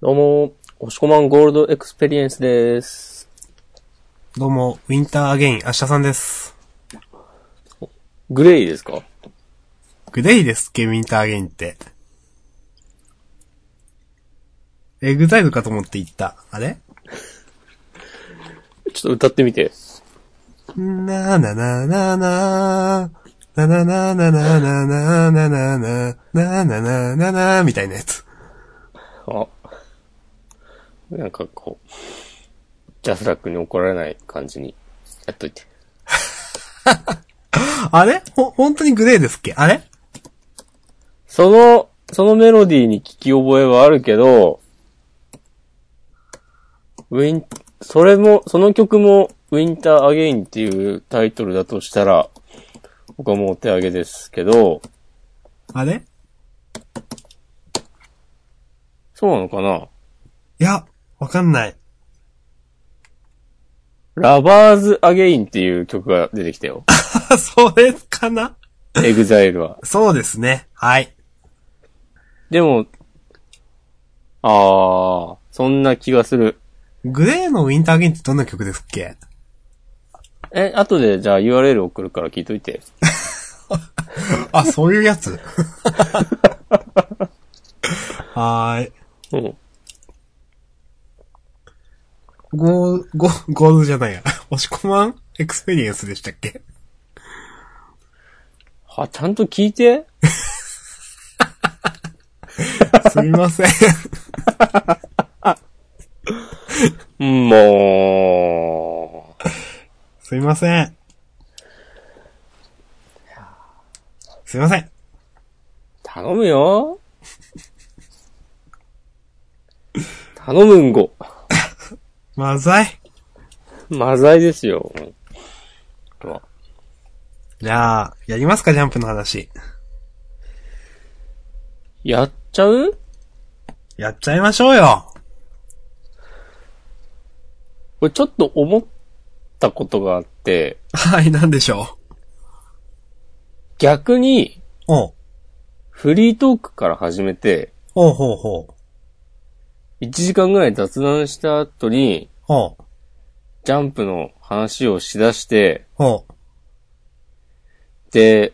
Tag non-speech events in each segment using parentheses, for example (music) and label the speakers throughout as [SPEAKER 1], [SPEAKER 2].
[SPEAKER 1] どうも、おしこまんゴールドエクスペリエンスです。
[SPEAKER 2] どうも、ウィンターアゲイン、明日さんです。
[SPEAKER 1] グレイですか
[SPEAKER 2] グレイですっけ、ウィンターアゲインって。エグザイルかと思って言った。あれ
[SPEAKER 1] ちょっと歌ってみて。
[SPEAKER 2] なーななななー。なななななななななななななななみたいなやつ。
[SPEAKER 1] あ。なんかこう、ジャスラックに怒られない感じにやっといて。
[SPEAKER 2] あれほ、本当にグレイですっけあれ
[SPEAKER 1] その、そのメロディーに聞き覚えはあるけど、ウィン、それも、その曲も、ウィンターアゲインっていうタイトルだとしたら、僕はもうお手上げですけど、
[SPEAKER 2] あれ
[SPEAKER 1] そうなのかない
[SPEAKER 2] や、わかんない。
[SPEAKER 1] ラバーズアゲインっていう曲が出てきた (laughs) よ。
[SPEAKER 2] あそれかな
[SPEAKER 1] エグザイルは。
[SPEAKER 2] そうですね。はい。
[SPEAKER 1] でも、ああ、そんな気がする。
[SPEAKER 2] グレイのウィンターアゲインってどんな曲ですっけ
[SPEAKER 1] え、後でじゃあ URL 送るから聞いといて。
[SPEAKER 2] あ、そういうや (laughs) つはーい。
[SPEAKER 1] うん。
[SPEAKER 2] ゴー、ゴ、ゴールドじゃないや。押し込まんエクスペリエンスでしたっけ
[SPEAKER 1] は、ちゃんと聞いて
[SPEAKER 2] すみません。
[SPEAKER 1] もう、
[SPEAKER 2] すみません。すみません。
[SPEAKER 1] 頼む (laughs) よ。頼むんご。
[SPEAKER 2] まざい。
[SPEAKER 1] マザイですよ。うんとは
[SPEAKER 2] じゃあ、やりますか、ジャンプの話。
[SPEAKER 1] やっちゃう
[SPEAKER 2] やっちゃいましょうよ。
[SPEAKER 1] これちょっと思ったことがあって、
[SPEAKER 2] はい、なんでしょ
[SPEAKER 1] 逆に
[SPEAKER 2] う。おう。
[SPEAKER 1] フリートークから始めて、
[SPEAKER 2] ほうほうほう。
[SPEAKER 1] 1時間ぐらい雑談した後に、
[SPEAKER 2] ほう。
[SPEAKER 1] ジャンプの話をしだして、
[SPEAKER 2] ほう。
[SPEAKER 1] で、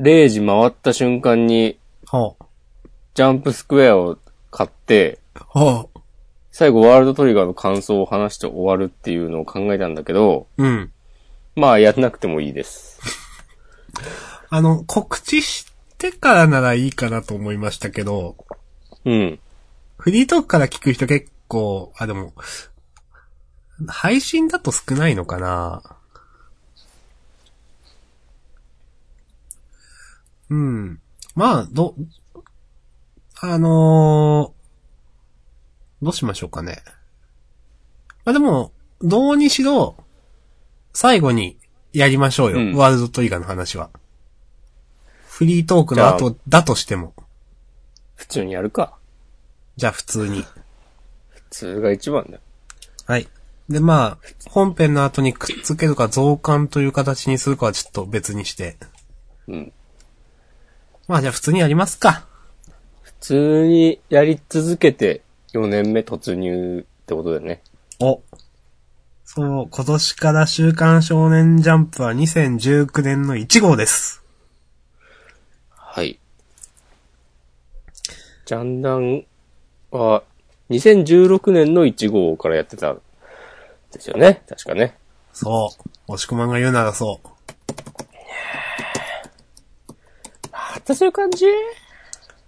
[SPEAKER 1] 0時回った瞬間に、
[SPEAKER 2] ほう。
[SPEAKER 1] ジャンプスクエアを買って、
[SPEAKER 2] ほ
[SPEAKER 1] 最後ワールドトリガーの感想を話して終わるっていうのを考えたんだけど、
[SPEAKER 2] う。うん。
[SPEAKER 1] まあやんなくてもいいです。
[SPEAKER 2] あの、告知してからならいいかなと思いましたけど、
[SPEAKER 1] うん。
[SPEAKER 2] フリートークから聞く人結構、あ、でも、配信だと少ないのかなうん。まあ、ど、あのーどうしましょうかね。まあでも、どうにしろ、最後にやりましょうよ。
[SPEAKER 1] うん
[SPEAKER 2] ワールドトリガーの話は。フリートークの後だとしても。
[SPEAKER 1] 普通にやるか。
[SPEAKER 2] じゃあ普通に。
[SPEAKER 1] 普通が一番だよ。
[SPEAKER 2] はい。で、まあ、本編の後にくっつけるか増刊という形にするかはちょっと別にして。
[SPEAKER 1] うん。
[SPEAKER 2] まあじゃあ普通にやりますか。
[SPEAKER 1] 普通にやり続けて4年目突入ってことだよね。
[SPEAKER 2] お。そう、今年から週刊少年ジャンプは2019年の1号です。
[SPEAKER 1] はい。ジャンダンは、2016年の1号からやってたんですよね。確かね。
[SPEAKER 2] そう。押し込まんが言うならそう。
[SPEAKER 1] あったそういう感じ
[SPEAKER 2] い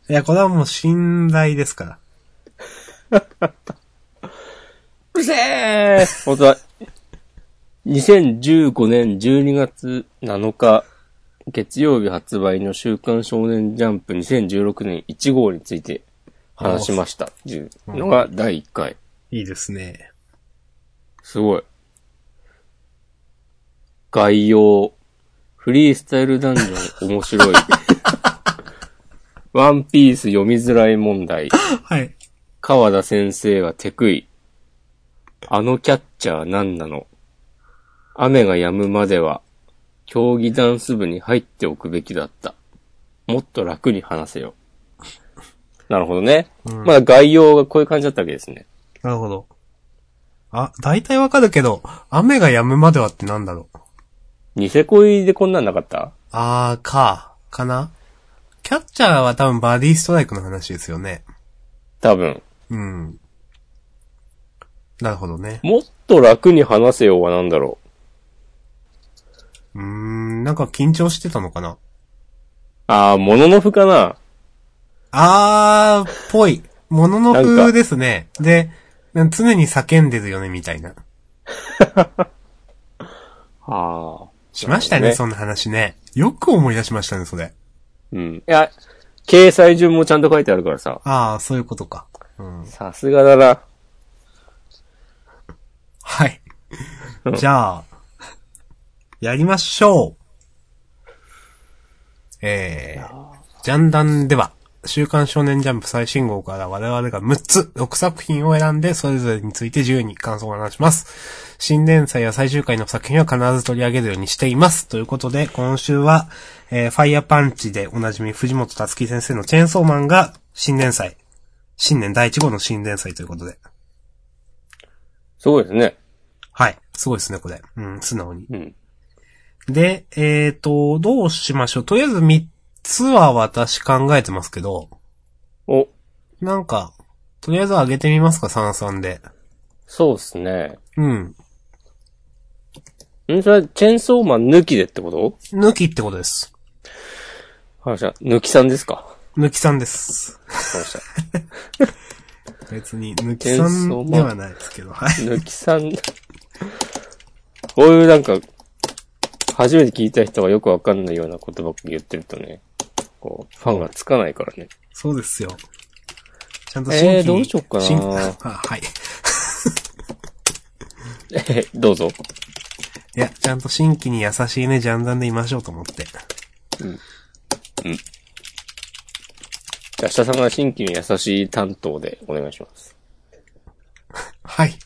[SPEAKER 2] や、これはもう信頼ですから。
[SPEAKER 1] うるせえ本当は、2015年12月7日、月曜日発売の週刊少年ジャンプ2016年1号について話しました。っていうのが第1回。
[SPEAKER 2] いいですね。
[SPEAKER 1] すごい。概要。フリースタイルダンジョン面白い。ワンピース読みづらい問題。
[SPEAKER 2] はい。
[SPEAKER 1] 川田先生は手食い。あのキャッチャー何なの雨が止むまでは、競技ダンス部に入っておくべきだった。もっと楽に話せよ。なるほどね。
[SPEAKER 2] うん
[SPEAKER 1] まだ概要がこういう感じだったわけですね。
[SPEAKER 2] なるほど。あ、大体わかるけど、雨が止むまではってなんだろう。
[SPEAKER 1] ニセ恋でこんなんなかった
[SPEAKER 2] あー、か、かな。キャッチャーは多分バディストライクの話ですよね。
[SPEAKER 1] 多分。
[SPEAKER 2] うん。なるほどね。
[SPEAKER 1] もっと楽に話せようはなんだろう。
[SPEAKER 2] うーん、なんか緊張してたのかな。
[SPEAKER 1] あー、もののふかな
[SPEAKER 2] あー、ぽい。ものの
[SPEAKER 1] なん
[SPEAKER 2] 風
[SPEAKER 1] か
[SPEAKER 2] ですね。で、常に叫んでるよね、みたいな。
[SPEAKER 1] あー。
[SPEAKER 2] しましたね、
[SPEAKER 1] なるほ
[SPEAKER 2] そんな話ね。よく思い出しましたね、それ。
[SPEAKER 1] うん。いや、掲載順もちゃんと書いてあるからさ。
[SPEAKER 2] あー、そういうことか。うん。
[SPEAKER 1] さすがだな。
[SPEAKER 2] はい。じゃあ、やりましょう。えー、ジャンダンでは、週刊少年ジャンプ最新号から我々が6つ、6作品を選んで、それぞれについて自由に感想を話します。新連載や最終回の作品は必ず取り上げるようにしています。ということで、今週は、えー、ファイヤーパンチでおなじみ藤本達樹先生のチェーンソーマンが新連載、新年第1号の新連載ということで。
[SPEAKER 1] すごいですね。
[SPEAKER 2] はい。すごいですね、これ。うん、素直に。
[SPEAKER 1] うん。
[SPEAKER 2] で、えっ、と、どうしましょう。とりあえず3つは私考えてますけど、
[SPEAKER 1] お、
[SPEAKER 2] なんか、とりあえず上げてみますか、三三で。
[SPEAKER 1] そうっすね。
[SPEAKER 2] うん。
[SPEAKER 1] んそれ、チェーンソーマン抜きでってこと
[SPEAKER 2] 抜きってことです。
[SPEAKER 1] 話した。抜きさんですか
[SPEAKER 2] 抜きさんです。
[SPEAKER 1] 話した。 (laughs)
[SPEAKER 2] 別に、抜きさんではないですけど、はい。
[SPEAKER 1] 抜きさん、こういうなんか、初めて聞いた人がよくわかんないようなことばっかり言ってるとね、こう、ファンがつかないからね。 (laughs)
[SPEAKER 2] そうですよ。ちゃんと
[SPEAKER 1] えー
[SPEAKER 2] 新規に
[SPEAKER 1] どうしよっかな
[SPEAKER 2] 新あ、はい。
[SPEAKER 1] え、どうぞ。
[SPEAKER 2] いや、ちゃんと新規に優しいね、ジャンダンでいましょうと思って。
[SPEAKER 1] じゃあ、下さんが新規に優しい担当でお願いします。
[SPEAKER 2] はい。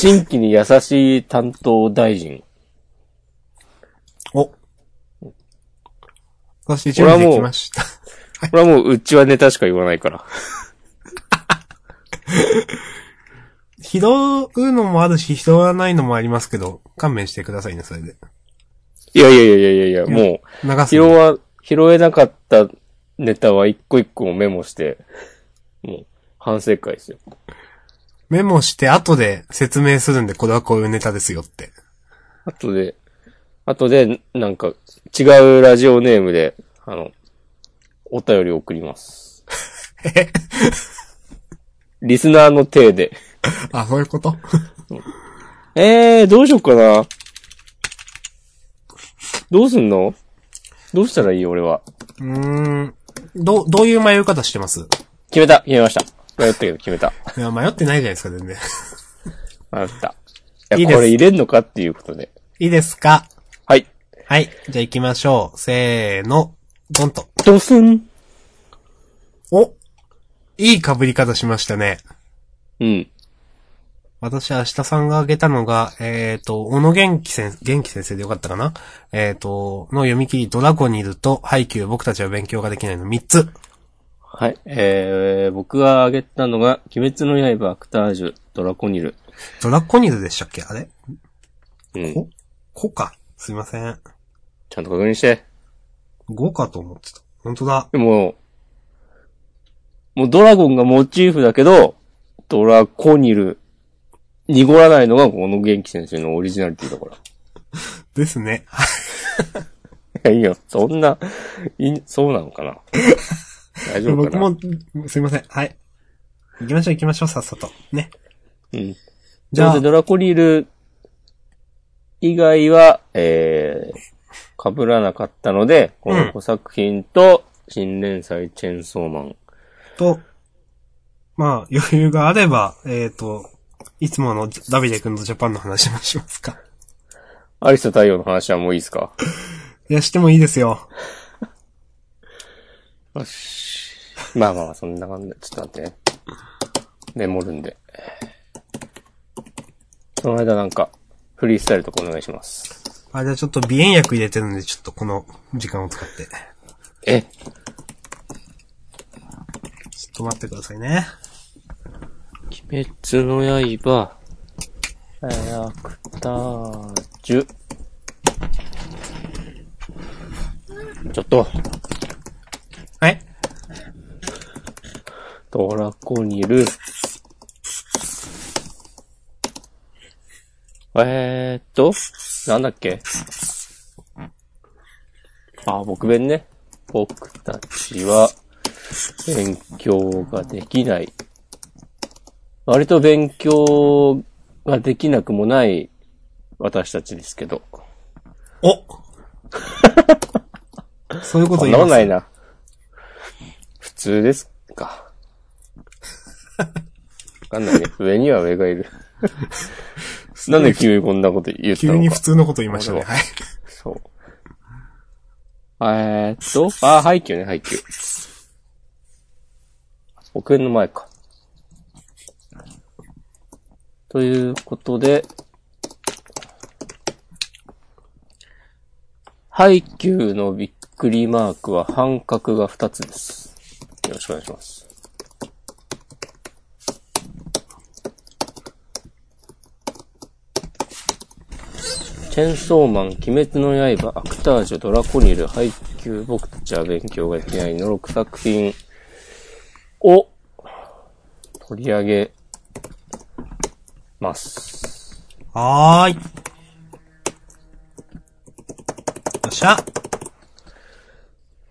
[SPEAKER 1] 新規に優しい担当大臣。
[SPEAKER 2] お。そして準備できました。
[SPEAKER 1] これはもう、うちはネタしか言わないから。
[SPEAKER 2] 拾うのもあるし、拾わないのもありますけど、勘弁してくださいね、それで。
[SPEAKER 1] いやいやいやいやいやいや、もう、
[SPEAKER 2] 流す
[SPEAKER 1] 拾
[SPEAKER 2] の。
[SPEAKER 1] わ、拾えなかったネタは一個一個もメモして、もう、反省会ですよ。
[SPEAKER 2] メモして後で説明するんで、これはこういうネタですよって。
[SPEAKER 1] あとで、あとで、なんか、違うラジオネームで、あの、お便り送り (laughs) ます。リスナーの体で。
[SPEAKER 2] あ、そういうこと
[SPEAKER 1] えー、どうしよっかな。どうすんのどうしたらいい俺は。
[SPEAKER 2] (laughs) うーん。どう、どういう迷い方してます
[SPEAKER 1] 決めた決めました。迷ったけど決めた。
[SPEAKER 2] いや、迷ってないじゃないですか、全然。 (laughs)
[SPEAKER 1] 迷った。いや、
[SPEAKER 2] いいです
[SPEAKER 1] これ入れんのかっていうことで。
[SPEAKER 2] いいですか
[SPEAKER 1] はい。
[SPEAKER 2] はい。じゃあ行きましょう。せーの、ドンと。
[SPEAKER 1] ドスン
[SPEAKER 2] おいい被り方しましたね。
[SPEAKER 1] うん。
[SPEAKER 2] 私、明日さんが挙げたのが、えっ、と、小野元気先元気先生でよかったかなえっ、と、の読み切り、ドラゴニルと、ハイキュー、僕たちは勉強ができないの3つ。
[SPEAKER 1] はい。えー、僕が挙げたのが、鬼滅の刃、アクタージュ、ドラコニル。
[SPEAKER 2] ドラゴニルでしたっけあれ
[SPEAKER 1] うん。
[SPEAKER 2] ここか。すいません。
[SPEAKER 1] ちゃんと確認して。
[SPEAKER 2] 5かと思ってた。本当だ。
[SPEAKER 1] でも、もうドラゴンがモチーフだけど、ドラコニル、濁らないのがこの元気先生のオリジナリティだか
[SPEAKER 2] ですね。
[SPEAKER 1] ら。いや、いいよ。そんな、いい、そうなの
[SPEAKER 2] (laughs)
[SPEAKER 1] かな。大丈夫
[SPEAKER 2] 僕
[SPEAKER 1] かな。
[SPEAKER 2] も、すいません。はい。行きましょう行きましょう、さっさと。ね。
[SPEAKER 1] うん。
[SPEAKER 2] じ
[SPEAKER 1] じ
[SPEAKER 2] ゃ
[SPEAKER 1] ゃ
[SPEAKER 2] あ
[SPEAKER 1] あ、ドラコニル以外は、えー、被らなかったので、この5作品と、新連載チェーンソーマン。
[SPEAKER 2] と、まあ、余裕があれば、えっ、と、いつものダビデ君とジャパンの話もしますか。
[SPEAKER 1] アリスと太陽の話はもういいですか
[SPEAKER 2] いや、してもいいですよ。
[SPEAKER 1] よし。まあまあまあ、そんな感じで。ちょっと待ってね。メモるんで。その間なんか、フリースタイルとかお願いします。
[SPEAKER 2] あ、じゃあちょっと鼻炎薬入れてるんで、ちょっとこの時間を使って。
[SPEAKER 1] え
[SPEAKER 2] っと待ってくださいね。
[SPEAKER 1] 鬼滅の刃、えー、アクタージュ。ちょっと、
[SPEAKER 2] はい。
[SPEAKER 1] ドラコニル。えーっと、なんだっけあ、僕弁ね。僕たちは、勉強ができない。割と勉強ができなくもない私たちですけど。
[SPEAKER 2] おそういうこと
[SPEAKER 1] そんない
[SPEAKER 2] 言
[SPEAKER 1] も
[SPEAKER 2] ま
[SPEAKER 1] ん
[SPEAKER 2] す
[SPEAKER 1] ないな。普通ですか。わかんないね。上には上がい
[SPEAKER 2] (laughs)
[SPEAKER 1] る。なんで急にこんなこと言った
[SPEAKER 2] 急に
[SPEAKER 1] の
[SPEAKER 2] 普
[SPEAKER 1] か。
[SPEAKER 2] 通のこと言いましたね。
[SPEAKER 1] なる
[SPEAKER 2] はい。
[SPEAKER 1] そう。えーっと、あー、配給ね、配給。億円の前か。ということで、配給のびっくりマークは半角が2つです。よろしくお願いします。チェンソーマン、鬼滅の刃、アクタージュ、ドラコニル、配給、僕たちは勉強ができないの6作品を取り上げます。
[SPEAKER 2] はーい。よっしゃ。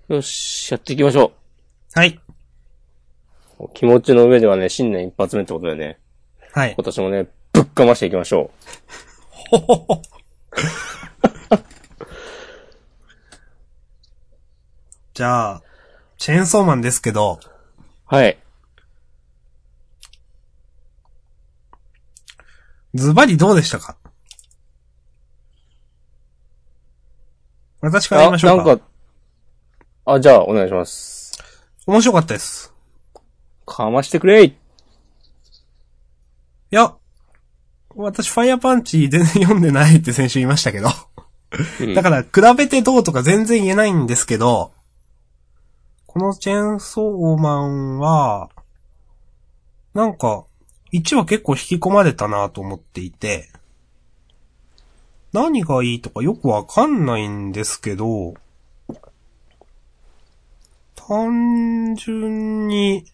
[SPEAKER 1] よし、やっていきましょ
[SPEAKER 2] はい。
[SPEAKER 1] う。気持ちの上ではね、新年一発目ってことでね、
[SPEAKER 2] はい
[SPEAKER 1] 今。年もね、ぶっかましていきましょ
[SPEAKER 2] ほほほ。じゃあ、チェーンソーマンですけど、
[SPEAKER 1] う。はい。
[SPEAKER 2] ズバリどうでしたか私から言いましょうか。
[SPEAKER 1] なんか、あ、じゃあ、お願いします。
[SPEAKER 2] 面白かったです。
[SPEAKER 1] かましてくれい
[SPEAKER 2] いや、私、ファイヤーパンチ全然読んでないって先週言いましたけど。
[SPEAKER 1] うん
[SPEAKER 2] だから、比べてどうとか全然言えないんですけど、このチェーンソーマンは、なんか、1は結構引き込まれたなと思っていて、何がいいとかよくわかんないんですけど、単純に、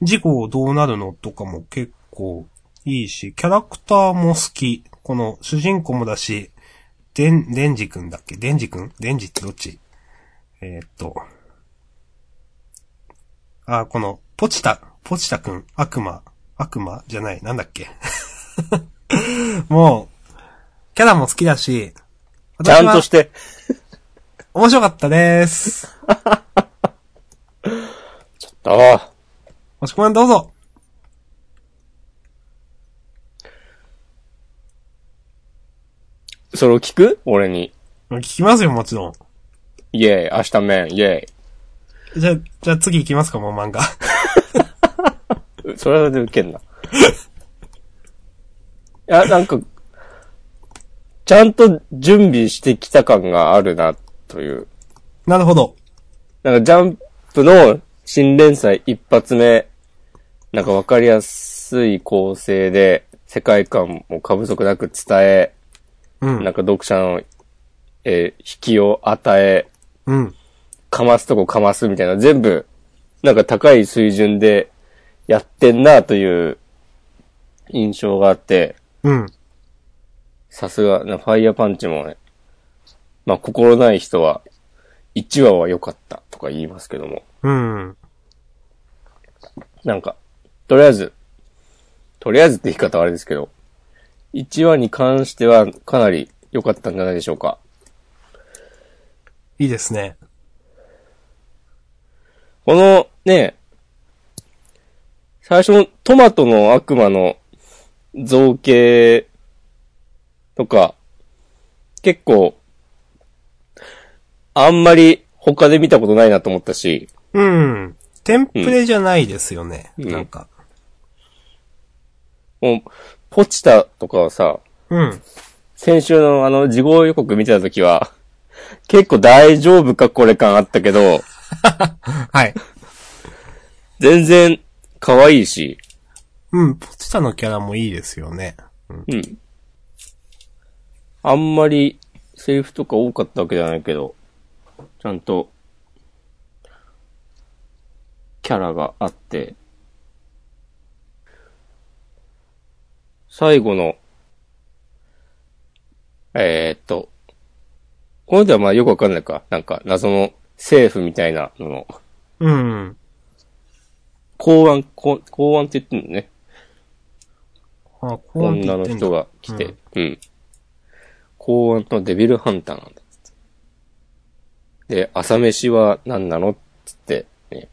[SPEAKER 2] 事故どうなるのとかも結構いいし、キャラクターも好き。この主人公もだし、でん、デンジ君だっけデンジ君デンジってどっちえーっと。あ、この、ポチタ、ポチタ君、悪魔、悪魔じゃない、なんだっけ (laughs) もう、キャラも好きだし、
[SPEAKER 1] ちゃんとして。
[SPEAKER 2] 面白かったです。
[SPEAKER 1] ああ。
[SPEAKER 2] もしこまんどうぞ。
[SPEAKER 1] それを聞く俺に。
[SPEAKER 2] 聞きますよ、もちろん。
[SPEAKER 1] イェーイ、明日メン、イェーイ。
[SPEAKER 2] じゃあ、じゃあ次行きますか、もう漫画。 (laughs)
[SPEAKER 1] それはで受けんな。い (laughs) や、なんか、ちゃんと準備してきた感があるな、という。
[SPEAKER 2] なるほど。
[SPEAKER 1] なんか、ジャンプの新連載一発目、なんかわかりやすい構成で、世界観も過不足なく伝え、
[SPEAKER 2] うん。
[SPEAKER 1] なんか読者の、えー引きを与え、
[SPEAKER 2] うん。
[SPEAKER 1] かますとこかますみたいな、全部、なんか高い水準でやってんなという印象があって、
[SPEAKER 2] うん。
[SPEAKER 1] さすが、なファイヤーパンチもね、まあ心ない人は、1話は良かったとか言いますけども、
[SPEAKER 2] うん。
[SPEAKER 1] なんか、とりあえず、とりあえずって言い方はあれですけど、1話に関してはかなり良かったんじゃないでしょうか。
[SPEAKER 2] いいですね。
[SPEAKER 1] このね、最初のトマトの悪魔の造形とか、結構、あんまり他で見たことないなと思ったし、
[SPEAKER 2] うん。テンプレじゃないですよね。
[SPEAKER 1] うん
[SPEAKER 2] なんか。
[SPEAKER 1] もう、ポチタとかはさ、
[SPEAKER 2] うん。
[SPEAKER 1] 先週のあの、事後予告見てた時は、結構大丈夫かこれ感あったけど、
[SPEAKER 2] はい。
[SPEAKER 1] 全然可愛いし、
[SPEAKER 2] うん、ポテタのキャラもいいですよね。うん。
[SPEAKER 1] うん。あんまりセリフとか多かったわけじゃないけど、ちゃんと、キャラがあって、最後の、えーっと、この人はまあよくわかんないか。なんか謎の政府みたいなのの、
[SPEAKER 2] うん。
[SPEAKER 1] 公安、公公安って言ってんのね。
[SPEAKER 2] あ、こう
[SPEAKER 1] 女の人が来て、
[SPEAKER 2] う
[SPEAKER 1] うん。公安とデビルハンターなんだっつって。で、朝飯は何なのっつって、ね、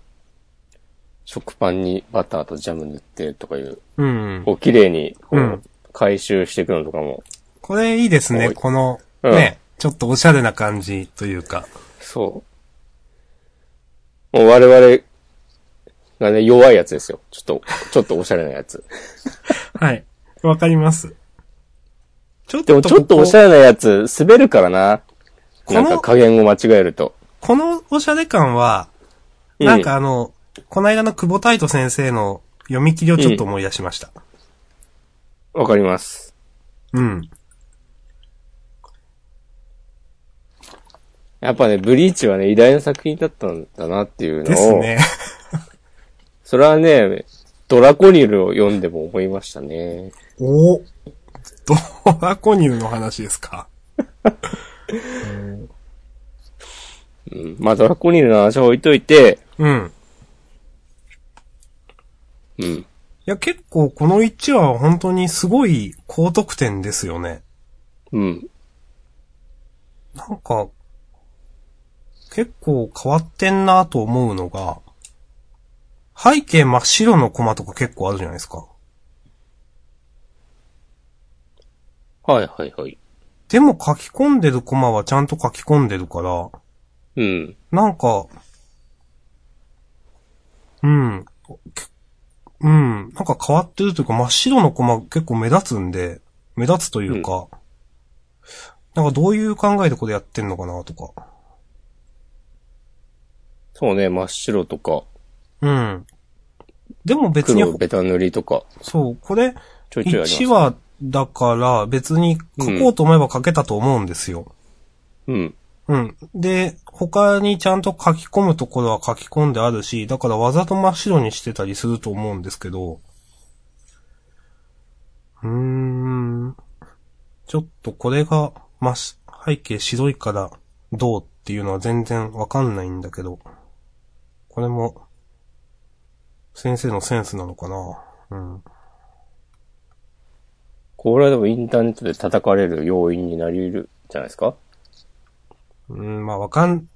[SPEAKER 1] 食パンにバターとジャム塗ってとかいう、
[SPEAKER 2] うん。
[SPEAKER 1] こう綺麗に、こう
[SPEAKER 2] う、
[SPEAKER 1] ん回収していくのとかも、
[SPEAKER 2] これいいです
[SPEAKER 1] お
[SPEAKER 2] ね、
[SPEAKER 1] い
[SPEAKER 2] この、
[SPEAKER 1] うん
[SPEAKER 2] ね、ちょっとおしゃれな感じというか。
[SPEAKER 1] そう。もう我々がね、弱いやつですよ。ちょっと、ちょっとおしゃれなや (laughs) つ。
[SPEAKER 2] はい。わかります。ちょっ
[SPEAKER 1] で
[SPEAKER 2] と
[SPEAKER 1] もちょっとおしゃれなやつ、滑るからな。
[SPEAKER 2] こ
[SPEAKER 1] な
[SPEAKER 2] の
[SPEAKER 1] んか加減を間違えると。
[SPEAKER 2] このおしゃれ感は、
[SPEAKER 1] うん
[SPEAKER 2] なんかあの、この間の久保太斗先生の読み切りをちょっと思い出しました。
[SPEAKER 1] わかります。
[SPEAKER 2] うん。
[SPEAKER 1] やっぱね、ブリーチはね、偉大な作品だったんだなっていうのを。
[SPEAKER 2] ですね。
[SPEAKER 1] それはね、ドラコニルを読んでも思いましたね。
[SPEAKER 2] おおドラコニューの話ですか。
[SPEAKER 1] うん。まあ、ドラコニルの話は置いといて、
[SPEAKER 2] うん。
[SPEAKER 1] うん。
[SPEAKER 2] いや、結構この1話は本当にすごい高得点ですよね。
[SPEAKER 1] うん。
[SPEAKER 2] なんか、結構変わってんなと思うのが、背景真っ白のコマとか結構あるじゃないですか。
[SPEAKER 1] はいはいはい。
[SPEAKER 2] でも書き込んでるコマはちゃんと書き込んでるから、
[SPEAKER 1] うん。
[SPEAKER 2] なんか、うん、けうん、なんか変わってるというか真っ白のコマ結構目立つんで、目立つというか、なんかどういう考えでこれやってんのかなとか。
[SPEAKER 1] そうね、真っ白とか、
[SPEAKER 2] うん。でも別に
[SPEAKER 1] 黒、ベタ塗りとか、
[SPEAKER 2] そう、これ、
[SPEAKER 1] ちょいちょいあります。
[SPEAKER 2] 1話だから別に書こうと思えば書けたと思うんですよ。
[SPEAKER 1] うん。
[SPEAKER 2] うん。で、他にちゃんと書き込むところは書き込んであるし、だからわざと真っ白にしてたりすると思うんですけど、うーん。ちょっとこれが、ま、背景白いからどうっていうのは全然わかんないんだけど、これも、先生のセンスなのかなうん。
[SPEAKER 1] これはでもインターネットで叩かれる要因になり得るじゃないですか
[SPEAKER 2] うん、まあわかん、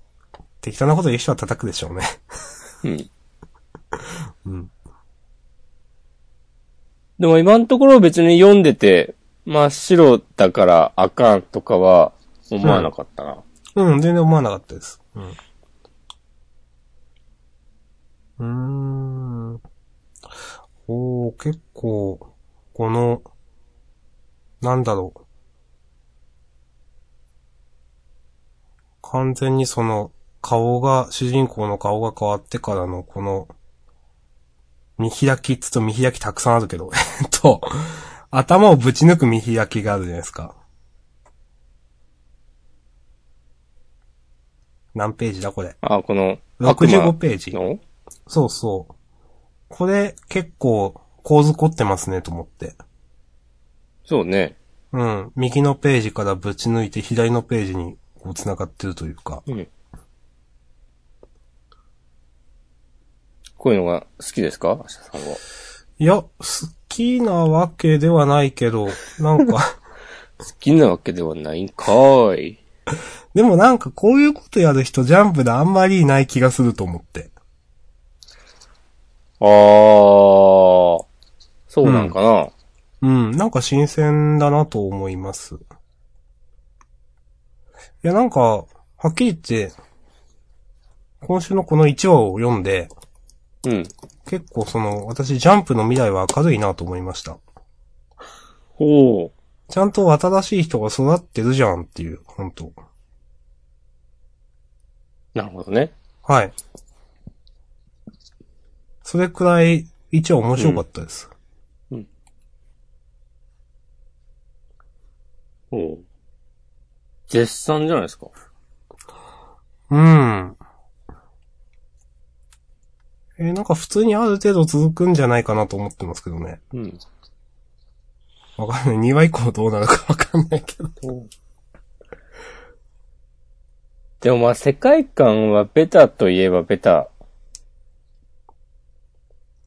[SPEAKER 2] 適当なこと言う人は叩くでしょうね。
[SPEAKER 1] うん。
[SPEAKER 2] うん。
[SPEAKER 1] でも今のところ別に読んでて、真っ白だからあかんとかは思わなかったな。
[SPEAKER 2] うん、全然思わなかったです。うん。うーん。おー、結構、この、なんだろう。完全にその、顔が、主人公の顔が変わってからの、この、見開きっつうと見開きたくさんあるけど、 (laughs) えっと、頭をぶち抜く見開きがあるじゃないですか。何ページだこれ。
[SPEAKER 1] あ、この、悪魔
[SPEAKER 2] 65ページ。
[SPEAKER 1] の
[SPEAKER 2] そうそう。これ、結構、構図凝ってますね、と思って。
[SPEAKER 1] そうね。
[SPEAKER 2] うん。右のページからぶち抜いて、左のページに、こう、繋がってるというか。
[SPEAKER 1] うん。こういうのが好きですか明日さんは。
[SPEAKER 2] いや、好きなわけではないけど、なんか、 (laughs)
[SPEAKER 1] 好きなわけではないんかーい。
[SPEAKER 2] でもなんか、こういうことやる人、ジャンプであんまりいない気がすると思って。
[SPEAKER 1] あー。そうなんかな、
[SPEAKER 2] うん、なんか新鮮だなと思います。いや、なんか、はっきり言って、今週のこの1話を読んで、
[SPEAKER 1] うん、
[SPEAKER 2] 結構その、私ジャンプの未来は明るいなと思いました。
[SPEAKER 1] ほう。
[SPEAKER 2] ちゃんと新しい人が育ってるじゃんっていう、本当
[SPEAKER 1] なるほどね。
[SPEAKER 2] はい。それくらい、一応面白かったです。
[SPEAKER 1] おう絶賛じゃないですか。
[SPEAKER 2] うん。えーなんか普通にある程度続くんじゃないかなと思ってますけどね。
[SPEAKER 1] うん。
[SPEAKER 2] わかんない。2話以降どうなるかわかんないけど。
[SPEAKER 1] でもまあ世界観はベタといえばベタ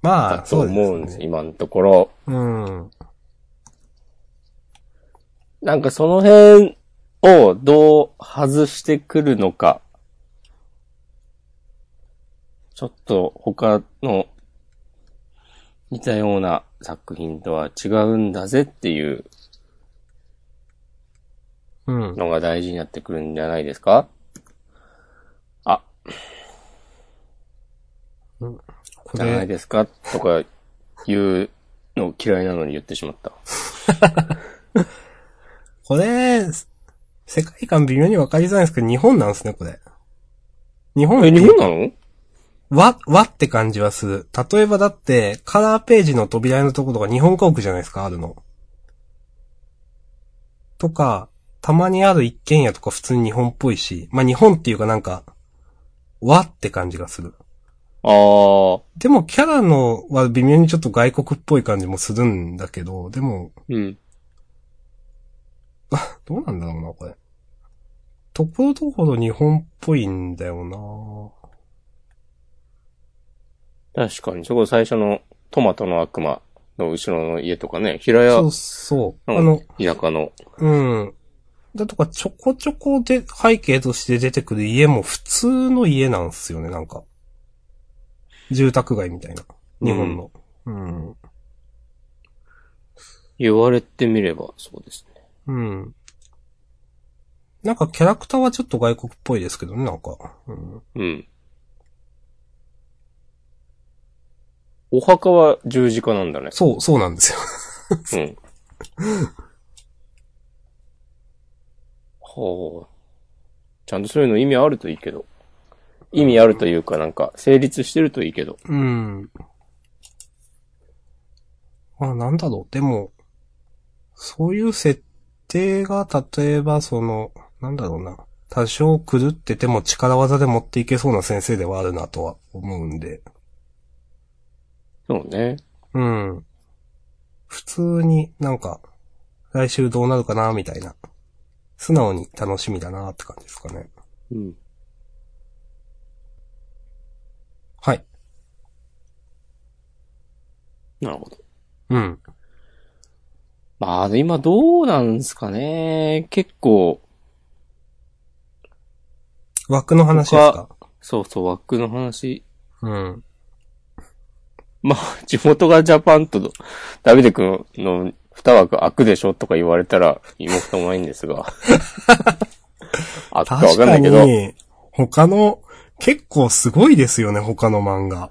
[SPEAKER 2] ま
[SPEAKER 1] だ
[SPEAKER 2] あ、
[SPEAKER 1] と
[SPEAKER 2] そうですね。
[SPEAKER 1] 思うんです、今のところ。
[SPEAKER 2] うん。
[SPEAKER 1] なんかその辺をどう外してくるのか。ちょっと他の似たような作品とは違うんだぜっていう
[SPEAKER 2] うん。
[SPEAKER 1] のが大事になってくるんじゃないですかあ、
[SPEAKER 2] こ
[SPEAKER 1] じゃない
[SPEAKER 2] れ、
[SPEAKER 1] ですかとか言うの嫌いなのに言ってしまった。
[SPEAKER 2] これ、世界観微妙にわかりづらいんですけど、日本なんですね、これ。日本
[SPEAKER 1] え、日本なの
[SPEAKER 2] わ、わって感じはする。例えばだって、カラーページの扉のところが日本家屋じゃないですか、あるの。とか、たまにある一軒家とか普通に日本っぽいし、まあ、日本っていうかなんか、わって感じがする。
[SPEAKER 1] あー、
[SPEAKER 2] でもキャラのは微妙にちょっと外国っぽい感じもするんだけど、でも、
[SPEAKER 1] うん。
[SPEAKER 2] どうなんだろうな、これ。ところどころ日本っぽいんだよ
[SPEAKER 1] 確かに、そこ最初のトマトの悪魔の後ろの家とかね、平
[SPEAKER 2] な
[SPEAKER 1] 屋
[SPEAKER 2] そうそう。あ
[SPEAKER 1] の
[SPEAKER 2] の、
[SPEAKER 1] 田舎の。
[SPEAKER 2] うん。だとか、ちょこちょこで、背景として出てくる家も普通の家なんすよね、なんか。住宅街みたいな。日本の。うん。
[SPEAKER 1] 言われてみればそうですね。
[SPEAKER 2] うん。なんかキャラクターはちょっと外国っぽいですけどね、なんか。うん、
[SPEAKER 1] うん。お墓は十字架なんだね。
[SPEAKER 2] そう、そうなんですよ。
[SPEAKER 1] (laughs) うん。はあ。ちゃんとそういうの意味あるといいけど。意味あるというかなんか、成立してるといいけど。
[SPEAKER 2] うん。まあなんだろう、でも、そういう設定が、例えばその、なんだろうな、多少狂ってても力技で持っていけそうな先生ではあるなとは思うんで、
[SPEAKER 1] そうね。
[SPEAKER 2] うん。普通になんか、来週どうなるかな、みたいな。素直に楽しみだな、って感じですかね。
[SPEAKER 1] うん。
[SPEAKER 2] はい。
[SPEAKER 1] なるほど。
[SPEAKER 2] うん。
[SPEAKER 1] まあ、今どうなんすかね。結構、
[SPEAKER 2] 枠の話ですか
[SPEAKER 1] そうそう、枠の話。 (laughs)
[SPEAKER 2] うん。
[SPEAKER 1] まあ、地元がジャパンと、ダビデ君の二枠開くでしょとか言われたら、芋くともないんです
[SPEAKER 2] (laughs)
[SPEAKER 1] が。あったかわ
[SPEAKER 2] 確
[SPEAKER 1] かんな
[SPEAKER 2] か
[SPEAKER 1] いけど。
[SPEAKER 2] に、他の、結構すごいですよね、他の漫画。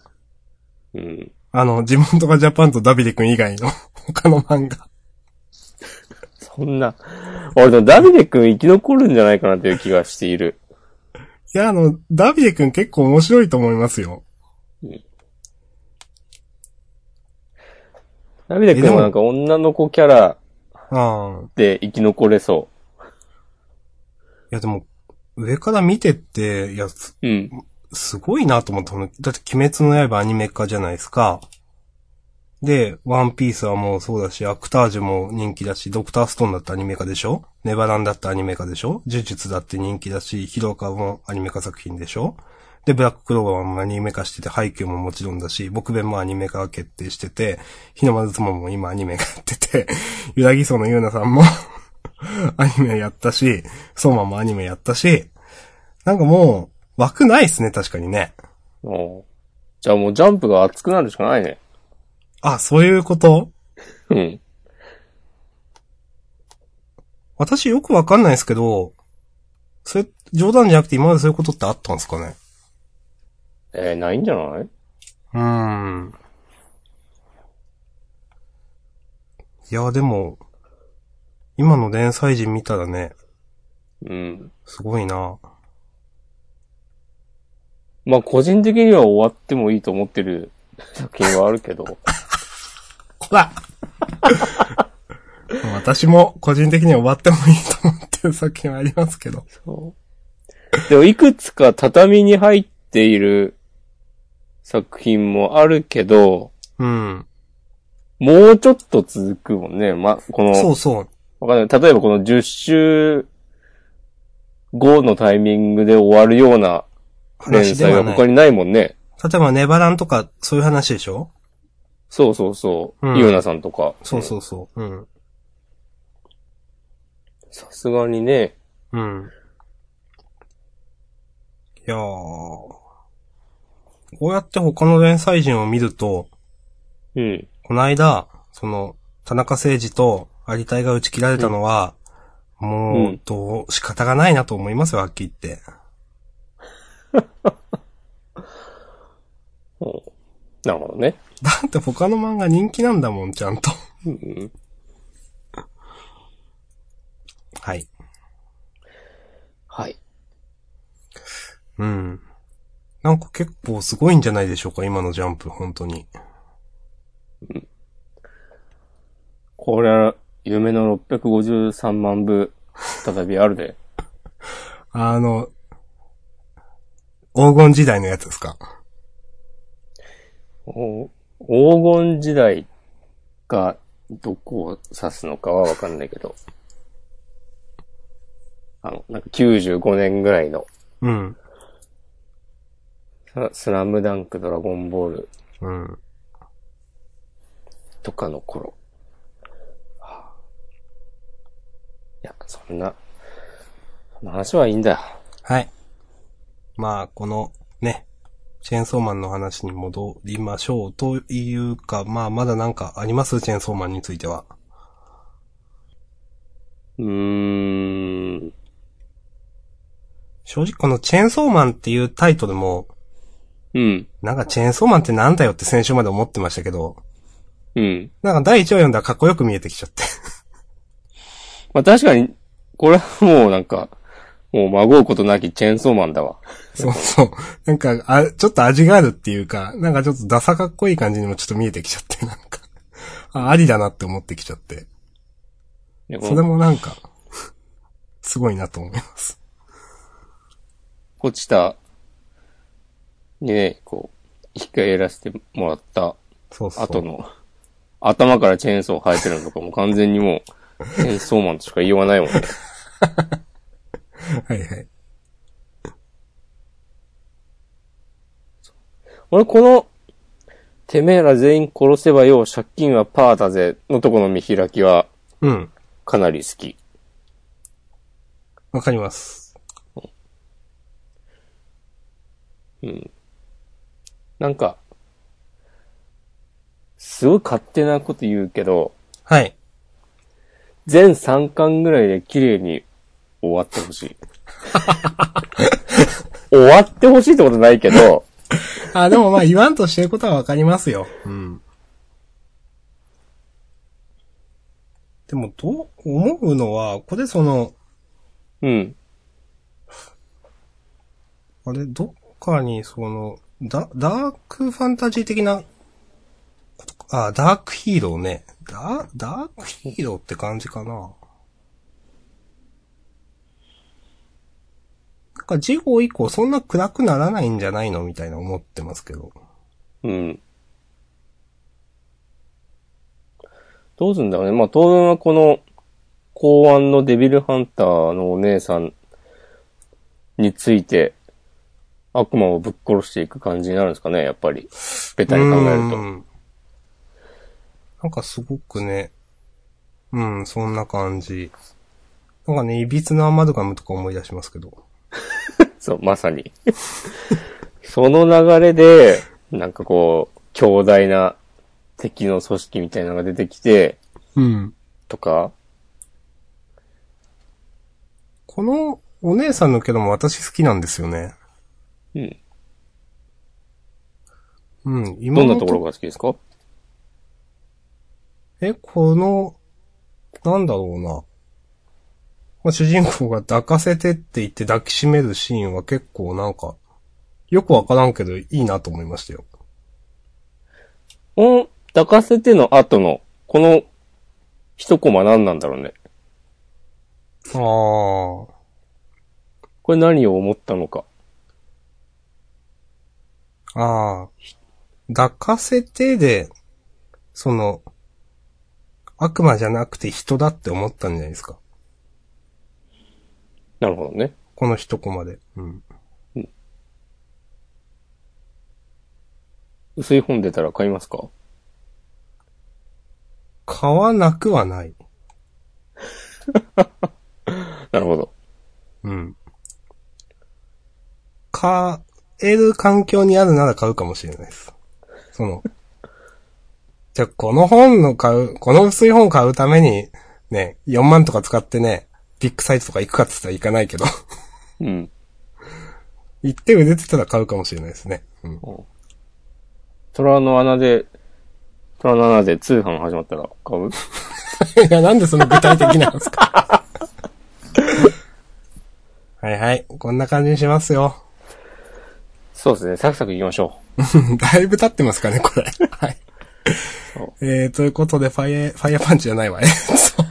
[SPEAKER 1] うん。
[SPEAKER 2] あの、地元がジャパンとダビデ君以外の (laughs) 他の漫画。
[SPEAKER 1] そんな。俺でもダビデ君生き残るんじゃないかなという気がしている。
[SPEAKER 2] いや、あの、ダビデ君結構面白いと思いますよ。
[SPEAKER 1] ダビデ君はなんか女の子キャラ
[SPEAKER 2] ああ。
[SPEAKER 1] で生き残れそ
[SPEAKER 2] いや、でも、上から見てって、いや、す
[SPEAKER 1] う。うん。
[SPEAKER 2] すごいなと思ったの。だって、鬼滅の刃アニメ化じゃないですか。で、ワンピースはもうそうだし、アクタージュも人気だし、ドクターストーンだってアニメ化でしょネバランだってアニメ化でしょ呪術だって人気だし、ヒロアカもアニメ化作品でしょで、ブラッククローバーもアニメ化してて、配給ももちろんだし、僕弁もアニメ化が決定してて、日の丸相撲も今アニメ化やってて、 (laughs) ゆらぎそうのゆうなさんも (laughs) アニメやったし、ソーマもアニメやったし、なんかもう、枠ないっすね、確かにね。
[SPEAKER 1] おうじゃあもうジャンプが熱くなるしかないね。
[SPEAKER 2] あ、そういうこと
[SPEAKER 1] うん。
[SPEAKER 2] 私よくわかんないですけど、それ、冗談じゃなくて今までそういうことってあったんですかね
[SPEAKER 1] えー、ないんじゃないう
[SPEAKER 2] ーん。いや、でも、今の連載人見たらね、
[SPEAKER 1] うん。
[SPEAKER 2] すごいな。
[SPEAKER 1] まあ個人的には終わってもいいと思ってる (laughs) 作品はあるけど。
[SPEAKER 2] ほら (laughs) 私も個人的に終わってもいいと思ってる作品はありますけど。
[SPEAKER 1] そう。でも、いくつか畳に入っている作品もあるけど、
[SPEAKER 2] うん。
[SPEAKER 1] もうちょっと続くもんね。ま、この、
[SPEAKER 2] そうそう。
[SPEAKER 1] わかんない。例えばこの10週後のタイミングで終わるような連
[SPEAKER 2] 話で
[SPEAKER 1] 載
[SPEAKER 2] は
[SPEAKER 1] が
[SPEAKER 2] ない。
[SPEAKER 1] 他
[SPEAKER 2] 例
[SPEAKER 1] にないもんね。
[SPEAKER 2] えばネバランとかそういう話でしょ
[SPEAKER 1] そうそうそう。
[SPEAKER 2] うん
[SPEAKER 1] ゆうなさんとか。
[SPEAKER 2] そうそうそう。うん。
[SPEAKER 1] さすがにね、
[SPEAKER 2] うん。いやー。こうやって他の連載人を見ると、
[SPEAKER 1] うん。
[SPEAKER 2] この間、その、田中誠二と有田井が打ち切られたのは、
[SPEAKER 1] う、
[SPEAKER 2] もうんどう、仕方がないなと思いますよ、はっきり言って。
[SPEAKER 1] ほうなるほどね。
[SPEAKER 2] だって他の漫画人気なんだもん、ちゃんと。
[SPEAKER 1] うん、
[SPEAKER 2] はい。
[SPEAKER 1] はい。
[SPEAKER 2] うん。なんか結構すごいんじゃないでしょうか、今のジャンプ、本当に。
[SPEAKER 1] これは、夢の653万部、再びあるで。
[SPEAKER 2] あの、黄金時代のやつですか。
[SPEAKER 1] お黄金時代がどこを指すのかはわかんないけど。あの、なんか95年ぐらいの、
[SPEAKER 2] うん。
[SPEAKER 1] さスラムダンク、ドラゴンボール
[SPEAKER 2] うん。
[SPEAKER 1] とかの頃。はあいや、そんな、その話はいいんだよ。
[SPEAKER 2] はい。まあ、この、ね、チェーンソーマンの話に戻りましょうというか、まあ、まだなんかありますチェーンソーマンについては。
[SPEAKER 1] うーん。
[SPEAKER 2] 正直このチェーンソーマンっていうタイトルも、
[SPEAKER 1] うん。
[SPEAKER 2] なんかチェーンソーマンってなんだよって先週まで思ってましたけど、
[SPEAKER 1] うん。
[SPEAKER 2] なんか第1話読んだらかっこよく見えてきちゃって。 (laughs)
[SPEAKER 1] まあ確かに、これはもうなんか、もう孫うことなきチェーンソーマンだわ。
[SPEAKER 2] そうそう。なんか、あ、ちょっと味があるっていうか、なんかちょっとダサかっこいい感じにもちょっと見えてきちゃって、なんか、あ、ありだなって思ってきちゃって。
[SPEAKER 1] でこ
[SPEAKER 2] そ
[SPEAKER 1] の
[SPEAKER 2] れもなんか、すごいなと思います。
[SPEAKER 1] 落ちた、にね、こう、引き返らせてもらった
[SPEAKER 2] そうそう。
[SPEAKER 1] 後の、頭からチェーンソー生えてるのとかも完全にもう、チェーンソーマンとしか言いようがないもんね。
[SPEAKER 2] はいはい。
[SPEAKER 1] 俺この、てめえら全員殺せばよ、借金はパーだぜ、のとこの見開きは
[SPEAKER 2] うん。
[SPEAKER 1] かなり好き。
[SPEAKER 2] わかります。
[SPEAKER 1] なんか、すごい勝手なこと言うけど、
[SPEAKER 2] はい。
[SPEAKER 1] 全3巻ぐらいで綺麗に終わってほしい。終わってほしいってことないけど、
[SPEAKER 2] あ、でもまあ言わんとしてることはわかりますよ。うん。でも、どう、思うのは、これその、
[SPEAKER 1] うん。
[SPEAKER 2] あれ、どっかに、その、ダ、ダークファンタジー的な、ことあ、ダークヒーローね。ダ、ダークヒーローって感じかな。なんか、事後以降、そんな暗くならないんじゃないのみたいな思ってますけど。
[SPEAKER 1] うん。どうすんだろうね。まあ、当分はこの、公安のデビルハンターのお姉さんについて、悪魔をぶっ殺していく感じになるんですかね、やっぱり。ベタに考える
[SPEAKER 2] う
[SPEAKER 1] と。
[SPEAKER 2] んなんかすごくね、うん、そんな感じ。なんかね、いびつなアマドガムとか思い出しますけど。
[SPEAKER 1] そう、まさに。 (laughs) その流れで、なんかこう、強大な敵の組織みたいなのが出てきて、
[SPEAKER 2] うん。
[SPEAKER 1] とか、
[SPEAKER 2] このお姉さんのキャラも私好きなんですよね。
[SPEAKER 1] うん。
[SPEAKER 2] うん、今
[SPEAKER 1] どん
[SPEAKER 2] の
[SPEAKER 1] なところが好きですか
[SPEAKER 2] え、この、なんだろうな。まあ、主人公が抱かせてって言って抱きしめるシーンは結構なんか、よくわからんけどいいなと思いましたよ。
[SPEAKER 1] うん、抱かせての後の、この一コマ何なんだろうね。
[SPEAKER 2] ああ。
[SPEAKER 1] これ何を思ったのか。
[SPEAKER 2] ああ、抱かせてで、その、悪魔じゃなくて人だって思ったんじゃないですか。
[SPEAKER 1] なるほどね。
[SPEAKER 2] この一コマで。うん。
[SPEAKER 1] 薄い本出たら買いますか
[SPEAKER 2] 買わなくはない。
[SPEAKER 1] なるほど。
[SPEAKER 2] うん。買える環境にあるなら買うかもしれないです。その、 (laughs) じゃあこの本の買う、この薄い本買うために、ね、4万とか使ってね、ビッグサイトとか行くかって言ったら行かないけど、 (laughs)
[SPEAKER 1] うん。
[SPEAKER 2] 行って売れてたら買うかもしれないですね。うん。 (laughs)
[SPEAKER 1] 虎の穴で、虎の穴で通販始まったら買う
[SPEAKER 2] いや、なんでその具体的なんですか (laughs) はいはい。こんな感じにしますよ。
[SPEAKER 1] そうですね。サクサク行きましょ
[SPEAKER 2] (laughs) だいぶ経ってますかね、これ。はい。えー、ということで、ファイヤー、ファイヤーパンチじゃないわ。えーと
[SPEAKER 1] う。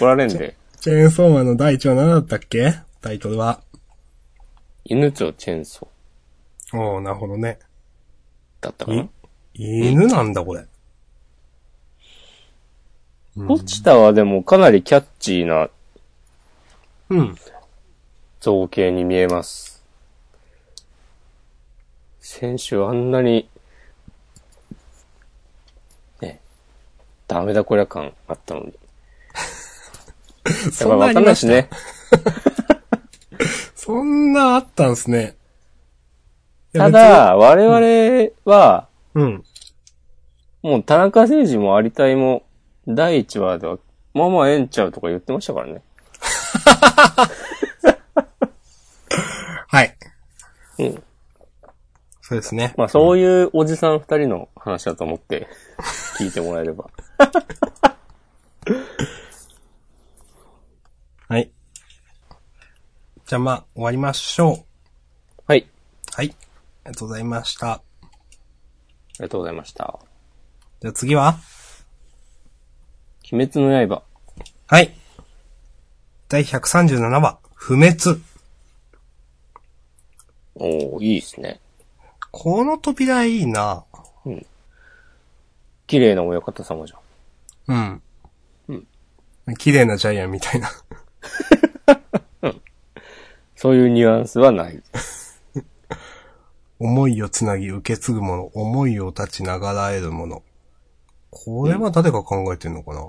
[SPEAKER 1] 来られんで。
[SPEAKER 2] チェーンソーマンの第1話何だったっけタイトルは。
[SPEAKER 1] 犬とチェーンソー
[SPEAKER 2] おー、なるほどね。
[SPEAKER 1] だったかな
[SPEAKER 2] 犬なんだ、これ。
[SPEAKER 1] ポチタはでもかなりキャッチーな
[SPEAKER 2] うん。
[SPEAKER 1] 造形に見えます。先週あんなに、ね、ダメだこりゃ感あったのに。やっぱ
[SPEAKER 2] そんなあ
[SPEAKER 1] わかん
[SPEAKER 2] り
[SPEAKER 1] な
[SPEAKER 2] ま
[SPEAKER 1] い
[SPEAKER 2] し
[SPEAKER 1] したね。
[SPEAKER 2] そんなあったんすね。いや
[SPEAKER 1] た、だ、我々は、
[SPEAKER 2] 別にうん。
[SPEAKER 1] もう田中誠二も有田井も、第1話では、まあまあええんちゃうとか言ってましたからね。
[SPEAKER 2] はい。
[SPEAKER 1] うん。
[SPEAKER 2] そうですね。
[SPEAKER 1] まあそういうおじさん二人の話だと思って、聞いてもらえれ
[SPEAKER 2] (laughs)
[SPEAKER 1] ば。
[SPEAKER 2] はい。じゃあまあ、終わりましょう。
[SPEAKER 1] はい。
[SPEAKER 2] はい。ありがとうございました。
[SPEAKER 1] ありがとうございました。
[SPEAKER 2] じゃあ次は
[SPEAKER 1] 鬼滅の刃。
[SPEAKER 2] はい。第137話、不滅。
[SPEAKER 1] おー、いいですね。
[SPEAKER 2] この扉いいな
[SPEAKER 1] 綺麗な親方様じゃん。
[SPEAKER 2] うん。綺麗なジャイアンみたいな。 (laughs)
[SPEAKER 1] そういうニュアンスはない。
[SPEAKER 2] 思いをつなぎ受け継ぐもの、思いを立ちながらえるもの。これは誰が考えてんのかな、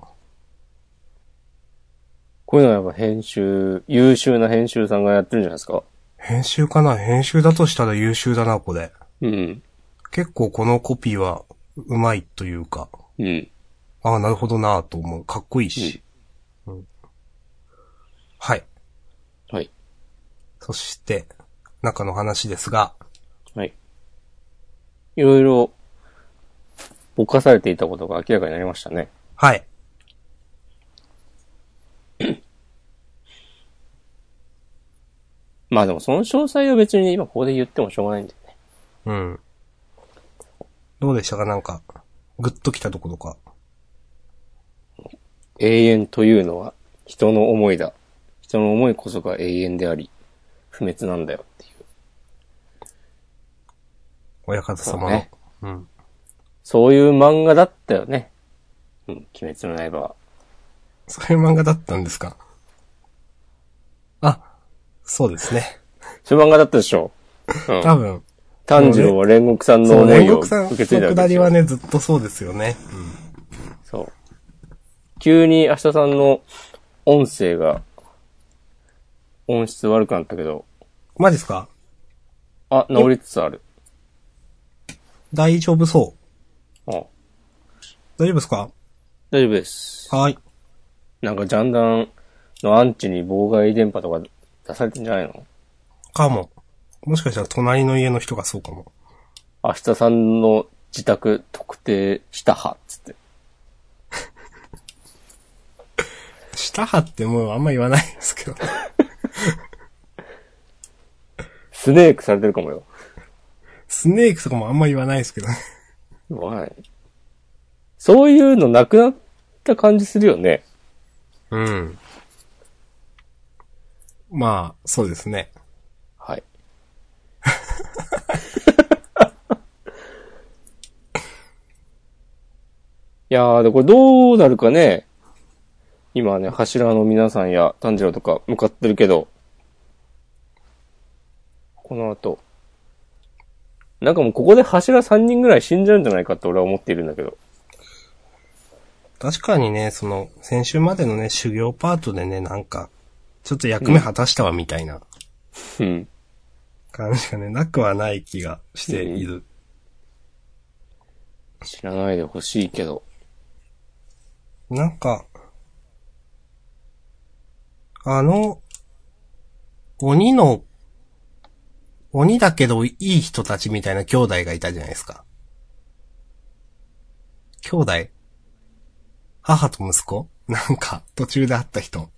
[SPEAKER 1] こういうのはやっぱ編集、優秀な編集さんがやってるんじゃないですか
[SPEAKER 2] 編集かな編集だとしたら優秀だな、これ。
[SPEAKER 1] うん。
[SPEAKER 2] 結構このコピーは、うまいというか。
[SPEAKER 1] うん。
[SPEAKER 2] ああ、なるほどなぁと思う。かっこいいし。うんはい。
[SPEAKER 1] はい。
[SPEAKER 2] そして、中の話ですが、
[SPEAKER 1] はい。いろいろ、ぼかされていたことが明らかになりましたね。
[SPEAKER 2] はい。
[SPEAKER 1] まあでもその詳細を別に今ここで言ってもしょうがないんだよね。
[SPEAKER 2] うん。どうでしたかなんか、ぐっときたところか。
[SPEAKER 1] 永遠というのは人の思いだ。人の思いこそが永遠であり、不滅なんだよっていう。
[SPEAKER 2] 親方様の。
[SPEAKER 1] そうね
[SPEAKER 2] うん。
[SPEAKER 1] そういう漫画だったよね。うん、鬼滅の刃は。
[SPEAKER 2] そういう漫画だったんですかあ、そうですね。
[SPEAKER 1] そういう漫画だったでしょ。うん。
[SPEAKER 2] 多分、
[SPEAKER 1] 炭治郎は煉獄さん
[SPEAKER 2] そ
[SPEAKER 1] の思
[SPEAKER 2] の煉
[SPEAKER 1] いを
[SPEAKER 2] 獄さん
[SPEAKER 1] 受
[SPEAKER 2] の
[SPEAKER 1] け継いだわけ
[SPEAKER 2] くだ
[SPEAKER 1] です
[SPEAKER 2] り
[SPEAKER 1] よ
[SPEAKER 2] は。ね、ずっとそうですよね。
[SPEAKER 1] そう。急に明日さんの音声が、音質悪くなったけど、
[SPEAKER 2] マジっすか
[SPEAKER 1] あ、治りつつある。
[SPEAKER 2] 大丈夫そう。
[SPEAKER 1] あ
[SPEAKER 2] 大丈夫ですか
[SPEAKER 1] 大丈夫です。
[SPEAKER 2] はい。
[SPEAKER 1] なんかジャンダンのアンチに妨害電波とか出されてんじゃないの
[SPEAKER 2] かも。もしかしたら隣の家の人がそうかも。
[SPEAKER 1] 明日さんの自宅特定したは、つって。
[SPEAKER 2] 下はってもうあんま言わないですけど。
[SPEAKER 1] スネークされてるかもよ。
[SPEAKER 2] スネークとかもあんま言わないですけどね。
[SPEAKER 1] わかんない。そういうのなくなった感じするよね。
[SPEAKER 2] うん。まあ、そうですね。
[SPEAKER 1] はい。 (laughs) いやー、で、これどうなるかね。今ね、柱の皆さんや炭治郎とか向かってるけど、この後、なんかもうここで柱3人ぐらい死んじゃうんじゃないかって俺は思っているんだけど。
[SPEAKER 2] 確かにね、その、先週までのね、修行パートでね、なんか、ちょっと役目果たしたわ、みたいな
[SPEAKER 1] うん。
[SPEAKER 2] 感じがね、なくはない気がしている。
[SPEAKER 1] 知らないでほしいけど。
[SPEAKER 2] なんか、あの、鬼の、鬼だけどいい人たちみたいな兄弟がいたじゃないですか。兄弟母と息子なんか、途中で会った人。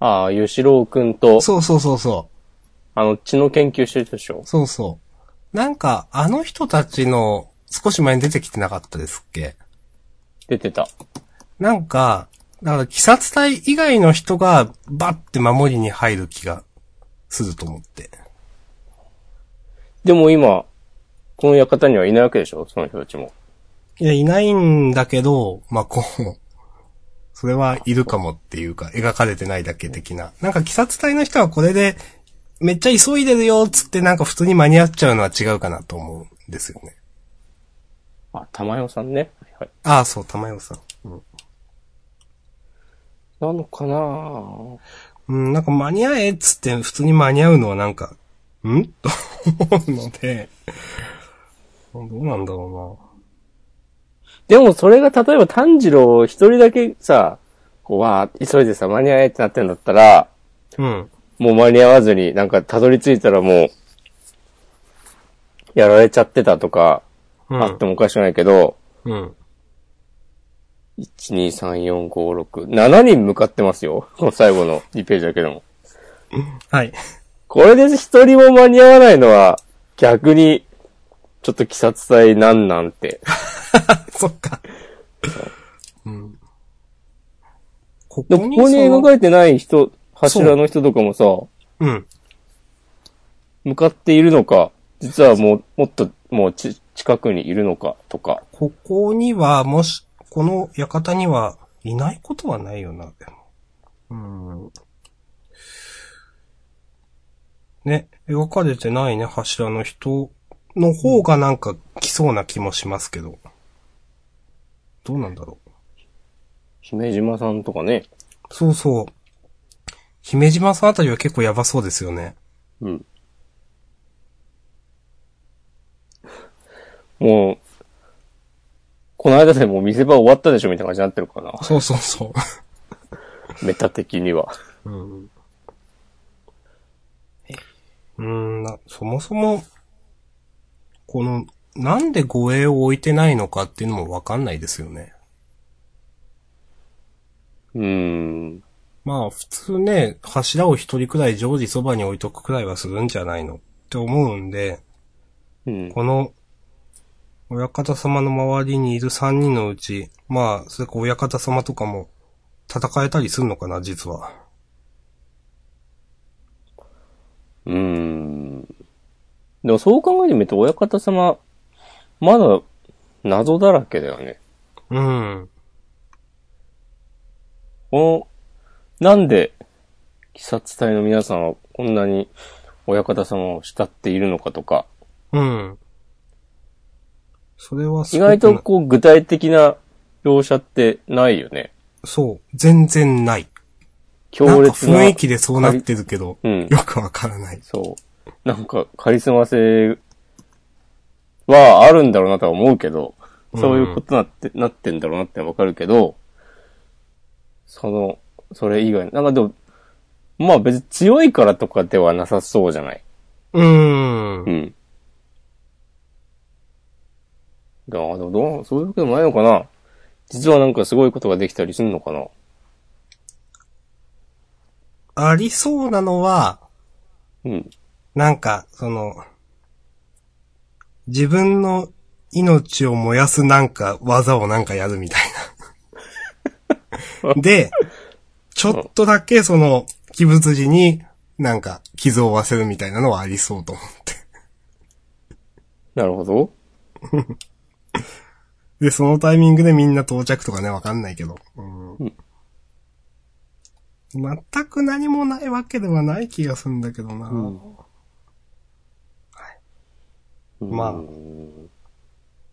[SPEAKER 1] ああ、吉郎くんと、
[SPEAKER 2] そうそうそうそう。
[SPEAKER 1] あの、血の研究してる人でしょ。
[SPEAKER 2] そうそう。なんか、あの人たちの、少し前に出てきてなかったですっけ
[SPEAKER 1] 出てた。
[SPEAKER 2] なんか、だから、鬼殺隊以外の人が、バッて守りに入る気が、すると思って。
[SPEAKER 1] でも今、この館にはいないわけでしょその人たちも。
[SPEAKER 2] いや、いないんだけど、まあ、こう、それはいるかもっていうか、描かれてないだけ的な。なんか、鬼殺隊の人はこれで、めっちゃ急いでるよ、つってなんか普通に間に合っちゃうのは違うかなと思うんですよね。
[SPEAKER 1] あ、玉代さんね。はいはい。
[SPEAKER 2] ああ、そう、玉代さん。
[SPEAKER 1] なのかな
[SPEAKER 2] うん、なんか間に合えっつって普通に間に合うのはなんか、んと思うので、どうなんだろ
[SPEAKER 1] でもそれが例えば炭治郎一人だけさ、こう、わー、急いでさ、間に合えってなってんだったら、
[SPEAKER 2] うな。うん。
[SPEAKER 1] もう間に合わずに、なんかたどり着いたらもう、やられちゃってたとか、
[SPEAKER 2] うん。
[SPEAKER 1] あってもおかしくないけど、
[SPEAKER 2] うん。
[SPEAKER 1] 1、2、3、4、5、6、7人向かってますよ。 (laughs) この最後の2ページだけでも。
[SPEAKER 2] はい。
[SPEAKER 1] これで一人も間に合わないのは、逆に、ちょっと鬼殺隊なんなんて。
[SPEAKER 2] (laughs) そっか。うん。こ
[SPEAKER 1] でもここに
[SPEAKER 2] その
[SPEAKER 1] 描かれてない人、柱の人とかもさ、
[SPEAKER 2] うん。
[SPEAKER 1] 向かっているのか、実はもう、もっと、もうち、近くにいるのか、とか。
[SPEAKER 2] ここには、もし、この館には、いないことはないよな、でも。うん。ね、描かれてないね、柱の人の方がなんか来そうな気もしますけど。どうなんだろう。
[SPEAKER 1] 姫島さんとかね。
[SPEAKER 2] そうそう。姫島さんあたりは結構やばそうですよね。
[SPEAKER 1] うん。もう、この間でもう見せ場終わったでしょみたいな感じになってるかな。
[SPEAKER 2] そうそうそ
[SPEAKER 1] メタ的には。
[SPEAKER 2] う。うん。うーんな、そもそも、この、なんで護衛を置いてないのかっていうのもわかんないですよね。
[SPEAKER 1] うーん。
[SPEAKER 2] まあ普通ね、柱を一人くらい常時そばに置いとくくらいはするんじゃないのって思うんで、
[SPEAKER 1] うん。
[SPEAKER 2] この、親方様の周りにいる三人のうち、まあ、それか親方様とかも戦えたりするのかな、実は。
[SPEAKER 1] うーん。でもそう考えてみると、親方様、まだ謎だらけだよね。
[SPEAKER 2] うん。
[SPEAKER 1] この、なんで、鬼殺隊の皆さんはこんなに親方様を慕っているのかとか、
[SPEAKER 2] うん。それはす
[SPEAKER 1] 意
[SPEAKER 2] ごくな
[SPEAKER 1] 外とこう具体的な描写ってないよね。
[SPEAKER 2] そう、全然ない。
[SPEAKER 1] 強烈な。
[SPEAKER 2] なんか雰囲気でそうなってるけど、
[SPEAKER 1] うん。
[SPEAKER 2] よくわからない。
[SPEAKER 1] そう。なんかカリスマ性はあるんだろうなとは思うけど、そういうことなって、なってんだろうなってわかるけど、その、それ以外、なんかでも、まあ別に強いからとかではなさそうじゃない。
[SPEAKER 2] うん
[SPEAKER 1] う。ん。いやーでもどう、そういうわけでもないのかな実はなんかすごいことができたりするのかな
[SPEAKER 2] ありそうなのは、
[SPEAKER 1] うん。
[SPEAKER 2] なんか、その、自分の命を燃やすなんか、技をなんかやるみたいな。で、ちょっとだけその、鬼物時になんか傷を負わせるみたいなのはありそうと思って。
[SPEAKER 1] なるほど。
[SPEAKER 2] で、そのタイミングでみんな到着とかね、わかんないけど。うん
[SPEAKER 1] うん
[SPEAKER 2] 全く何もないわけではない気がするんだけどな。まあ
[SPEAKER 1] うん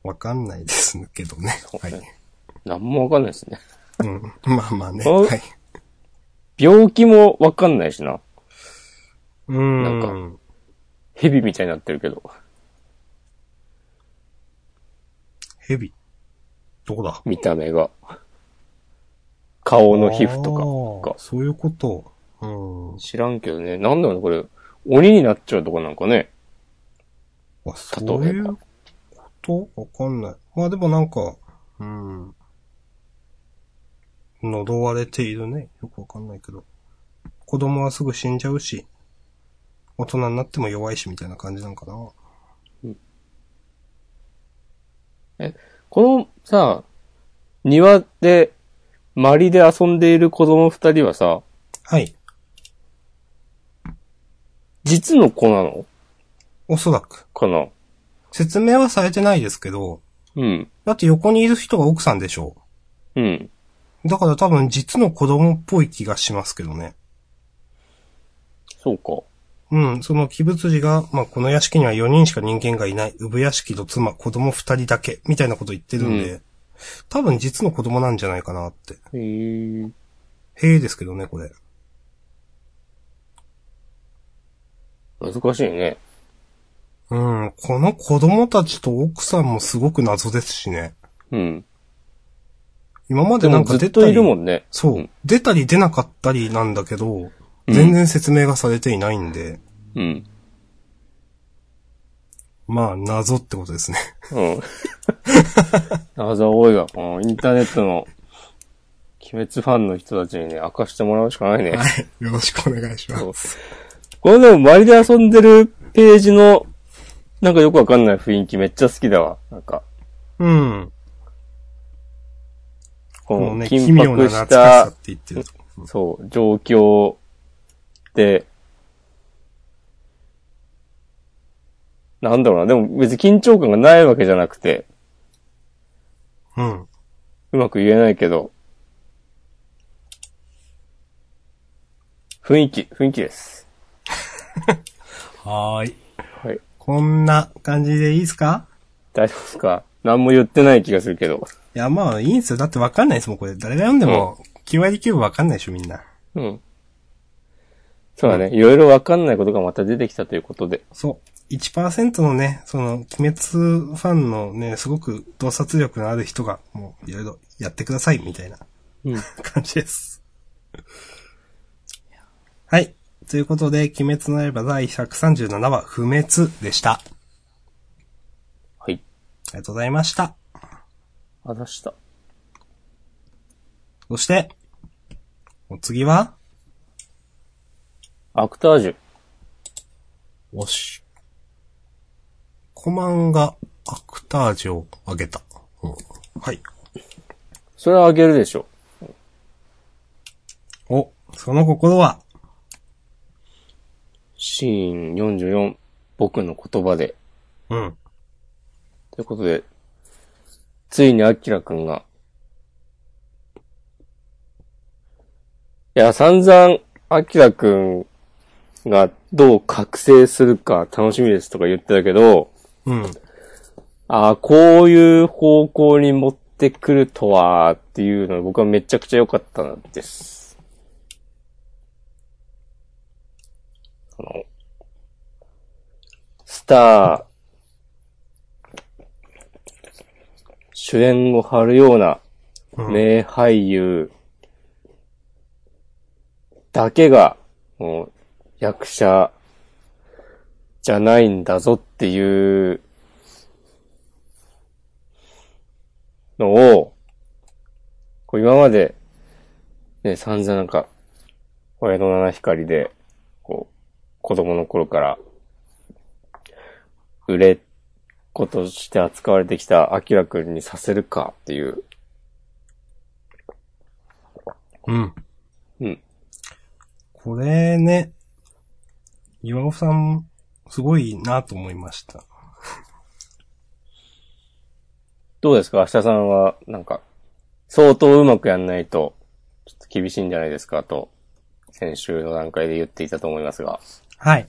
[SPEAKER 2] わかんないですけどね。
[SPEAKER 1] そう
[SPEAKER 2] はい。
[SPEAKER 1] ねなんもわかんないですね。
[SPEAKER 2] うん。まあまあね。
[SPEAKER 1] お
[SPEAKER 2] はい。
[SPEAKER 1] 病気もわかんないしな。
[SPEAKER 2] うーん。
[SPEAKER 1] なんか蛇みたいになってるけど。
[SPEAKER 2] 蛇。どこだ
[SPEAKER 1] 見た目が。顔の皮膚とか
[SPEAKER 2] あー
[SPEAKER 1] か。
[SPEAKER 2] そういうこと。うん。
[SPEAKER 1] 知らんけどね。なんだろうね、これ。鬼になっちゃうとこなんかね。
[SPEAKER 2] あ、そういうことわかんない。まあでもなんか、うん。呪われているね。よくわかんないけど。子供はすぐ死んじゃうし、大人になっても弱いしみたいな感じなんかな。
[SPEAKER 1] このさ、庭で、マリで遊んでいる子供二人はさ、
[SPEAKER 2] はい。
[SPEAKER 1] 実の子なの
[SPEAKER 2] おそらく。
[SPEAKER 1] かな
[SPEAKER 2] 説明はされてないですけど、
[SPEAKER 1] うん。
[SPEAKER 2] だって横にいる人が奥さんでしょ
[SPEAKER 1] うん。
[SPEAKER 2] う。だから多分実の子供っぽい気がしますけどね。
[SPEAKER 1] そうか。
[SPEAKER 2] うん、その鬼物児が、まあ、この屋敷には4人しか人間がいない、産屋敷と妻、子供2人だけ、みたいなこと言ってるんで、
[SPEAKER 1] う
[SPEAKER 2] 多分実の子供なんじゃないかなって。
[SPEAKER 1] へえ。
[SPEAKER 2] へえですけどね、これ。
[SPEAKER 1] 難しいね。
[SPEAKER 2] うん、この子供たちと奥さんもすごく謎ですしね。
[SPEAKER 1] うん。
[SPEAKER 2] 今ま
[SPEAKER 1] で
[SPEAKER 2] でな
[SPEAKER 1] も
[SPEAKER 2] んか
[SPEAKER 1] ず
[SPEAKER 2] 出
[SPEAKER 1] った
[SPEAKER 2] り、
[SPEAKER 1] といるもんね。
[SPEAKER 2] そう、
[SPEAKER 1] うん
[SPEAKER 2] 出たり出なかったりなんだけど、
[SPEAKER 1] うん
[SPEAKER 2] 全然説明がされていないんで、
[SPEAKER 1] うん。
[SPEAKER 2] まあ、謎ってことで
[SPEAKER 1] (laughs)
[SPEAKER 2] すね。
[SPEAKER 1] うん。 (laughs) 謎は多いが、このインターネットの鬼滅ファンの人たちにね、明かしてもらうしかないね。
[SPEAKER 2] (laughs) はい。よろしくお願いします。
[SPEAKER 1] このでも周りで遊んでるページの、なんかよくわかんない雰囲気めっちゃ好きだわ。なんか、
[SPEAKER 2] うん。
[SPEAKER 1] こ
[SPEAKER 2] もう
[SPEAKER 1] の
[SPEAKER 2] ね、奇
[SPEAKER 1] 緊
[SPEAKER 2] 妙な
[SPEAKER 1] 迫
[SPEAKER 2] 懐
[SPEAKER 1] し
[SPEAKER 2] かしさ
[SPEAKER 1] た
[SPEAKER 2] って、言ってると。
[SPEAKER 1] そう、状況で、なんだろうな、でも別に緊張感がないわけじゃなくて、
[SPEAKER 2] うん。
[SPEAKER 1] うまく言えないけど、雰囲気、雰囲気です。
[SPEAKER 2] はーい。
[SPEAKER 1] はい。
[SPEAKER 2] こんな感じでいいですか
[SPEAKER 1] 大丈夫ですか何も言ってない気がするけど。
[SPEAKER 2] いや、まあ、いいんですよ。だってわかんないですもん、これ。誰が読んでも、9割9分わかんないでしょ、みんな。
[SPEAKER 1] うん。そうだね。いろいろわかんないことがまた出てきたということで。
[SPEAKER 2] そう。1%のね、その、鬼滅ファンのね、すごく洞察力のある人が、もう、いろいろやってください、みたいな (laughs)
[SPEAKER 1] うん。
[SPEAKER 2] 感じです。はい。ということで、鬼滅の刃第137話、不滅でした。あ
[SPEAKER 1] はい。
[SPEAKER 2] りがとうございました。
[SPEAKER 1] あざした。
[SPEAKER 2] そして、お次は
[SPEAKER 1] アクタージュ。
[SPEAKER 2] よし。コマンがアクタージュをあげた。うんはい。
[SPEAKER 1] それはあげるでしょ。
[SPEAKER 2] お、その心は、
[SPEAKER 1] シーン44、僕の言葉で。
[SPEAKER 2] うん。
[SPEAKER 1] ということで、ついにアキラくんが、いや、散々、アキラくんがどう覚醒するか楽しみですとか言ってたけど、
[SPEAKER 2] うん。
[SPEAKER 1] ああ、こういう方向に持ってくるとは、っていうのは僕はめちゃくちゃ良かったんです。あの、スター、主演を張るような
[SPEAKER 2] うん
[SPEAKER 1] 名俳優だけが、もう、役者じゃないんだぞっていうのを、こう今まで、ね、散々なんか、親の七光で、こう、子供の頃から、売れっ子として扱われてきたアキラくんにさせるかっていう。
[SPEAKER 2] うん。
[SPEAKER 1] うん。
[SPEAKER 2] これね、岩尾さん、すごいなと思いました。
[SPEAKER 1] どうですか明日さんは、なんか、相当うまくやんないと、ちょっと厳しいんじゃないですかと、先週の段階で言っていたと思いますが、
[SPEAKER 2] はい。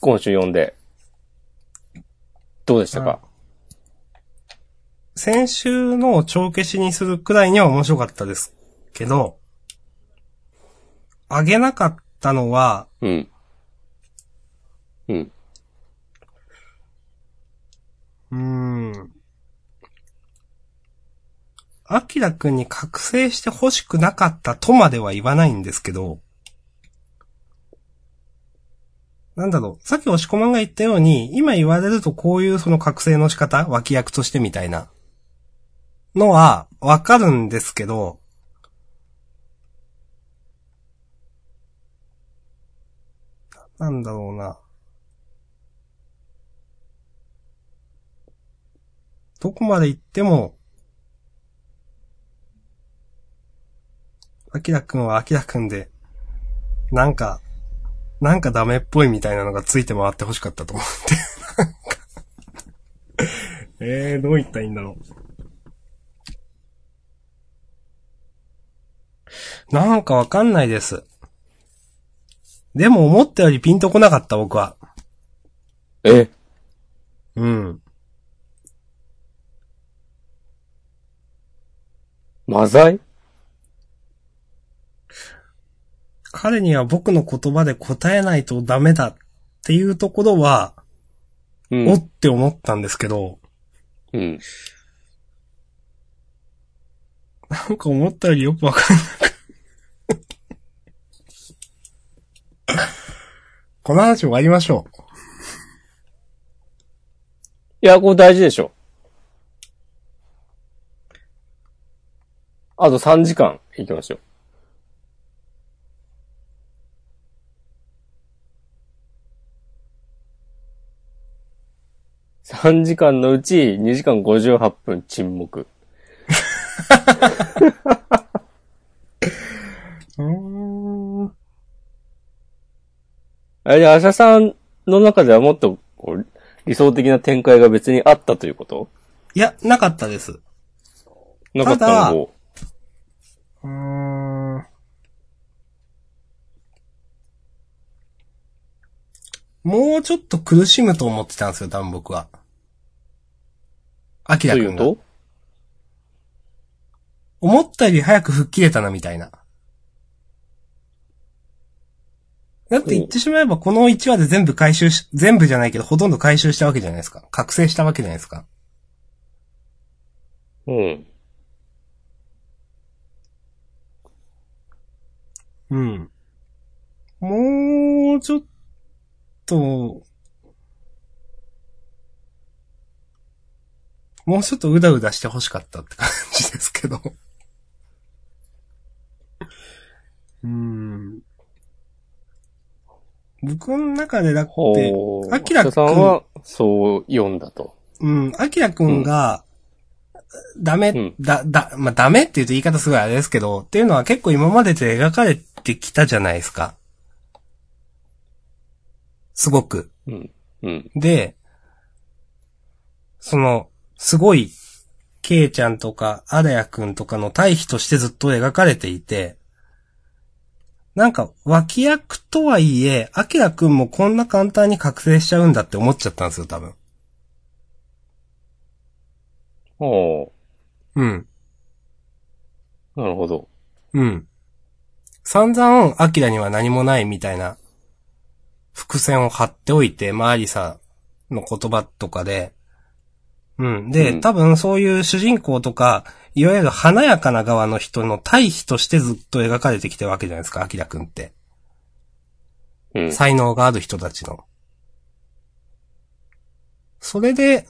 [SPEAKER 1] 今週読んで、どうでしたか
[SPEAKER 2] 先週のを帳消しにするくらいには面白かったですけど、あげなかったのは、
[SPEAKER 1] うん。うん。
[SPEAKER 2] うーん。アキラくんに覚醒して欲しくなかったとまでは言わないんですけど、なんだろう、さっき押し込まんが言ったように、今言われるとこういうその覚醒の仕方、脇役としてみたいな、のはわかるんですけど、なんだろうな。どこまで行っても、アキラくんはアキラくんで、なんか、なんかダメっぽいみたいなのがついて回ってほしかったと思って。なんか (laughs) えー、どう言ったらいいんだろう。なんかわかんないです。でも思ったよりピンとこなかった僕は。
[SPEAKER 1] え
[SPEAKER 2] うん。
[SPEAKER 1] マザイ
[SPEAKER 2] 彼には僕の言葉で答えないとダメだっていうところは、
[SPEAKER 1] う
[SPEAKER 2] お
[SPEAKER 1] ん。
[SPEAKER 2] って思ったんですけど、
[SPEAKER 1] うん。
[SPEAKER 2] なんか思ったよりよくわかんなく。 (laughs) この話終わりましょう。
[SPEAKER 1] いや、これ大事でしょ。あと3時間行きましょう。3時間のうち2時間58分沈黙。
[SPEAKER 2] うん。
[SPEAKER 1] あれで、アシャさんの中ではもっとこう理想的な展開が別にあったということ
[SPEAKER 2] いや、なかったです。
[SPEAKER 1] なかった
[SPEAKER 2] ただ
[SPEAKER 1] のを
[SPEAKER 2] うーん。もうちょっと苦しむと思ってたんですよ、多分僕は。アキ
[SPEAKER 1] と
[SPEAKER 2] ラ
[SPEAKER 1] い
[SPEAKER 2] 君
[SPEAKER 1] う
[SPEAKER 2] が。
[SPEAKER 1] と
[SPEAKER 2] 思ったより早く吹っ切れたな、みたいな。だって言ってしまえば、この1話で全部回収し、全部じゃないけど、ほとんど回収したわけじゃないですか。覚醒したわけじゃないですか。
[SPEAKER 1] うん。
[SPEAKER 2] うん。もう、ちょっと、もうちょっとうだうだして欲しかったって感じですけど。うん。僕の中でだって、
[SPEAKER 1] ほう。
[SPEAKER 2] アキラ
[SPEAKER 1] ア
[SPEAKER 2] く
[SPEAKER 1] シ
[SPEAKER 2] ん
[SPEAKER 1] ャさんはそう読んだと。
[SPEAKER 2] うん、アキラくんが、ダメ、
[SPEAKER 1] うん
[SPEAKER 2] だ、だ、まあ、ダメって言うと言い方すごいあれですけど、っていうのは結構今までで描かれてきたじゃないですか。すごく。
[SPEAKER 1] うん。うん。
[SPEAKER 2] で、その、すごい、ケイちゃんとか、アラヤくんとかの対比としてずっと描かれていて、なんか、脇役とはいえ、アキラくんもこんな簡単に覚醒しちゃうんだって思っちゃったんですよ、多分。
[SPEAKER 1] ほ
[SPEAKER 2] うん。
[SPEAKER 1] う。なるほど。
[SPEAKER 2] うん。散々、アキラには何もないみたいな、伏線を張っておいて、まあ、アリサの言葉とかで、うん。で、
[SPEAKER 1] うん
[SPEAKER 2] 多分そういう主人公とか、いわゆる華やかな側の人の対比としてずっと描かれてきてるわけじゃないですか、アキラくんって。
[SPEAKER 1] うん。
[SPEAKER 2] 才能がある人たちの。それで、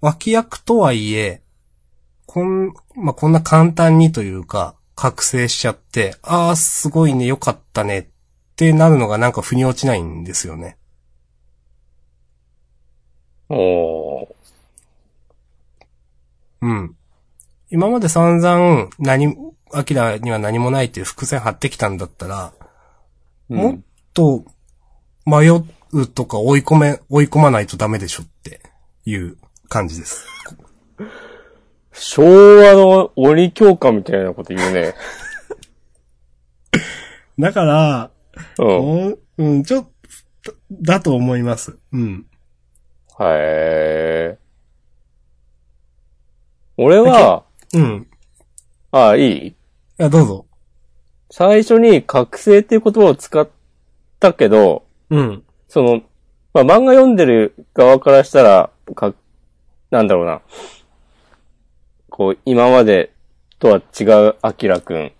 [SPEAKER 2] 脇役とはいえ、こん、まあ、こんな簡単にというか、覚醒しちゃって、ああ、すごいね、よかったね、ってなるのがなんか腑に落ちないんですよね。
[SPEAKER 1] おー。
[SPEAKER 2] うん。今まで散々、何、アキラには何もないっていう伏線張ってきたんだったら、
[SPEAKER 1] う
[SPEAKER 2] もっ
[SPEAKER 1] ん。
[SPEAKER 2] と迷うとか追い込め、追い込まないとダメでしょっていう感じです。
[SPEAKER 1] 昭和の鬼教官みたいなこと言う (laughs) ね。
[SPEAKER 2] だから、
[SPEAKER 1] うん。
[SPEAKER 2] おうん、ちょっと、だと思います。うん。
[SPEAKER 1] へー。俺は、
[SPEAKER 2] うん。
[SPEAKER 1] ああ、いい
[SPEAKER 2] いや、どうぞ。
[SPEAKER 1] 最初に覚醒っていう言葉を使ったけど、
[SPEAKER 2] うん。
[SPEAKER 1] その、まあ、漫画読んでる側からしたら、か、なんだろうな。こう、今までとは違うアキラくん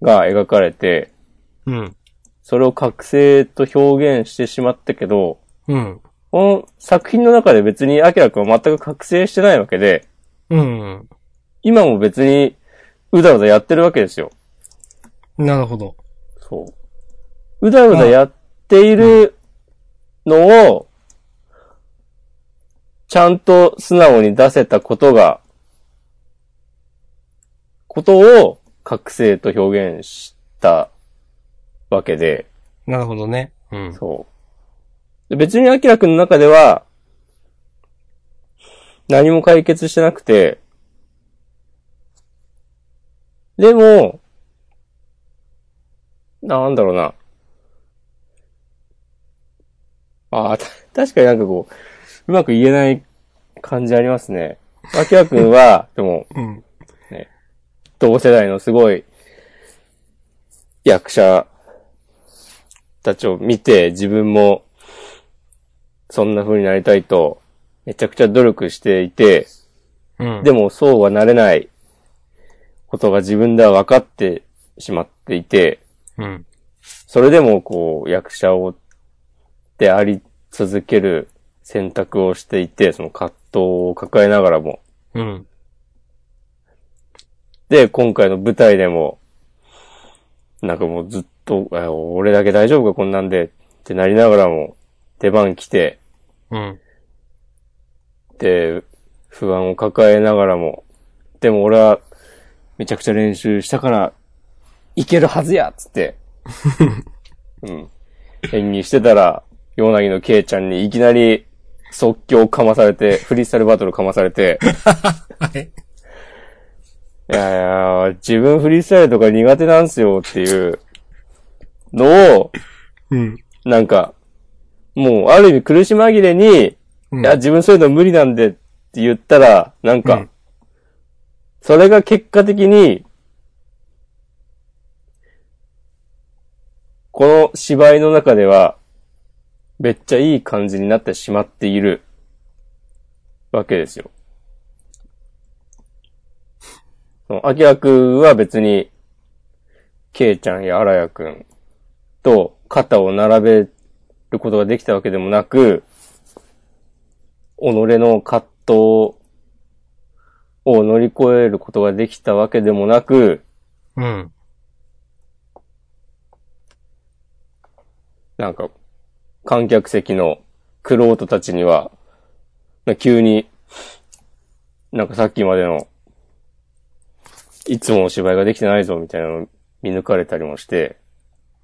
[SPEAKER 1] が描かれて、
[SPEAKER 2] うん。
[SPEAKER 1] それを覚醒と表現してしまったけど、
[SPEAKER 2] うん。
[SPEAKER 1] この作品の中で別にアキラくんは全く覚醒してないわけで、
[SPEAKER 2] うん。
[SPEAKER 1] 今も別にうだうだやってるわけですよ。
[SPEAKER 2] なるほど。
[SPEAKER 1] そう。うだうだやっているのを、ちゃんと素直に出せたことが、ことを覚醒と表現したわけで、
[SPEAKER 2] なるほどね。うん。
[SPEAKER 1] そう。で別にアキラくんの中では、何も解決してなくて、でも、なんだろうな。ああ、た確かになんかこう、うまく言えない感じありますね。アキラくんは、でも、
[SPEAKER 2] うん。
[SPEAKER 1] 同世代のすごい役者たちを見て自分もそんな風になりたいとめちゃくちゃ努力していて、
[SPEAKER 2] うん。
[SPEAKER 1] でもそうはなれないことが自分では分かってしまっていて、
[SPEAKER 2] うん。
[SPEAKER 1] それでもこう役者をであり続ける選択をしていて、その葛藤を抱えながらも、
[SPEAKER 2] うん。
[SPEAKER 1] で、今回の舞台でも、なんかもうずっと、あ俺だけ大丈夫かこんなんでってなりながらも、出番来て、
[SPEAKER 2] うん。
[SPEAKER 1] で、不安を抱えながらも、でも俺は、めちゃくちゃ練習したから、いけるはずやっつって、うん。演技してたら、ヨナギのケイちゃんにいきなり、即興かまされて、フリースタイルバトルかまされて、
[SPEAKER 2] はい。
[SPEAKER 1] いやいや、自分フリースタイルとか苦手なんすよっていうのを、
[SPEAKER 2] うん。
[SPEAKER 1] なんか、もうある意味苦し紛れに、
[SPEAKER 2] うん
[SPEAKER 1] いや、自分そういうの無理なんでって言ったら、なんか、
[SPEAKER 2] うん
[SPEAKER 1] それが結果的に、この芝居の中では、めっちゃいい感じになってしまっているわけですよ。その、アキラくんは別に、ケイちゃんやアラヤくんと肩を並べることができたわけでもなく、己の葛藤を乗り越えることができたわけでもなく、
[SPEAKER 2] うん。
[SPEAKER 1] なんか、観客席のクロートたちには、急に、なんかさっきまでの、いつもの芝居ができてないぞみたいなのを見抜かれたりもして、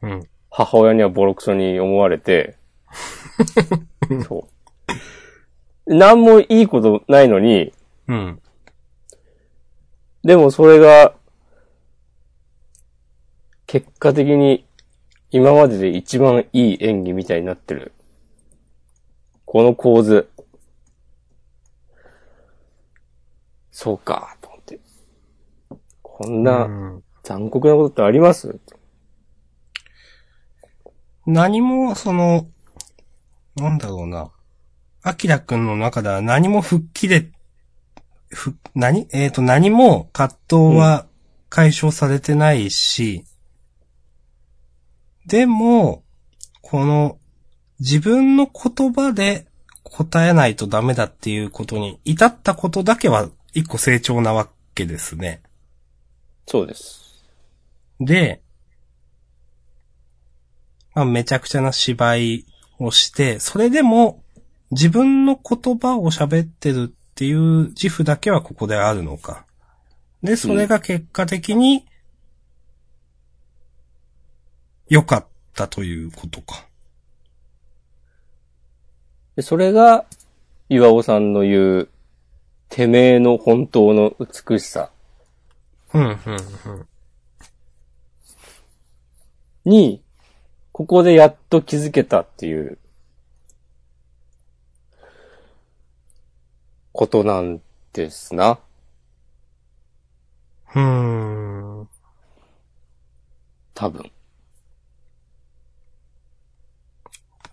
[SPEAKER 2] うん。
[SPEAKER 1] 母親にはボロクソに思われて、そう。なんもいいことないのに、
[SPEAKER 2] うん。
[SPEAKER 1] でもそれが、結果的に今までで一番いい演技みたいになってる。この構図。そうか、と思って。こん
[SPEAKER 2] う
[SPEAKER 1] なん残酷なことってあります、
[SPEAKER 2] 何も、その、なんだろうな。アキラくんの中では何も吹っ切れ、ふ、何えっ、と、何も葛藤は解消されてないし、でも、この、自分の言葉で答えないとダメだっていうことに至ったことだけは一個成長なわけですね。
[SPEAKER 1] そうです。
[SPEAKER 2] で、まあ、めちゃくちゃな芝居をして、それでも自分の言葉を喋ってるっていう自負だけはここであるのか。で、それが結果的に、良かったということか。
[SPEAKER 1] で、それが、岩尾さんの言う、てめえの本当の美しさ
[SPEAKER 2] うん、うん、うん。
[SPEAKER 1] に、ここでやっと気づけたっていう、ことなんですな。
[SPEAKER 2] うーん。
[SPEAKER 1] 多分。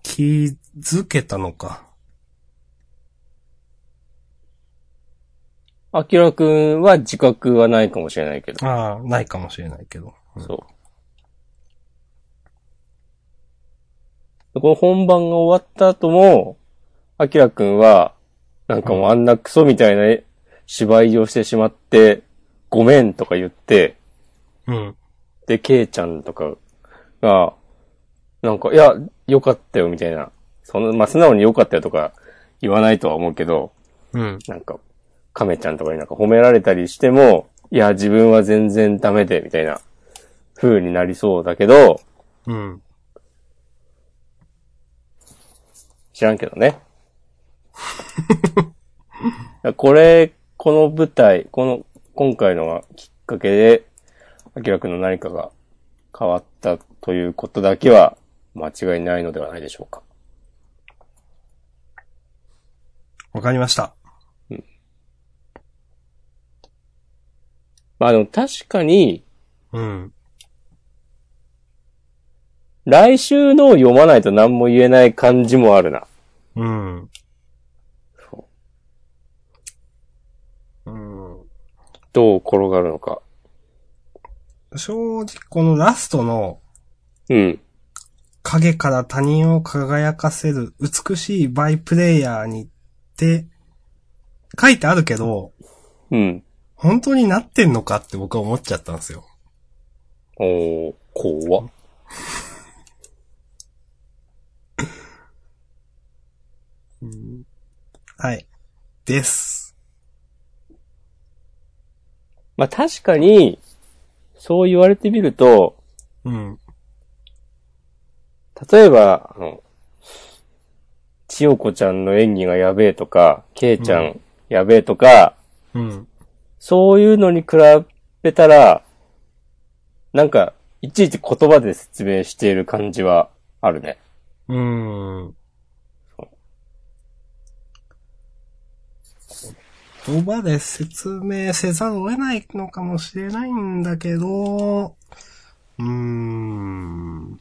[SPEAKER 2] 気づけたのか。
[SPEAKER 1] アキラくんは自覚はないかもしれないけど。
[SPEAKER 2] ああ、ないかもしれないけど。うん
[SPEAKER 1] そう。この本番が終わった後も、アキラくんは、なんかもうあんなクソみたいな芝居をしてしまって、ごめんとか言って、
[SPEAKER 2] うん。
[SPEAKER 1] で、ケイちゃんとかが、なんか、いや、よかったよみたいな。その、まあ、素直によかったよとか言わないとは思うけど、
[SPEAKER 2] うん。
[SPEAKER 1] なんか、亀ちゃんとかになんか褒められたりしても、いや、自分は全然ダメで、みたいな風になりそうだけど、
[SPEAKER 2] うん。
[SPEAKER 1] 知らんけどね。 (laughs) これ、この舞台、この、今回のがきっかけで、アキラくんの何かが変わったということだけは間違いないのではないでしょうか。
[SPEAKER 2] わかりました。
[SPEAKER 1] まあでも確かに、
[SPEAKER 2] うん。
[SPEAKER 1] 来週のを読まないと何も言えない感じもあるな。
[SPEAKER 2] うん。
[SPEAKER 1] そう
[SPEAKER 2] うん。
[SPEAKER 1] どう転がるのか。
[SPEAKER 2] 正直このラストの
[SPEAKER 1] うん。
[SPEAKER 2] 影から他人を輝かせる美しいバイプレイヤーにって書いてあるけど、
[SPEAKER 1] うん。
[SPEAKER 2] 本当になってんのかって僕は思っちゃったんですよ。
[SPEAKER 1] おー、怖っ。
[SPEAKER 2] はい。です。
[SPEAKER 1] まあ、確かに、そう言われてみると、
[SPEAKER 2] うん。
[SPEAKER 1] 例えば、あの、千代子ちゃんの演技がやべえとか、ケイちゃ
[SPEAKER 2] うん
[SPEAKER 1] やべえとか、
[SPEAKER 2] うん。
[SPEAKER 1] そういうのに比べたら、なんか、いちいち言葉で説明している感じはあるね。
[SPEAKER 2] うん。言葉で説明せざるを得ないのかもしれないんだけど、うーん。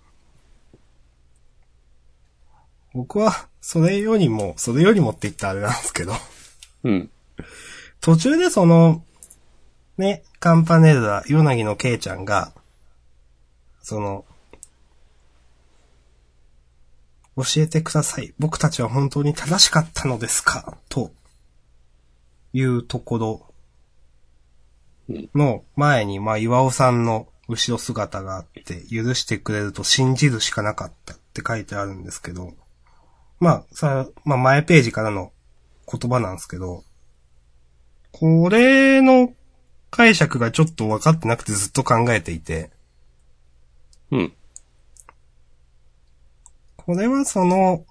[SPEAKER 2] 僕は、それよりも、それよりもって言ったらあれなんですけど、
[SPEAKER 1] うん。
[SPEAKER 2] 途中でその、ね、カンパネルラ、ヨナギのケイちゃんが、その、教えてください。僕たちは本当に正しかったのですかと、いうところの前に、まあ、岩尾さんの後ろ姿があって、許してくれると信じるしかなかったって書いてあるんですけど、まあ、さ、まあ、前ページからの言葉なんですけど、これの解釈がちょっと分かってなくてずっと考えていて、
[SPEAKER 1] うん。
[SPEAKER 2] これはその、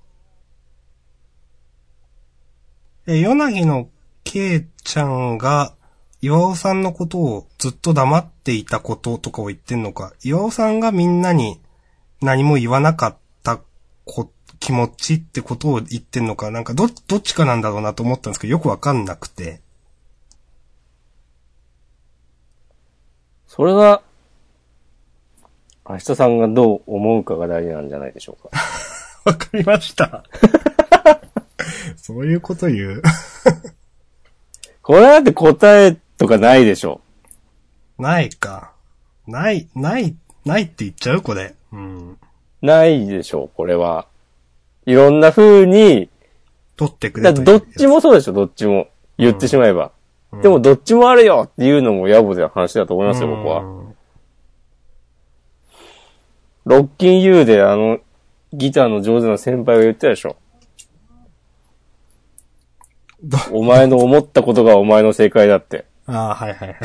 [SPEAKER 2] え、ヨナギのケイちゃんが、岩尾さんのことをずっと黙っていたこととかを言ってんのか、岩尾さんがみんなに何も言わなかったこ気持ちってことを言ってんのか、なんかど、どっちかなんだろうなと思ったんですけど、よくわかんなくて。
[SPEAKER 1] それは、明日さんがどう思うかが大事なんじゃないでしょうか。
[SPEAKER 2] わかりました。そういうこと言う。
[SPEAKER 1] これだって答えとかないでしょ。
[SPEAKER 2] ないか。ない、ない、ないって言っちゃうこれ。うん。
[SPEAKER 1] ないでしょう、これは。いろんな風に、
[SPEAKER 2] 取ってく
[SPEAKER 1] だ
[SPEAKER 2] れ
[SPEAKER 1] って
[SPEAKER 2] と
[SPEAKER 1] どっち
[SPEAKER 2] も。
[SPEAKER 1] もそうでしょ、どっちも。言ってしまえば。でも、どっちもあるよっていうのも野暮で話だと思いますよ、僕は。
[SPEAKER 2] は。
[SPEAKER 1] ロッキン U で、あの、ギターの上手な先輩が言ってたでしょ。
[SPEAKER 2] ど、
[SPEAKER 1] お前の思ったことがお前の正解だって。
[SPEAKER 2] ああ、はいはい (laughs) はい。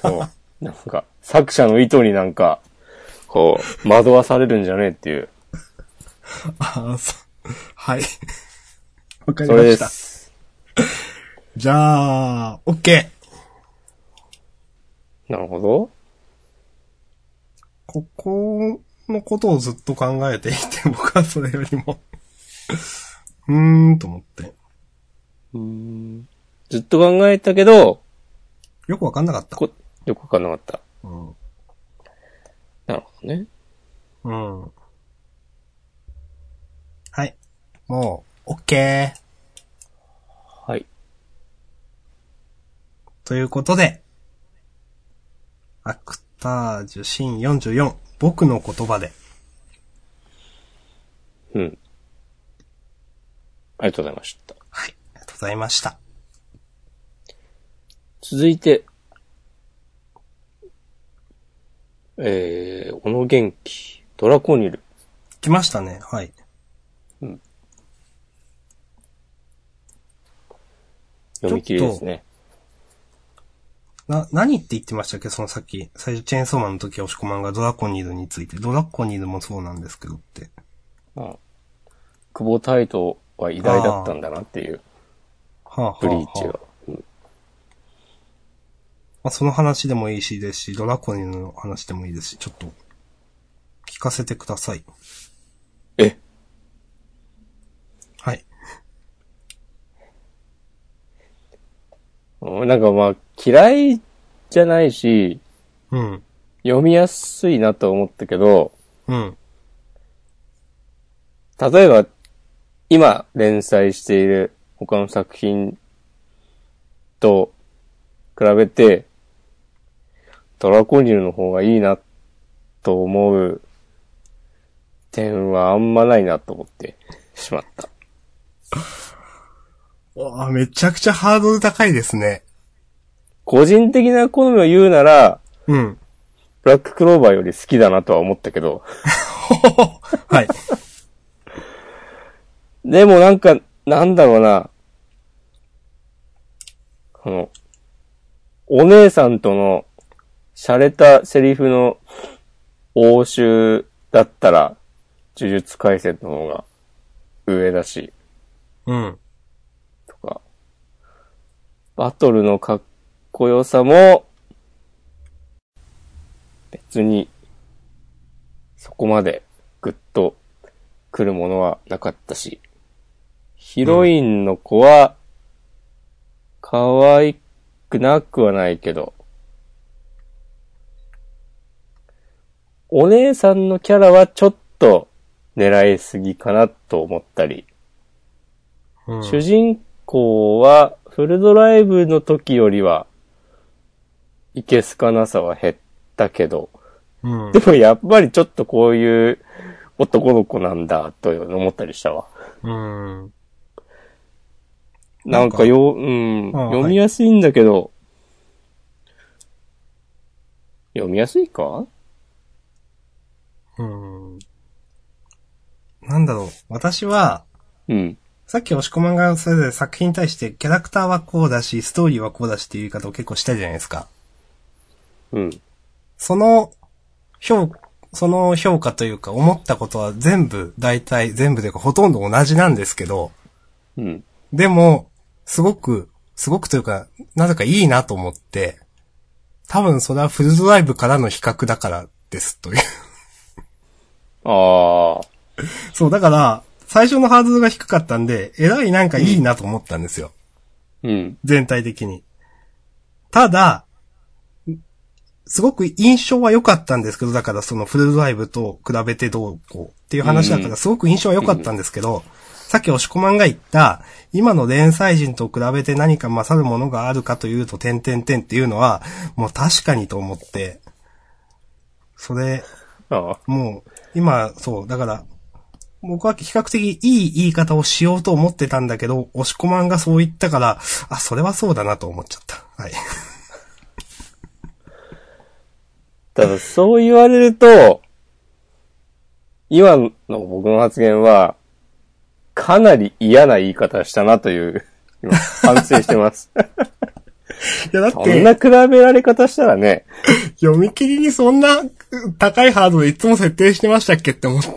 [SPEAKER 1] そう。なんか、作者の意図になんか、こう、惑わされるんじゃねえっていう。
[SPEAKER 2] ああ、そう。はい。 (laughs) わかり
[SPEAKER 1] そ
[SPEAKER 2] ま
[SPEAKER 1] れで
[SPEAKER 2] した。
[SPEAKER 1] す。
[SPEAKER 2] じゃあ、OK!
[SPEAKER 1] なるほど。
[SPEAKER 2] ここのことをずっと考えていて、僕はそれよりも、うーん、と思って。
[SPEAKER 1] ずっと考えたけど、
[SPEAKER 2] よくわかんなかった。
[SPEAKER 1] こよくわかんなかった。
[SPEAKER 2] うん。
[SPEAKER 1] なるほどね。
[SPEAKER 2] うん。はい。もう、OK!
[SPEAKER 1] はい。
[SPEAKER 2] ということで、アクタージュシーン44、僕の言葉で、
[SPEAKER 1] うん。ありがとうございました。
[SPEAKER 2] はい、ありがとうございました。
[SPEAKER 1] 続いて、えー、小野元気、ドラコニル。
[SPEAKER 2] 来ましたね、はい。
[SPEAKER 1] 読み切りですね。
[SPEAKER 2] な、何って言ってましたっけそのさっき、最初チェーンソーマンの時押し込まんがドラコニードについて、ドラコニードもそうなんですけどって。
[SPEAKER 1] うん久保態度は偉大だったんだなっていう、
[SPEAKER 2] はあ、はあ、
[SPEAKER 1] ブリーチ
[SPEAKER 2] は
[SPEAKER 1] が
[SPEAKER 2] あ。まあ、その話でもいいしですし、ドラコニードの話でもいいですし、ちょっと、聞かせてください。
[SPEAKER 1] え、
[SPEAKER 2] はい。
[SPEAKER 1] うんなんかまあ、嫌いじゃないし、
[SPEAKER 2] うん。
[SPEAKER 1] 読みやすいなと思ったけど、
[SPEAKER 2] うん。
[SPEAKER 1] 例えば、今連載している他の作品と比べて、ドラコニルの方がいいなと思う点はあんまないなと思ってしまった。
[SPEAKER 2] わあ、めちゃくちゃハードル高いですね。
[SPEAKER 1] 個人的な好みを言うなら、
[SPEAKER 2] (laughs) うん。
[SPEAKER 1] ブラッククローバーより好きだなとは思ったけど、
[SPEAKER 2] はい。
[SPEAKER 1] でもなんか、なんだろうな、この、お姉さんとの、洒落たセリフの応酬だったら、呪術回戦の方が上だし、
[SPEAKER 2] うん。
[SPEAKER 1] とか、バトルのかっこよさも、別に、そこまでグッと来るものはなかったし、ヒロインの子は、可愛くなくはないけど、お姉さんのキャラはちょっと狙いすぎかなと思ったり、
[SPEAKER 2] うん
[SPEAKER 1] 主人公はフルドライブの時よりは、いけすかなさは減ったけど、
[SPEAKER 2] うん
[SPEAKER 1] で。もやっぱりちょっとこういう男の子なんだ、と思ったりしたわ。
[SPEAKER 2] うん。
[SPEAKER 1] なんかよ、うん、
[SPEAKER 2] ああ
[SPEAKER 1] 読みやすいんだけど、読みやすいか
[SPEAKER 2] うん。なんだろう。私は、
[SPEAKER 1] うん。
[SPEAKER 2] さっき押し込まんがそれぞれ作品に対してキャラクターはこうだし、ストーリーはこうだしっていう言い方を結構したじゃないですか。
[SPEAKER 1] うん。
[SPEAKER 2] その、評、その評価というか思ったことは全部、大体全部というかほとんど同じなんですけど、
[SPEAKER 1] うん。
[SPEAKER 2] でも、すごく、すごくというか、なぜかいいなと思って、多分それはフルドライブからの比較だからですという。
[SPEAKER 1] ああ。
[SPEAKER 2] そう、だから、最初のハードルが低かったんで、えらいなんかいいなと思ったんですよ。
[SPEAKER 1] うん。
[SPEAKER 2] 全体的に。ただ、すごく印象は良かったんですけど、だからそのフルドライブと比べてどうこうっていう話だか
[SPEAKER 1] うん
[SPEAKER 2] ら、すごく印象は良かったんですけど、さっき押し込まんが言った、今の連載人と比べて何か勝るものがあるかというと、点点点っていうのは、もう確かにと思って、それ、
[SPEAKER 1] ああ。
[SPEAKER 2] もう、今、そう、だから、僕は比較的いい言い方をしようと思ってたんだけど、押し込まんがそう言ったから、あ、それはそうだなと思っちゃった。はい。
[SPEAKER 1] ただ、そう言われると、今の僕の発言は、かなり嫌な言い方したなという今、反省して
[SPEAKER 2] (laughs)
[SPEAKER 1] ます。
[SPEAKER 2] いや、だっ
[SPEAKER 1] そん
[SPEAKER 2] て、
[SPEAKER 1] な比べられ方したらね、
[SPEAKER 2] 読み切りにそんなうん高いハードでいつも設定してましたっけって思って。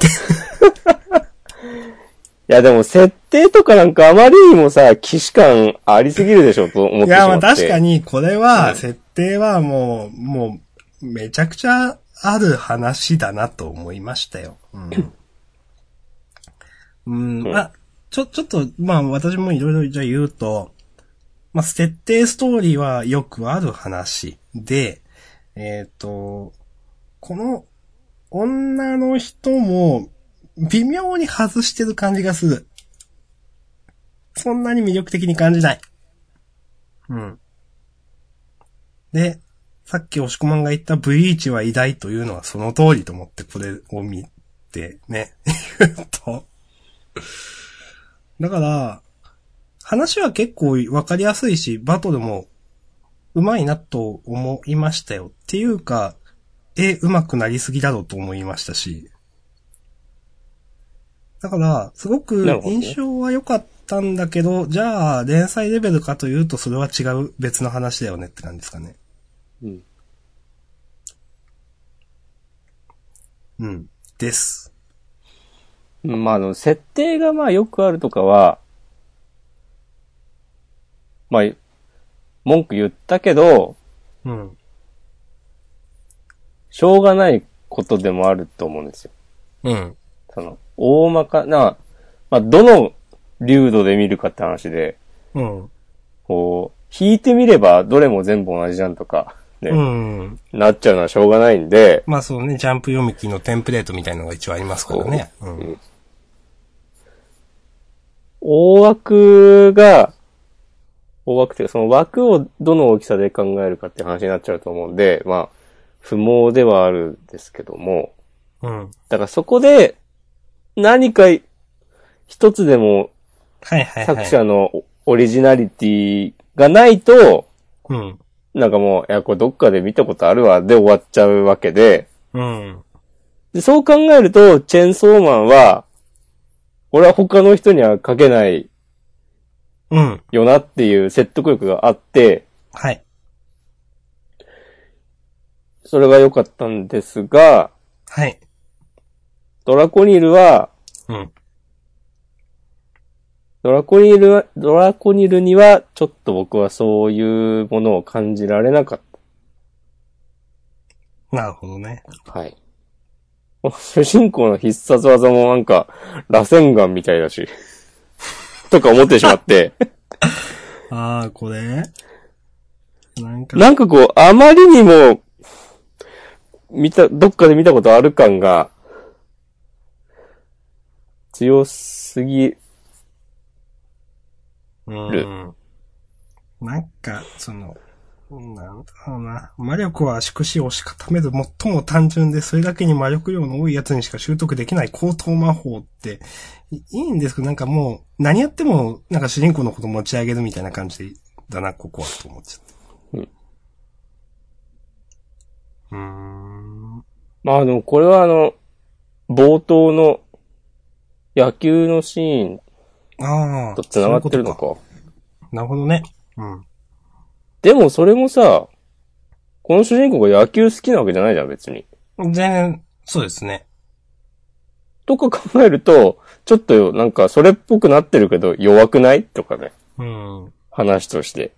[SPEAKER 1] いやでも設定とかなんかあまりにもさ、既視感ありすぎるでしょと思ってし
[SPEAKER 2] い
[SPEAKER 1] まって。
[SPEAKER 2] や、まあ確かに、これ
[SPEAKER 1] う
[SPEAKER 2] は、
[SPEAKER 1] ん
[SPEAKER 2] 設定はもう、もう、めちゃくちゃある話だなと思いましたよ。うん。うん、まあ、ちょ、ちょっと、まあ私もいろいろじゃあ言うと、まあ、設定ストーリーはよくある話で、えっ、と、この女の人も微妙に外してる感じがする。そんなに魅力的に感じない。うん。で、さっき押し込まんが言ったブリーチは偉大というのはその通りと思ってこれを見てね、言うと。だから、話は結構わかりやすいし、バトルも上手いなと思いましたよ。っていうか、絵上手くなりすぎだろうと思いましたし。だから、すごく
[SPEAKER 1] なるほどね
[SPEAKER 2] 印象は良かったんだけど、じゃあ、連載レベルかというと、それは違う別の話だよねって感じですかね。
[SPEAKER 1] うん。
[SPEAKER 2] うん。です。
[SPEAKER 1] まあ、あの、設定がまあよくあるとかは、まあ、文句言ったけど、
[SPEAKER 2] うん。
[SPEAKER 1] しょうがないことでもあると思うんですよ。
[SPEAKER 2] うん。
[SPEAKER 1] その、大まかな、まあ、どの流度で見るかって話で、
[SPEAKER 2] うん。
[SPEAKER 1] こう、引いてみればどれも全部同じじゃんとか、ね、
[SPEAKER 2] うん。
[SPEAKER 1] なっちゃうのはしょうがないんで、
[SPEAKER 2] まあそうね、ジャンプ読み切りのテンプレートみたいのが一応ありますからね。うん。
[SPEAKER 1] 大枠が、大枠というか、その枠をどの大きさで考えるかって話になっちゃうと思うんで、まあ、不毛ではあるんですけども、
[SPEAKER 2] うん。
[SPEAKER 1] だからそこで、何か一つでも
[SPEAKER 2] はいはいは
[SPEAKER 1] 作
[SPEAKER 2] い。
[SPEAKER 1] 者のオオリジナリティがないと、
[SPEAKER 2] うん。
[SPEAKER 1] なんかもう、いや、これどっかで見たことあるわ、で終わっちゃうわけで、
[SPEAKER 2] うん。
[SPEAKER 1] でそう考えると、チェーンソーマンは、俺は他の人には書けない
[SPEAKER 2] うん。
[SPEAKER 1] よなっていう説得力があって、
[SPEAKER 2] はい。
[SPEAKER 1] それが良かったんですが、
[SPEAKER 2] はい。
[SPEAKER 1] ドラコニールは、
[SPEAKER 2] うん。
[SPEAKER 1] ドラコニールは、ドラコニールには、ちょっと僕はそういうものを感じられなかっ
[SPEAKER 2] なるほどね。
[SPEAKER 1] た。はい。主人公の必殺技もなんか、螺旋岩みたいだし、 (laughs) とか思ってしまって、
[SPEAKER 2] ああ、これなんか、
[SPEAKER 1] なんかこう、あまりにも、見た、どっかで見たことある感が、強すぎ、
[SPEAKER 2] うん。なんか、その、なんだろうな。魔力は縮子をし固める最も単純で、それだけに魔力量の多いやつにしか習得できない高等魔法って、いいいんですけど、なんかもう、何やっても、なんか主人公のこと持ち上げるみたいな感じだな、ここは、と思っちゃった。
[SPEAKER 1] うん
[SPEAKER 2] うーん。
[SPEAKER 1] まあでもこれはあの、冒頭の野球のシーン
[SPEAKER 2] ああ。
[SPEAKER 1] と繋がってるのか。
[SPEAKER 2] そういうことかなるほどね。うん。
[SPEAKER 1] でもそれもさ、この主人公が野球好きなわけじゃないじゃん、別に。
[SPEAKER 2] 全然、そうですね。
[SPEAKER 1] とか考えると、ちょっとなんかそれっぽくなってるけど弱くないとかね、
[SPEAKER 2] うん。
[SPEAKER 1] 話として。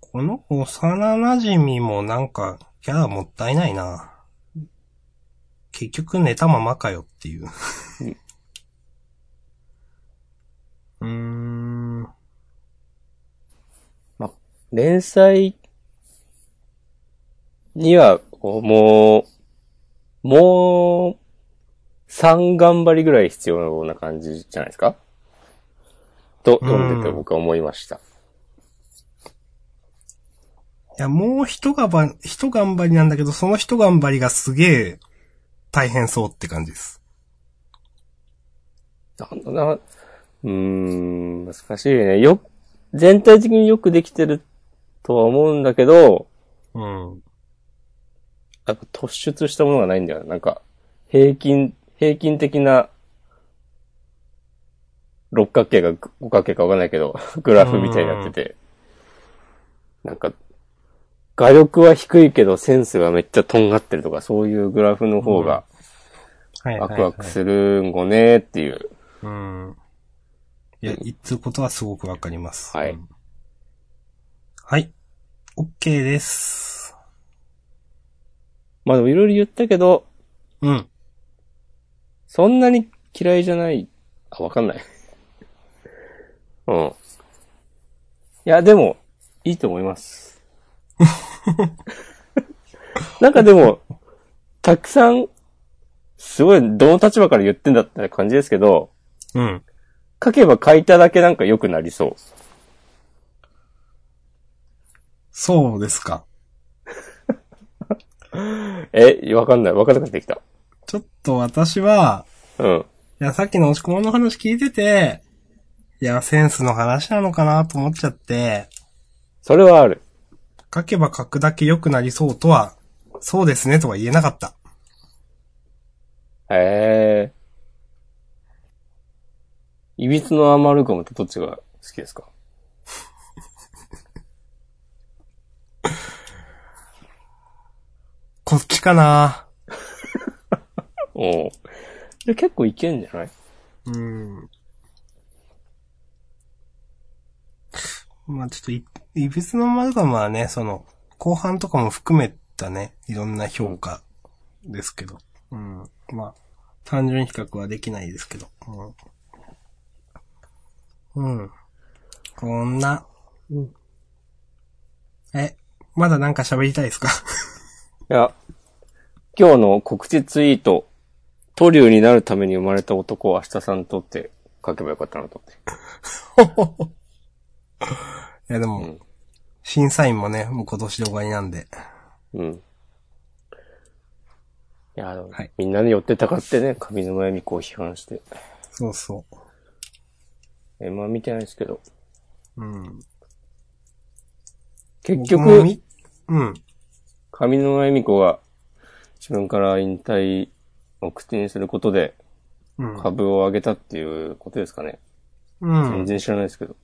[SPEAKER 2] この幼馴染もなんか、キャラもったいないな。結局寝たままかよっていう。うーん。
[SPEAKER 1] 連載には、こうもう、もう、3頑張りぐらい必要な感じじゃないですかと、
[SPEAKER 2] うん
[SPEAKER 1] 読んでて僕は思いました。
[SPEAKER 2] いや、もう一がば、一頑張りなんだけど、その一頑張りがすげえ大変そうって感じです。
[SPEAKER 1] なんだな、うーん、難しいね。よ、全体的によくできてるとは思うんだけど、
[SPEAKER 2] うん。
[SPEAKER 1] やっぱ突出したものがないんだよな。なんか、平均、平均的な六角形か五角形かわかんないけど、 (laughs) グラフみたいになってて。なんか、画力は低いけどセンスがめっちゃとんがってるとか、そういうグラフの方が
[SPEAKER 2] はい
[SPEAKER 1] ワクワクするんごねっていう。
[SPEAKER 2] うん。いや、言ってることはすごくわかります。
[SPEAKER 1] はい
[SPEAKER 2] うん。はい。OK です。
[SPEAKER 1] まあでもいろいろ言ったけど、
[SPEAKER 2] うん。
[SPEAKER 1] そんなに嫌いじゃない。あ、わかんない。 (laughs) うん。いや、でも、いいと思います。なんかでも、たくさん、すごい、どの立場から言ってんだって感じですけど、
[SPEAKER 2] うん。
[SPEAKER 1] 書けば書いただけなんか良くなりそう。
[SPEAKER 2] そうですか。
[SPEAKER 1] え、わかんない。わかんなくなってきた。
[SPEAKER 2] ちょっと私は、
[SPEAKER 1] うん。
[SPEAKER 2] いや、さっきの押し込まんの話聞いてて、いや、センスの話なのかなと思っちゃって、
[SPEAKER 1] それはある。
[SPEAKER 2] 書けば書くだけ良くなりそうとは、そうですねとは言えなかった。
[SPEAKER 1] へえ。いびつのアマルガムってどっちが好きですか
[SPEAKER 2] こっちかな
[SPEAKER 1] おうじゃあ結構いけんじゃない
[SPEAKER 2] うん。まあちょっとい、いびつのマルガムはね、その、後半とかも含めたね、いろんな評価ですけど。うん。まあ、単純比較はできないですけど。うん。うん。こんな。
[SPEAKER 1] うん
[SPEAKER 2] え、まだなんか喋りたいですか (laughs)
[SPEAKER 1] いや、今日の告知ツイート、トリューになるために生まれた男を明日さんとって書けばよかったなと思って。
[SPEAKER 2] いやでも、
[SPEAKER 1] うん
[SPEAKER 2] 審査員もね、もう今年で終わりなんで。
[SPEAKER 1] うん。いや、でも
[SPEAKER 2] はい
[SPEAKER 1] みんなで寄ってたかってね、上沼恵美子を批判して。
[SPEAKER 2] そうそう。
[SPEAKER 1] え、まあ見てないですけど。
[SPEAKER 2] うん。
[SPEAKER 1] 結
[SPEAKER 2] 僕も
[SPEAKER 1] 局、
[SPEAKER 2] みうん。
[SPEAKER 1] 上沼恵美子が自分から引退を口にすることで
[SPEAKER 2] うん。
[SPEAKER 1] 株を上げたっていうことですかね。
[SPEAKER 2] うん
[SPEAKER 1] 全。然知らないですけど。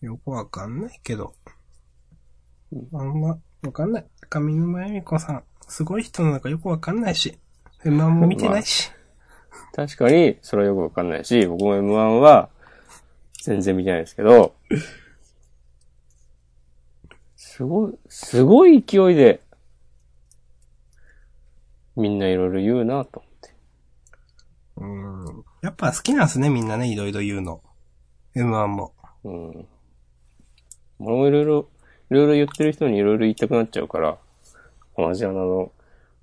[SPEAKER 2] よくわかんないけど。あんま、わかんない。上沼恵美子さん、すごい人なのかよくわかんないし、M1 も見てないし。
[SPEAKER 1] 確かに、それはよくわかんないし、僕も M1 は全然見てないですけど、すごい、すごい勢いで、みんないろいろ言うなと思って。
[SPEAKER 2] うん。やっぱ好きなんすね、みんなね、いろいろ言うの。M1 も。
[SPEAKER 1] うん。俺もいろいろ、いろいろ言ってる人にいろいろ言いたくなっちゃうから、同じ穴の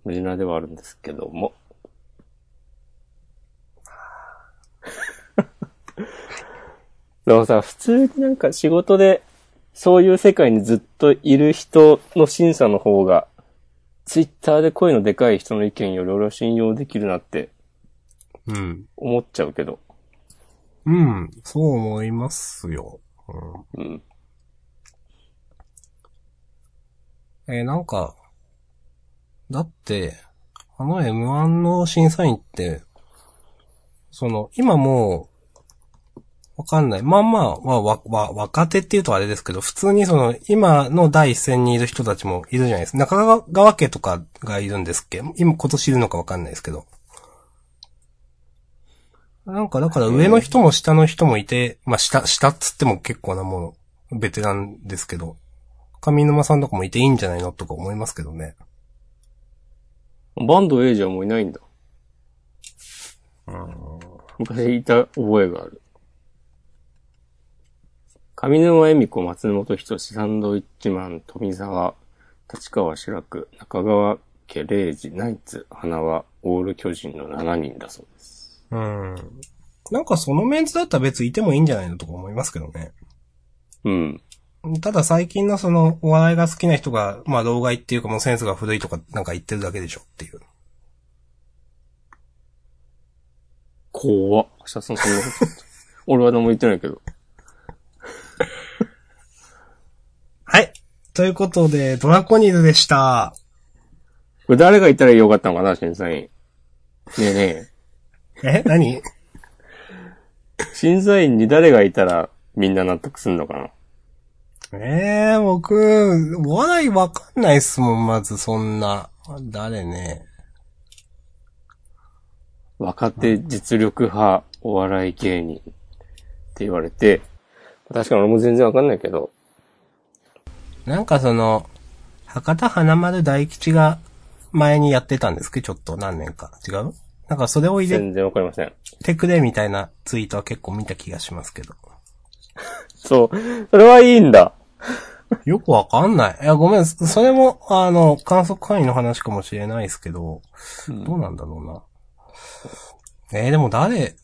[SPEAKER 1] 無事なではあるんですけども。 (laughs) でもさ、普通になんか仕事で、そういう世界にずっといる人の審査の方が、ツイッターで声のでかい人の意見より俺は信用できるなって
[SPEAKER 2] うん。
[SPEAKER 1] 思っちゃうけど。
[SPEAKER 2] うん。そう思いますよ。う
[SPEAKER 1] うん。
[SPEAKER 2] ん。えーなんか、だって、あの M1 の審査員って、その、今もう、わかんない。まあまあ、まあ、わ、わ、若手っていうとあれですけど、普通にその、今の第一線にいる人たちもいるじゃないですか。中川家とかがいるんですっけ今、今年いるのかわかんないですけど。なんか、だから上の人も下の人もいて、まあ下、下っつっても結構なもの、ベテランですけど、上沼さんとかもいていいんじゃないのとか思いますけどね。
[SPEAKER 1] バンドエイジはもういないんだ。昔いた覚えがある。上沼恵美子、松本人志、サンドイッチマン、富沢、立川志らく、中川家礼二、ナイツ、花輪、オール巨人の7人だそうです。
[SPEAKER 2] うん。なんかそのメンツだったら別にいてもいいんじゃないのとか思いますけどね。
[SPEAKER 1] うん。
[SPEAKER 2] ただ最近のそのお笑いが好きな人が、まあ老害っていうかもうセンスが古いとかなんか言ってるだけでしょっていう。
[SPEAKER 1] 怖っ。明日さんそんなこと言って俺は何も言ってないけど。
[SPEAKER 2] はい。ということで、ドラコニーズでした。
[SPEAKER 1] これ誰が言ったらよかったのかな、審査員。ねえねえ。
[SPEAKER 2] え何
[SPEAKER 1] 審査員に誰がいたらみんな納得すんのかな
[SPEAKER 2] (laughs) ええ僕、お笑いわかんないっすもん、まずそんな。誰ね。
[SPEAKER 1] 若手実力派お笑い芸人って言われて、確かに俺も全然わかんないけど、
[SPEAKER 2] なんかその、博多花丸大吉が前にやってたんですけど、ちょっと何年か。違うなんかそれを入れ
[SPEAKER 1] 全然わかりません。
[SPEAKER 2] てくれみたいなツイートは結構見た気がしますけど。
[SPEAKER 1] そう。それはいいんだ。
[SPEAKER 2] よくわかんない。いや、ごめん、そそれも、あの、観測範囲の話かもしれないですけど、どうなんだろうな。えーでも誰、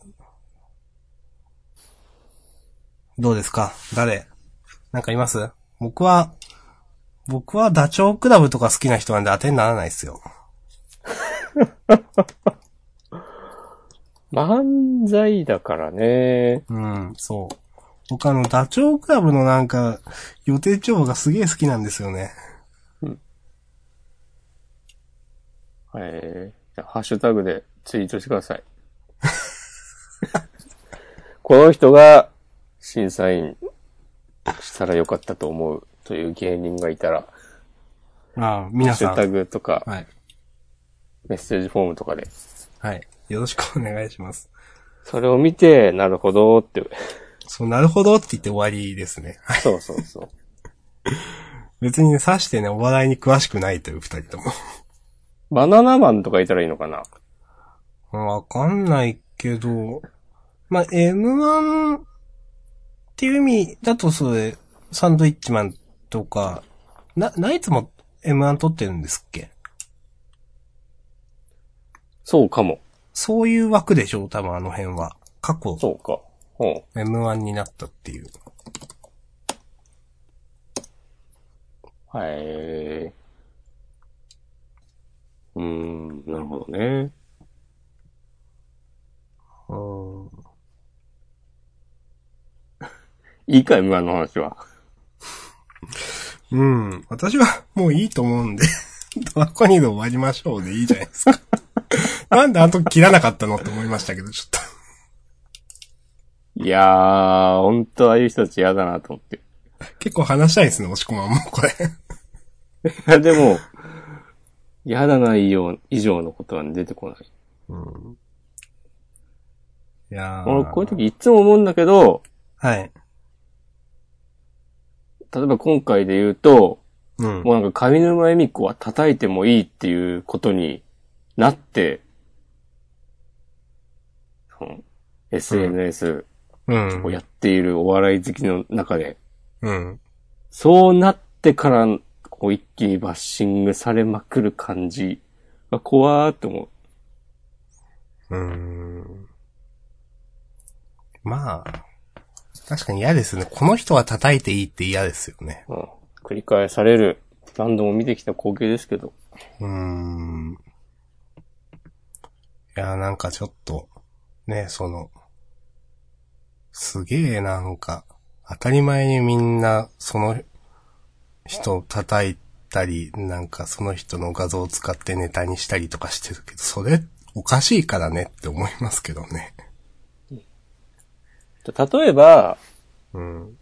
[SPEAKER 2] どうですか誰なんかいます僕は、僕はダチョウクラブとか好きな人なんで当てにならないですよ。
[SPEAKER 1] 漫才だからね。
[SPEAKER 2] うん、そう。僕あの、ダチョウクラブのなんか、予定調和がすげえ好きなんですよね。
[SPEAKER 1] えー、じゃあハッシュタグでツイートしてくださ (laughs) い。この人が審査員したらよかったと思うという芸人がいたら、
[SPEAKER 2] ああ、
[SPEAKER 1] ハッ
[SPEAKER 2] 皆
[SPEAKER 1] シ
[SPEAKER 2] さ
[SPEAKER 1] ュタ
[SPEAKER 2] ん。
[SPEAKER 1] グとか
[SPEAKER 2] はい。
[SPEAKER 1] メッセージフォームとかで、
[SPEAKER 2] はい。よろしくお願いします。
[SPEAKER 1] それを見て、なるほどって、
[SPEAKER 2] そう、なるほどって言って終わりですね。は
[SPEAKER 1] (laughs)
[SPEAKER 2] い
[SPEAKER 1] そうそうそう。
[SPEAKER 2] 別にね、さしてね、お笑いに詳しくないという二人とも。 (laughs)
[SPEAKER 1] バナナマンとかいたらいいのかな
[SPEAKER 2] わかんないけど、まあ、M1 っていう意味だとそれ、サンドイッチマンとか、な、ナイツも M1 撮ってるんですっけ
[SPEAKER 1] そうかも。
[SPEAKER 2] そういう枠でしょう多分あの辺は。過去、
[SPEAKER 1] そうか。うん。
[SPEAKER 2] M1 になったっていう。
[SPEAKER 1] はい。うーん、なるほどね。
[SPEAKER 2] うん。
[SPEAKER 1] いいか、M1 の話は。
[SPEAKER 2] うん。私はもういいと思うんで、ドラコニーで終わりましょうでいいじゃないです
[SPEAKER 1] (laughs)
[SPEAKER 2] か。なんであの時切らなかったのって思いましたけど、ちょっと。
[SPEAKER 1] いやー、ほんとああいう人たち嫌だなと思って。い (laughs)
[SPEAKER 2] 結構話したいですね、押し込まんもこれ。
[SPEAKER 1] や、でも、嫌だな以上、以上のことは出てこない。
[SPEAKER 2] いやー
[SPEAKER 1] 俺、こういう時いつも思うんだけど、
[SPEAKER 2] はい。
[SPEAKER 1] 例えば今回で言うと、
[SPEAKER 2] うん。
[SPEAKER 1] もうなんか上沼恵美子は叩いてもいいっていうことになって、その SNS
[SPEAKER 2] うん
[SPEAKER 1] を。やっているお笑い好きの中で、
[SPEAKER 2] うん。
[SPEAKER 1] そうなってから、こう一気にバッシングされまくる感じが怖ーって思う。
[SPEAKER 2] うん。まあ、確かに嫌ですね。この人は叩いていいって嫌ですよね。
[SPEAKER 1] うん。繰り返される、何度も見てきた光景ですけど。
[SPEAKER 2] うーん。いやー、なんかちょっと、ね、その、すげえなんか、当たり前にみんな、その人を叩いたり、なんかその人の画像を使ってネタにしたりとかしてるけど、それ、おかしいからねって思いますけどね。
[SPEAKER 1] 例えば、
[SPEAKER 2] うん。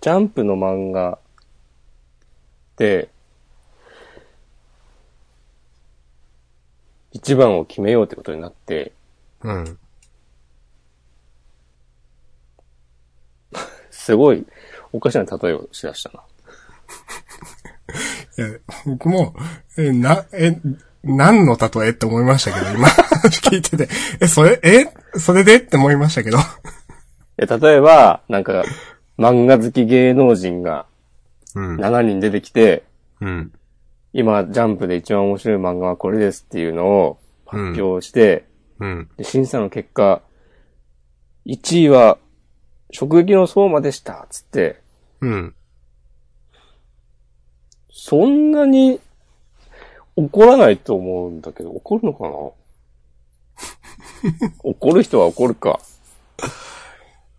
[SPEAKER 1] ジャンプの漫画で、一番を決めようってことになって、
[SPEAKER 2] うん。
[SPEAKER 1] すごいおかしな例えをしだしたな。
[SPEAKER 2] え、僕も、え、な、え、何の例えって思いましたけど、今 (laughs) 聞いてて。え、それ、え、それでって思いましたけど。
[SPEAKER 1] え例えば、なんか、漫画好き芸能人が
[SPEAKER 2] うん。
[SPEAKER 1] 7人出てきて、
[SPEAKER 2] うん。
[SPEAKER 1] 今、ジャンプで一番面白い漫画はこれですっていうのを発表して、
[SPEAKER 2] うん。
[SPEAKER 1] で審査の結果、1位は、食撃の相馬でした、つって、
[SPEAKER 2] うん。
[SPEAKER 1] そんなに怒らないと思うんだけど、怒るのかな (laughs) 怒る人は怒るか。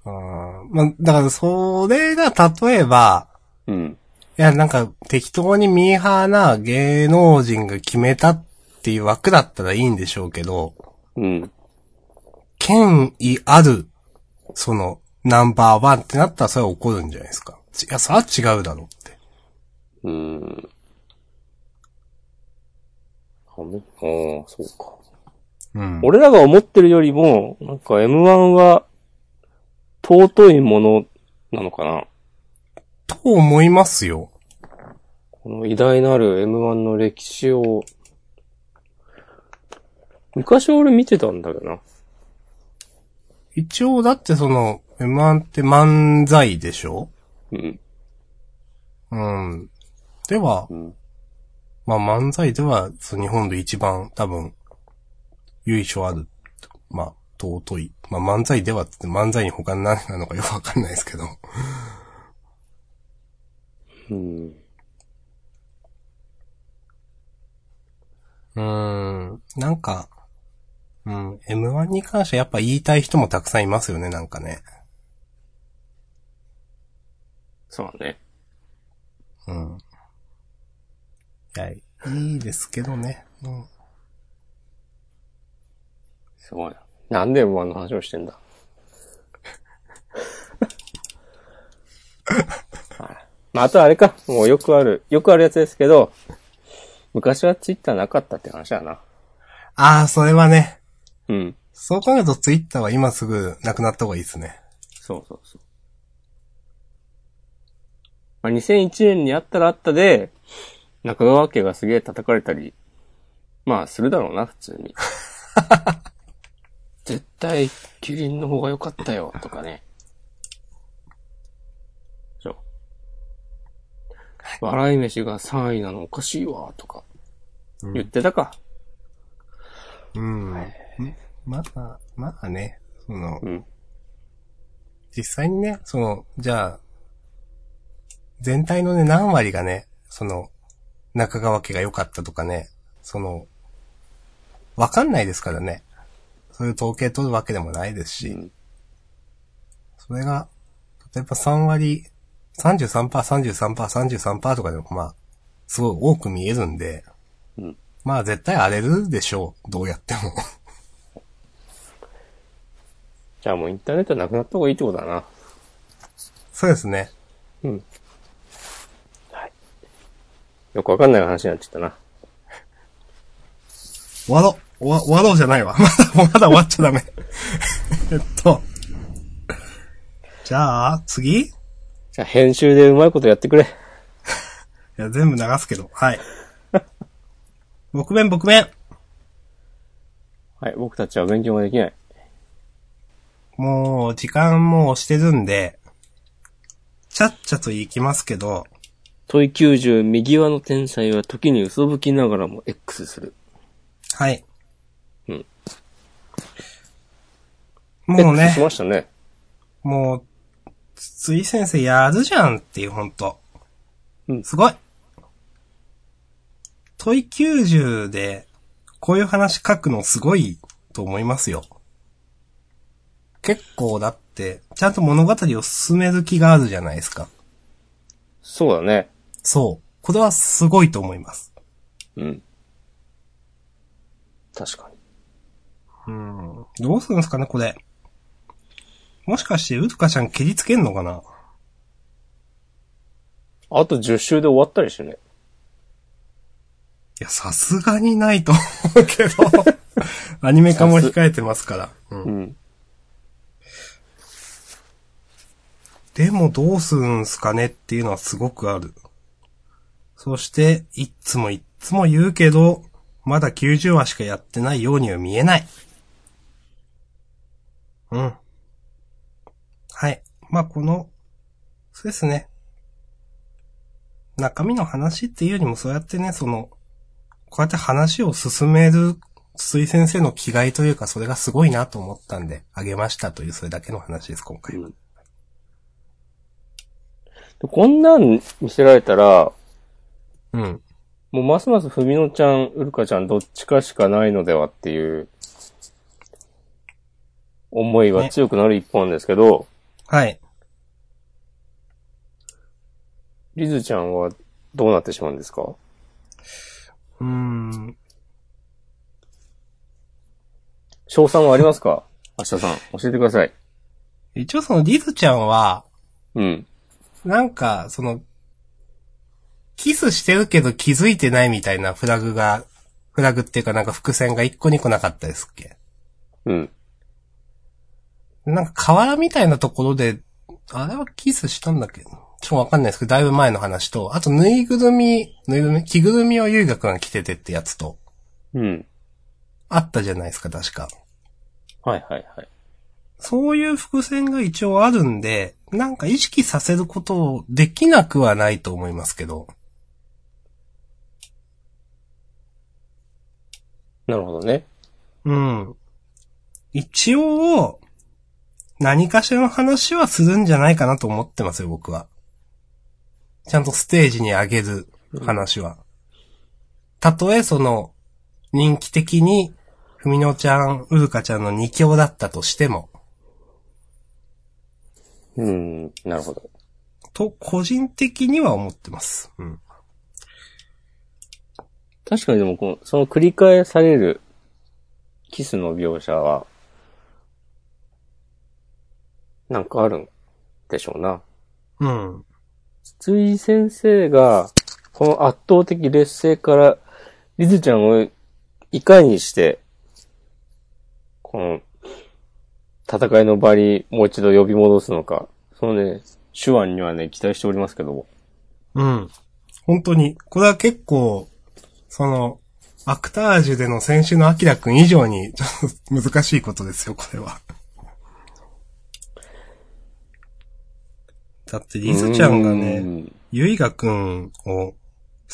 [SPEAKER 2] あーまあ、だから、それが、例えば、
[SPEAKER 1] うん。
[SPEAKER 2] いや、なんか、適当にミーハーな芸能人が決めたっていう枠だったらいいんでしょうけど、
[SPEAKER 1] うん。
[SPEAKER 2] 権威あるその、ナンバーワンってなったらそれは怒るんじゃないですか。いや、それは違うだろうって。
[SPEAKER 1] うん。あねあー、そうか。
[SPEAKER 2] うん。
[SPEAKER 1] 俺らが思ってるよりも、なんか M1 は、尊いものなのかな。
[SPEAKER 2] と思いますよ。
[SPEAKER 1] この偉大なる M1 の歴史を、昔俺見てたんだけどな。
[SPEAKER 2] 一応、だってその、M1 って漫才でしょ
[SPEAKER 1] うん。
[SPEAKER 2] うん。では、
[SPEAKER 1] うん
[SPEAKER 2] まあ漫才では、その日本で一番多分、由緒ある、まあ、尊い。まあ漫才ではって言って漫才に他に何なのかよくわかんないですけど。
[SPEAKER 1] うん。
[SPEAKER 2] うーん、なんか、うん、M1 に関してはやっぱ言いたい人もたくさんいますよね、なんかね。
[SPEAKER 1] そうだね。
[SPEAKER 2] うん。いや、いいですけどね。うん。
[SPEAKER 1] すごいな。なんで M1 の話をしてんだ (laughs) はいまあ、あとあれか。もうよくある、よくあるやつですけど、昔はツイッターなかったって話だな。
[SPEAKER 2] ああ、それはね。
[SPEAKER 1] うん。
[SPEAKER 2] そう考えると Twitter は今すぐなくなった方がいいですね。
[SPEAKER 1] そうそうそう。まあ、2001年にあったらあったで、中川家がすげえ叩かれたり、まあするだろうな、普通に。 (laughs) 絶対、キリンの方が良かったよ、とかね。そう。 (laughs) 笑い飯が3位なのおかしいわ、とか。言ってたか。
[SPEAKER 2] うん。ねまだ、まだね、その、
[SPEAKER 1] うん。
[SPEAKER 2] 実際にね、その、じゃあ、全体のね、何割がね、その、中川家が良かったとかね、その、わかんないですからね。そういう統計取るわけでもないですし、
[SPEAKER 1] うん
[SPEAKER 2] それが、例えば3割、33%、33%、33%とかでも、まあ、すごい多く見えるんで、
[SPEAKER 1] うん
[SPEAKER 2] まあ絶対荒れるでしょう。どうやっても。 (laughs)
[SPEAKER 1] じゃあもうインターネットなくなった方がいいってことだな。
[SPEAKER 2] そうですね。
[SPEAKER 1] うん。はい。よくわかんない話になっちゃったな。
[SPEAKER 2] 終わろう。終わ終わろうじゃないわ。ま (laughs) だ、まだ終わっちゃダメ。 (laughs) えっと。じゃあ、次い
[SPEAKER 1] じゃあ編集でうまいことやってくれ。
[SPEAKER 2] や、全部流すけど。はい。僕弁、僕弁。
[SPEAKER 1] はい、僕たちは勉強もできない。
[SPEAKER 2] もう、時間もう押してるんで、ちゃっちゃと行きますけど、
[SPEAKER 1] 問い90、右輪の天才は時に嘘吹きながらも X する。
[SPEAKER 2] はい。
[SPEAKER 1] うん。
[SPEAKER 2] も
[SPEAKER 1] X
[SPEAKER 2] うね
[SPEAKER 1] し、ましたね。
[SPEAKER 2] もう、つい先生やるじゃんっていう、ほんと。
[SPEAKER 1] うん
[SPEAKER 2] すごい。問い90で、こういう話書くのすごいと思いますよ。結構だって、ちゃんと物語を進める気があるじゃないですか。
[SPEAKER 1] そうだね。
[SPEAKER 2] そう。これはすごいと思います。
[SPEAKER 1] うん。確かに。
[SPEAKER 2] うん。どうするんですかね、これ。もしかして、ウルカちゃん蹴りつけんのかな
[SPEAKER 1] あと10週で終わったりしてね。
[SPEAKER 2] いや、さすがにないと思うけど、 (laughs) アニメ化も控えてますから。うん
[SPEAKER 1] ん。
[SPEAKER 2] でもどうするんすかねっていうのはすごくある。そして、いっつもいっつも言うけど、まだ90話しかやってないようには見えない。うん。はい。まあ、この、そうですね。中身の話っていうよりもそうやってね、その、こうやって話を進める、筒井先生の気概というか、それがすごいなと思ったんで、あげましたという、それだけの話です、今回は。
[SPEAKER 1] でこんなん見せられたら、
[SPEAKER 2] うん。
[SPEAKER 1] もうますますふみのちゃん、うるかちゃんどっちかしかないのではっていう、思いは強くなる一方なんですけど、
[SPEAKER 2] はい。
[SPEAKER 1] リズちゃんはどうなってしまうんですか
[SPEAKER 2] うーん。
[SPEAKER 1] 賞賛はありますか明日さん、教えてください。
[SPEAKER 2] い一応そのリズちゃんは、
[SPEAKER 1] うん。
[SPEAKER 2] なんか、その、キスしてるけど気づいてないみたいなフラグが、フラグっていうかなんか伏線が一個二個なかったですっけ
[SPEAKER 1] うん。
[SPEAKER 2] なんか河原みたいなところで、あれはキスしたんだっけちょっとわかんないですけど、だいぶ前の話と、あとぬいぐるみ、ぬいぐるみ、着ぐるみを優くんが着ててってやつと、
[SPEAKER 1] うん。
[SPEAKER 2] あったじゃないですか、確か。
[SPEAKER 1] はいはいはい。
[SPEAKER 2] そういう伏線が一応あるんで、なんか意識させることをできなくはないと思いますけど。
[SPEAKER 1] なるほどね。
[SPEAKER 2] うん。一応、何かしらの話はするんじゃないかなと思ってますよ、僕は。ちゃんとステージに上げる話は。たとえその、人気的に、ふみのちゃん、うるかちゃんの二強だったとしても、
[SPEAKER 1] うん。なるほど。
[SPEAKER 2] と、個人的には思ってます。うん。
[SPEAKER 1] 確かにでもこの、その繰り返されるキスの描写は、なんかあるんでしょうな。
[SPEAKER 2] うん。
[SPEAKER 1] 筒井先生が、この圧倒的劣勢から、リズちゃんをいかにして、この、戦いの場にもう一度呼び戻すのか、そのね、手腕にはね、期待しておりますけども。
[SPEAKER 2] うん。本当に。これは結構、その、アクタージュでの先週のアキラくん以上に、ちょっと難しいことですよ、これは。 (laughs) だって、リズちゃんが
[SPEAKER 1] う
[SPEAKER 2] ね、
[SPEAKER 1] ん
[SPEAKER 2] ユイガくんを好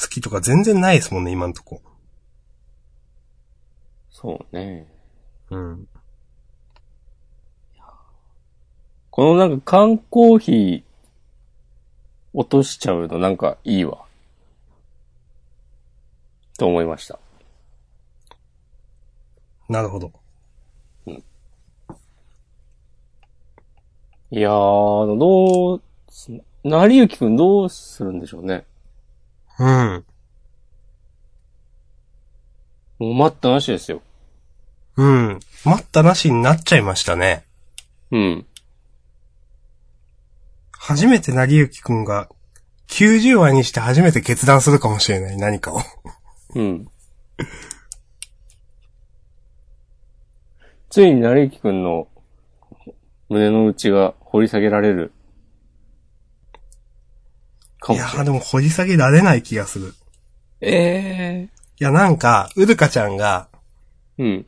[SPEAKER 2] きとか全然ないですもんね、今んとこ。
[SPEAKER 1] そうね。
[SPEAKER 2] うん。
[SPEAKER 1] このなんか缶コーヒー落としちゃうのなんかいいわ。と思いました。
[SPEAKER 2] なるほど。
[SPEAKER 1] いやー、どうす、なりゆきくんどうするんでしょうね。
[SPEAKER 2] うん。
[SPEAKER 1] もう待ったなしですよ。
[SPEAKER 2] うん。待ったなしになっちゃいましたね。
[SPEAKER 1] うん。
[SPEAKER 2] 初めて成りゆきくんが、90話にして初めて決断するかもしれない、何かを。
[SPEAKER 1] うん。 (laughs) ついになりゆきくんの胸の内が掘り下げられる。か
[SPEAKER 2] い
[SPEAKER 1] もし
[SPEAKER 2] や
[SPEAKER 1] れない。
[SPEAKER 2] ーでも掘り下げられない気がする。い
[SPEAKER 1] え
[SPEAKER 2] や、なんか、うるかちゃんが、
[SPEAKER 1] えうん。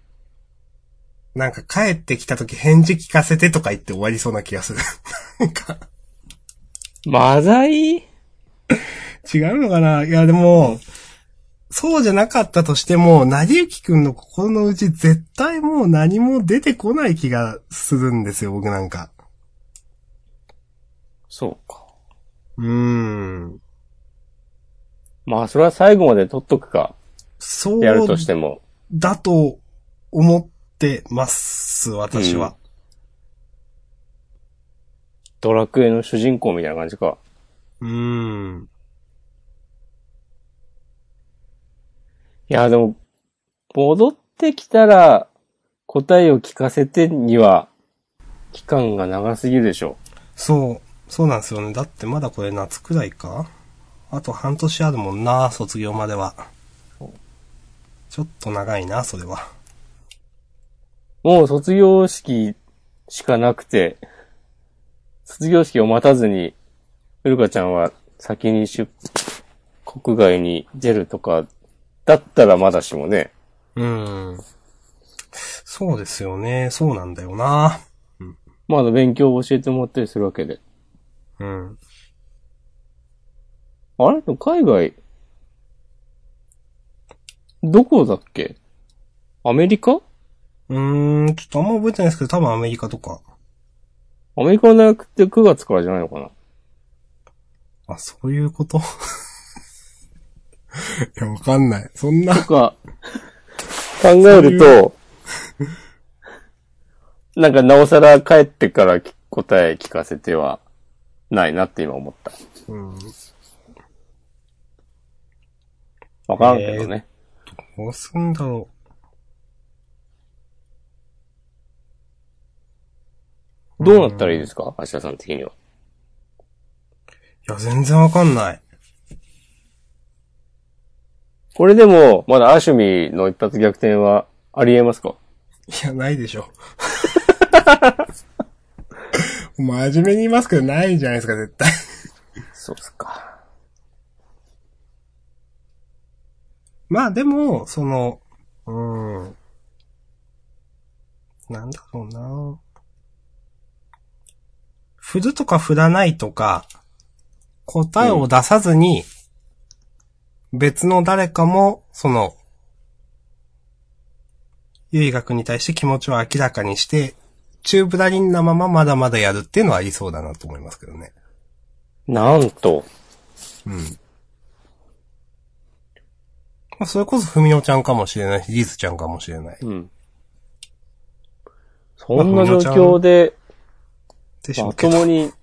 [SPEAKER 2] なんか帰ってきた時返事聞かせてとか言って終わりそうな気がする。なんか、
[SPEAKER 1] マザイ
[SPEAKER 2] (laughs) 違うのかないや、でも、そうじゃなかったとしても、なりゆきくんの心の内絶対もう何も出てこない気がするんですよ、僕なんか。
[SPEAKER 1] そうか。
[SPEAKER 2] うーん。
[SPEAKER 1] まあ、それは最後まで取っとくか。
[SPEAKER 2] そう
[SPEAKER 1] やるとしても。
[SPEAKER 2] だと思ってます、私は。
[SPEAKER 1] ドラクエの主人公みたいな感じか。
[SPEAKER 2] うーん。
[SPEAKER 1] いや、でも、戻ってきたら、答えを聞かせてには、期間が長すぎるでしょ
[SPEAKER 2] そう、そうなんですよね。だってまだこれ夏くらいかあと半年あるもんな、卒業までは。ちょっと長いな、それは。
[SPEAKER 1] う。もう卒業式しかなくて、卒業式を待たずに、うるかちゃんは先に出、国外に出るとか、だったらまだしもね。
[SPEAKER 2] うん。そうですよね。そうなんだよな。
[SPEAKER 1] まだ勉強を教えてもらったりするわけで。
[SPEAKER 2] うん。
[SPEAKER 1] あれでも海外、どこだっけアメリカ
[SPEAKER 2] うーん、ちょっとあんま覚えてないですけど、多分アメリカとか。
[SPEAKER 1] アメリカの大学って9月からじゃないのかな
[SPEAKER 2] あ、そういうこと (laughs) いや、わかんない。そんな。
[SPEAKER 1] とか、考えると、 (laughs) なんかなおさら帰ってからき答え聞かせてはないなって今思った。
[SPEAKER 2] うん。
[SPEAKER 1] わからんけどね。
[SPEAKER 2] どうすんだろう。
[SPEAKER 1] どうなったらいいですか芦田さん的には。
[SPEAKER 2] いや、全然わかんない。
[SPEAKER 1] これでも、まだアシュミの一発逆転はありえますか
[SPEAKER 2] いや、ないでしょ。 (laughs) 真面目に言いますけど、ないじゃないですか、絶対。
[SPEAKER 1] そうっすか。
[SPEAKER 2] まあでも、その、うん。なんだろうな振るとか振らないとか、答えを出さずに、別の誰かも、その、ゆいがくんに対して気持ちを明らかにして、チューブラリンなまままだまだやるっていうのはありそうだなと思いますけどね。
[SPEAKER 1] なんと。
[SPEAKER 2] うん。まあ、それこそふみおちゃんかもしれないし、りずちゃんかもしれない。
[SPEAKER 1] うん。そんな状況で、
[SPEAKER 2] でしょ
[SPEAKER 1] ま
[SPEAKER 2] うけ
[SPEAKER 1] と
[SPEAKER 2] ど。 (laughs)
[SPEAKER 1] も
[SPEAKER 2] い
[SPEAKER 1] に、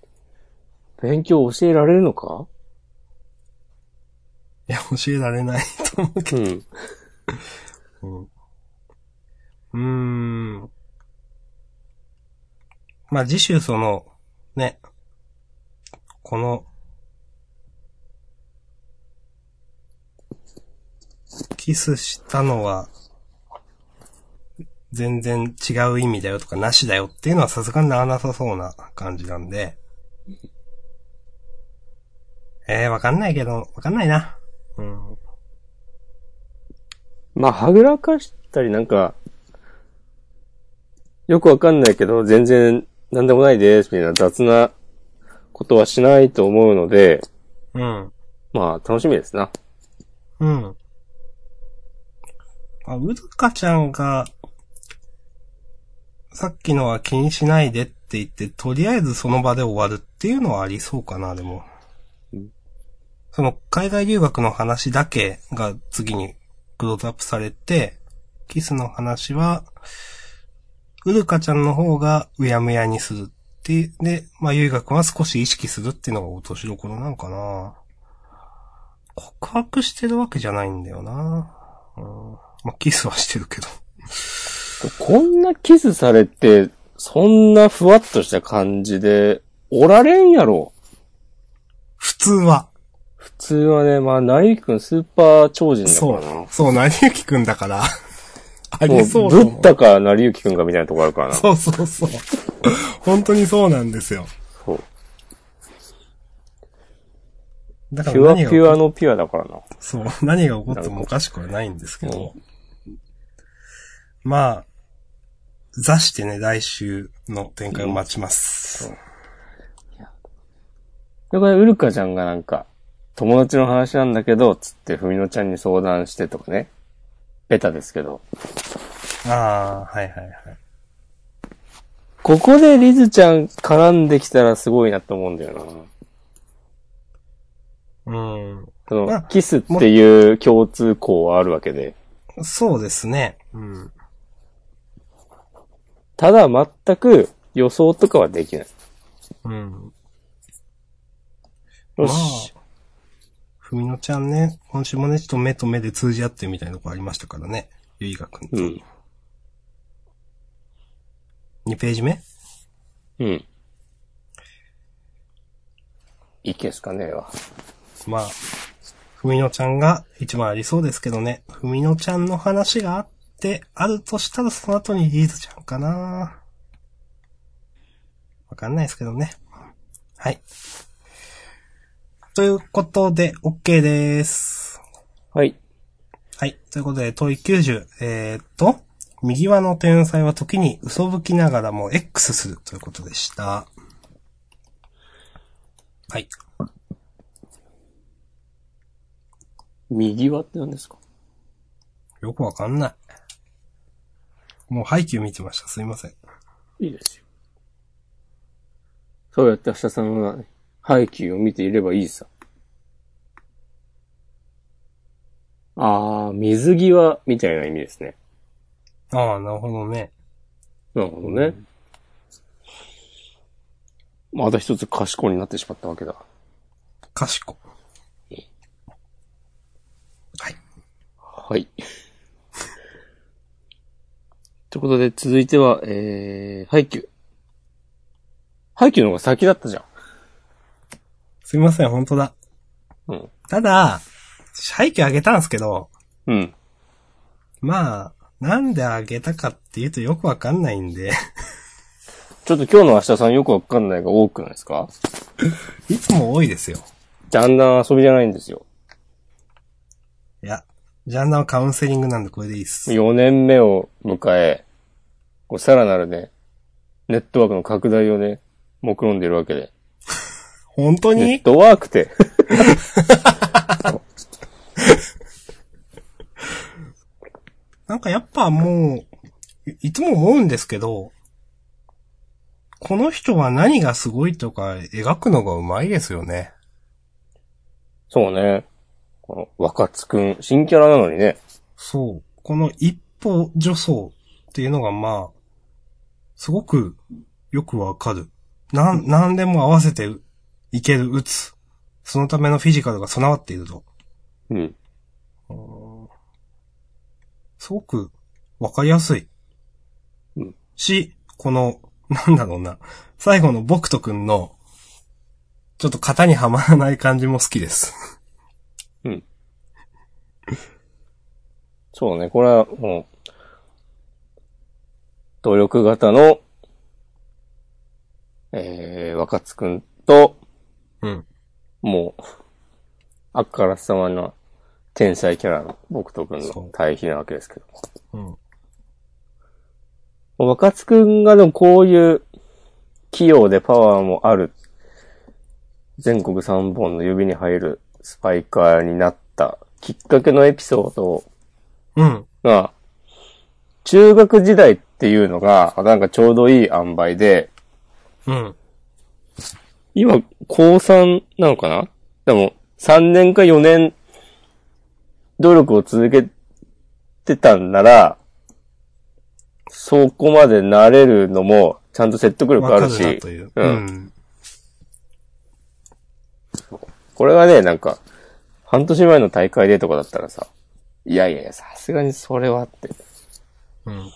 [SPEAKER 1] 勉強教えられるのか
[SPEAKER 2] や、教えられないと思うけ
[SPEAKER 1] うん。
[SPEAKER 2] ど。うーん。まあ、次週その、ね、この、キスしたのは、全然違う意味だよとか、なしだよっていうのはさすがにならなさそうな感じなんで。えー、わかんないけど、わかんないな。うん。
[SPEAKER 1] まあ、はぐらかしたりなんか、よくわかんないけど、全然なんでもないです、みたいな雑なことはしないと思うので、
[SPEAKER 2] うん。
[SPEAKER 1] まあ、楽しみですな。
[SPEAKER 2] うん。あ、うずかちゃんが、さっきのは気にしないでって言って、とりあえずその場で終わるっていうのはありそうかな、でも
[SPEAKER 1] うん。
[SPEAKER 2] その、海外留学の話だけが次にクローズアップされて、キスの話は、うるかちゃんの方がうやむやにするっていう、で、まあ、ゆいがくんは少し意識するっていうのが落としどころなのかな。告白してるわけじゃないんだよな。うん、まあ、キスはしてるけど。 (laughs)
[SPEAKER 1] こんなキスされて、そんなふわっとした感じで、おられんやろ。
[SPEAKER 2] 普通は。
[SPEAKER 1] 普通はね、まあ、成ゆきくんスーパー超人だ
[SPEAKER 2] そ
[SPEAKER 1] から
[SPEAKER 2] う
[SPEAKER 1] な。。
[SPEAKER 2] そう、成ゆきくんだ
[SPEAKER 1] (laughs)
[SPEAKER 2] から。あり
[SPEAKER 1] も、
[SPEAKER 2] (laughs) そううだもん
[SPEAKER 1] ぶったか成ゆきくんかみたいなとこあるからな。
[SPEAKER 2] そうそうそう。 (laughs) 本当にそうなんですよ。
[SPEAKER 1] そう。
[SPEAKER 2] だか
[SPEAKER 1] ピ
[SPEAKER 2] ら
[SPEAKER 1] ュア
[SPEAKER 2] 何
[SPEAKER 1] ピ
[SPEAKER 2] が
[SPEAKER 1] ュアのピュアだからな。
[SPEAKER 2] そう、何が起こってもおかしくはないんですけど。まあ、座してね、来週の展開を待ちます。
[SPEAKER 1] だから、ウルカちゃんがなんか、友達の話なんだけど、つって、ふみのちゃんに相談してとかね。ベタですけど。
[SPEAKER 2] ああ、はいはいはい。
[SPEAKER 1] ここでリズちゃん絡んできたらすごいなと思うんだよな。
[SPEAKER 2] うん。
[SPEAKER 1] そ
[SPEAKER 2] ま
[SPEAKER 1] の
[SPEAKER 2] あ、
[SPEAKER 1] キスっていう共通項はあるわけで。
[SPEAKER 2] そうですね。うん。
[SPEAKER 1] ただ、全く予想とかはできない。
[SPEAKER 2] うん。
[SPEAKER 1] よ
[SPEAKER 2] ま
[SPEAKER 1] し。
[SPEAKER 2] あ、ふみのちゃんね、今週もね、ちょっと目と目で通じ合ってるみたいなとこありましたからね。ゆいがくんと。
[SPEAKER 1] うん。
[SPEAKER 2] 2ページ目
[SPEAKER 1] うん。いいですかねは。
[SPEAKER 2] まあ、ふみのちゃんが一番ありそうですけどね。ふみのちゃんの話があって、あるとしたらその後にリーズちゃんかな。わかんないですけどね。はい。ということで、OK です。
[SPEAKER 1] はい。
[SPEAKER 2] はい。ということで、問い90。えー、っと、右輪の天才は時に嘘吹きながらも X するということでした。はい。
[SPEAKER 1] 右はって何ですか
[SPEAKER 2] よくわかんない。もう配給見てました。すいません。
[SPEAKER 1] いいですよ。そうやって明日さんが背景を見ていればいいさ。あー、水際みたいな意味ですね。
[SPEAKER 2] ああ、なるほどね。
[SPEAKER 1] なるほどね。また一つ賢いになってしまったわけだ。
[SPEAKER 2] かしこ。はい。
[SPEAKER 1] はい。 (laughs) ということで、続いては、えー、ハイキュー。ハイキューの方が先だったじゃん。
[SPEAKER 2] すいません、本当だ。
[SPEAKER 1] うん。
[SPEAKER 2] ただ、廃棄あげたんですけど、
[SPEAKER 1] うん。
[SPEAKER 2] まあ、なんであげたかっていうとよくわかんないんで、 (laughs)
[SPEAKER 1] ちょっと今日の明日さんよくわかんないが多くないですか
[SPEAKER 2] いつも多いですよ。
[SPEAKER 1] だんだん遊びじゃないんですよ。
[SPEAKER 2] いや、ジャンダーはカウンセリングなんでこれでいいっす。
[SPEAKER 1] 4年目を迎え、こうさらなるね、ネットワークの拡大をね、目論んでるわけで。
[SPEAKER 2] 本当
[SPEAKER 1] ネッ
[SPEAKER 2] に
[SPEAKER 1] トワークって。 (laughs)
[SPEAKER 2] なんかやっぱもう、いいつも思うんですけど、この人は何がすごいとか描くのがうまいですよね。
[SPEAKER 1] そうね。この若津くん、新キャラなのにね。
[SPEAKER 2] そう。この一歩助走っていうのがまあ、すごくよくわかる。なん、なんでも合わせていける、打つ。そのためのフィジカルが備わっていると。
[SPEAKER 1] うん。
[SPEAKER 2] すごくわかりやすい
[SPEAKER 1] うん。
[SPEAKER 2] し、この、なんだろうな、最後の僕とくんの、ちょっと型にはまらない感じも好きです。
[SPEAKER 1] そうね。これはもう、努力型の、えー、若津くんと、
[SPEAKER 2] うん。
[SPEAKER 1] もう、あっからさまな天才キャラの僕とくん
[SPEAKER 2] そ
[SPEAKER 1] の
[SPEAKER 2] う
[SPEAKER 1] 対比なわけですけど。
[SPEAKER 2] うん。
[SPEAKER 1] 若津くんがでもこういう器用でパワーもある、全国3本の指に入るスパイカーになったきっかけのエピソード
[SPEAKER 2] うん。
[SPEAKER 1] が、中学時代っていうのが、なんかちょうどいい塩梅で、
[SPEAKER 2] うん。
[SPEAKER 1] 今、高3なのかなでも、3年か4年、努力を続けてたんなら、そこまでなれるのも、ちゃんと説得力あ
[SPEAKER 2] わか
[SPEAKER 1] る
[SPEAKER 2] る
[SPEAKER 1] し、
[SPEAKER 2] なという。
[SPEAKER 1] うん
[SPEAKER 2] ん。
[SPEAKER 1] これがね、なんか、半年前の大会でとかだったらさ、いやいやいや、さすがにそれはって。
[SPEAKER 2] うん。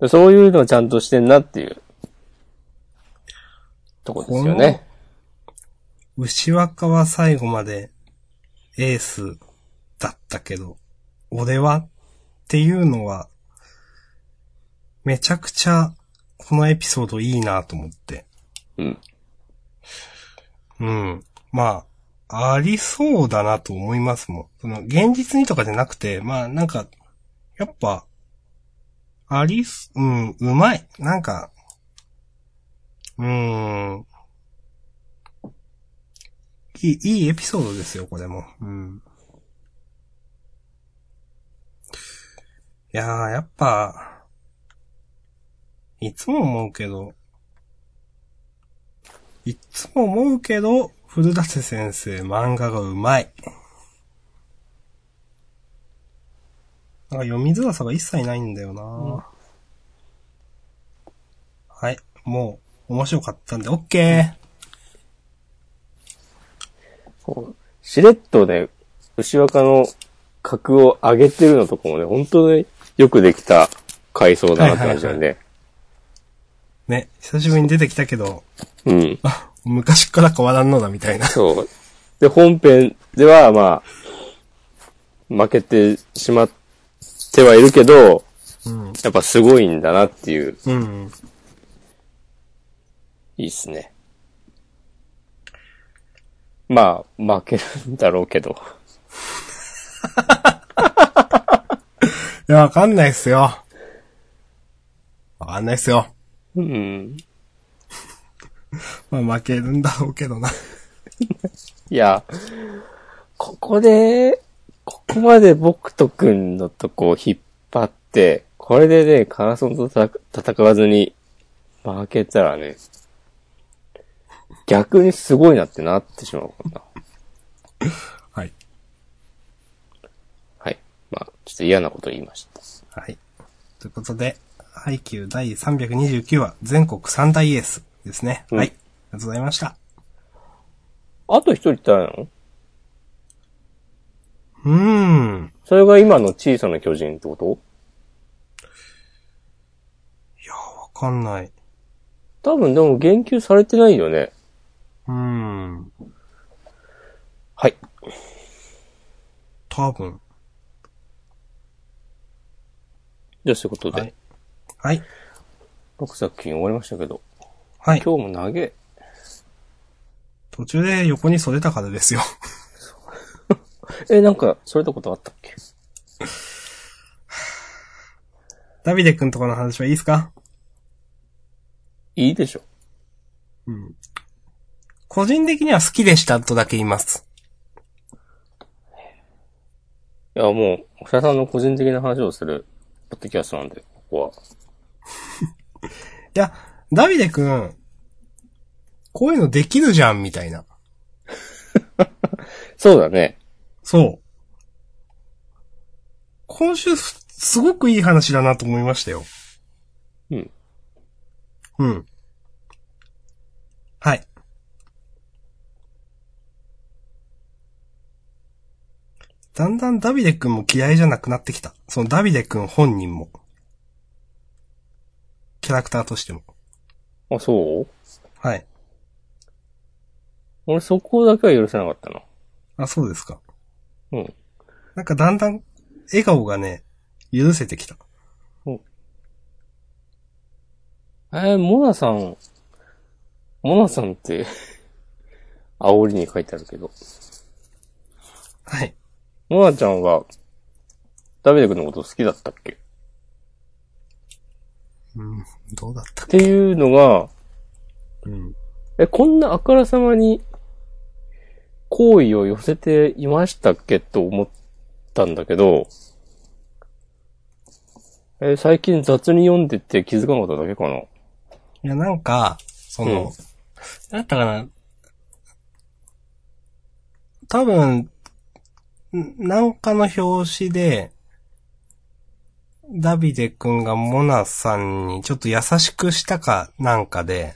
[SPEAKER 1] でそういうのをちゃんとしてんなっていう、とこですよね。
[SPEAKER 2] 牛若は最後までエースだったけど、俺はっていうのは、めちゃくちゃこのエピソードいいなと思って。
[SPEAKER 1] うん。
[SPEAKER 2] うん。まあ、ありそうだなと思いますもん。その、現実にとかじゃなくて、まあなんか、やっぱ、ありす、うん、うまい。なんか、うーん。いい、いいエピソードですよ、これも。うん。いやー、やっぱ、いつも思うけど、いつも思うけど、古舘先生漫画がうまい。なんか読みづらさが一切ないんだよな、はい。もう、面白かったんで、オッケ
[SPEAKER 1] こうしれっとね、牛若の格を上げてるのとかもね、本当ね、よくできた回想だなって感じなんで。
[SPEAKER 2] ー。ね、久しぶりに出てきたけど、 (laughs)
[SPEAKER 1] うん。
[SPEAKER 2] あ、昔から変わらんのだ、みたいな。
[SPEAKER 1] そう。で、本編では、まあ、負けてしまってはいるけど、
[SPEAKER 2] うん。
[SPEAKER 1] やっぱすごいんだなっていう、
[SPEAKER 2] うん。
[SPEAKER 1] いいっすね。まあ、負けるんだろうけど。
[SPEAKER 2] いや、わかんないっすよ。わかんないっすよ。
[SPEAKER 1] うん。
[SPEAKER 2] まあ、負けるんだろうけどな。
[SPEAKER 1] いや、ここで、ここまで僕とくんのとこを引っ張って、これでね、カーソンとた戦わずに負けたらね、逆にすごいなってなってしまうもんな。
[SPEAKER 2] はい。
[SPEAKER 1] はい。まあ、ちょっと嫌なこと言いました。
[SPEAKER 2] はい。ということで、ハイキュー第329話、全国三大エースですね。
[SPEAKER 1] うん
[SPEAKER 2] はい。ありがとうございました。
[SPEAKER 1] あと一人って誰なの
[SPEAKER 2] うーん。
[SPEAKER 1] それが今の小さな巨人ってこと
[SPEAKER 2] わかんない。
[SPEAKER 1] 多分でも言及されてないよね。
[SPEAKER 2] うん。
[SPEAKER 1] はい。
[SPEAKER 2] 多分。
[SPEAKER 1] じゃあ、そういうこと
[SPEAKER 2] は
[SPEAKER 1] で
[SPEAKER 2] い、はい。
[SPEAKER 1] 6作品終わりましたけど、
[SPEAKER 2] はい。
[SPEAKER 1] 今日も投げ、
[SPEAKER 2] 途中で横にそれたからですよ。 (laughs)
[SPEAKER 1] え、なんか、それたことあったっけ
[SPEAKER 2] ダビデ君とかの話はいいですか
[SPEAKER 1] いいでしょ。
[SPEAKER 2] うん。個人的には好きでしたとだけ言います。
[SPEAKER 1] いや、もう、おしゃさんの個人的な話をする、ポッドキャストなんで、ここは。
[SPEAKER 2] いや、ダビデ君、こういうのできるじゃん、みたいな。
[SPEAKER 1] そうだね。
[SPEAKER 2] そう。今週す、すごくいい話だなと思いましたよ。
[SPEAKER 1] うん。
[SPEAKER 2] うん。はい。だんだんダビデ君も嫌いじゃなくなってきた。そのダビデ君本人も。キャラクターとしても。
[SPEAKER 1] あ、そう
[SPEAKER 2] はい。
[SPEAKER 1] 俺そこだけは許せなかったな。
[SPEAKER 2] あ、そうですか。
[SPEAKER 1] うん。
[SPEAKER 2] なんかだんだん笑顔がね、許せてきた。
[SPEAKER 1] えー、モナさん、モナさんって、煽りに書いてあるけど、
[SPEAKER 2] はい。
[SPEAKER 1] モナちゃんは、ダビデ君のこと好きだったっけっ
[SPEAKER 2] うん、どうだった
[SPEAKER 1] ていうのが、
[SPEAKER 2] うん。
[SPEAKER 1] え、こんなあからさまに、好意を寄せていましたっけと思ったんだけど、えー最近雑に読んでて気づかなかっただけかな。
[SPEAKER 2] いや、なんか、その、
[SPEAKER 1] うん
[SPEAKER 2] なんだったかな。多分、んなんかの表紙で、ダビデくんがモナさんにちょっと優しくしたかなんかで、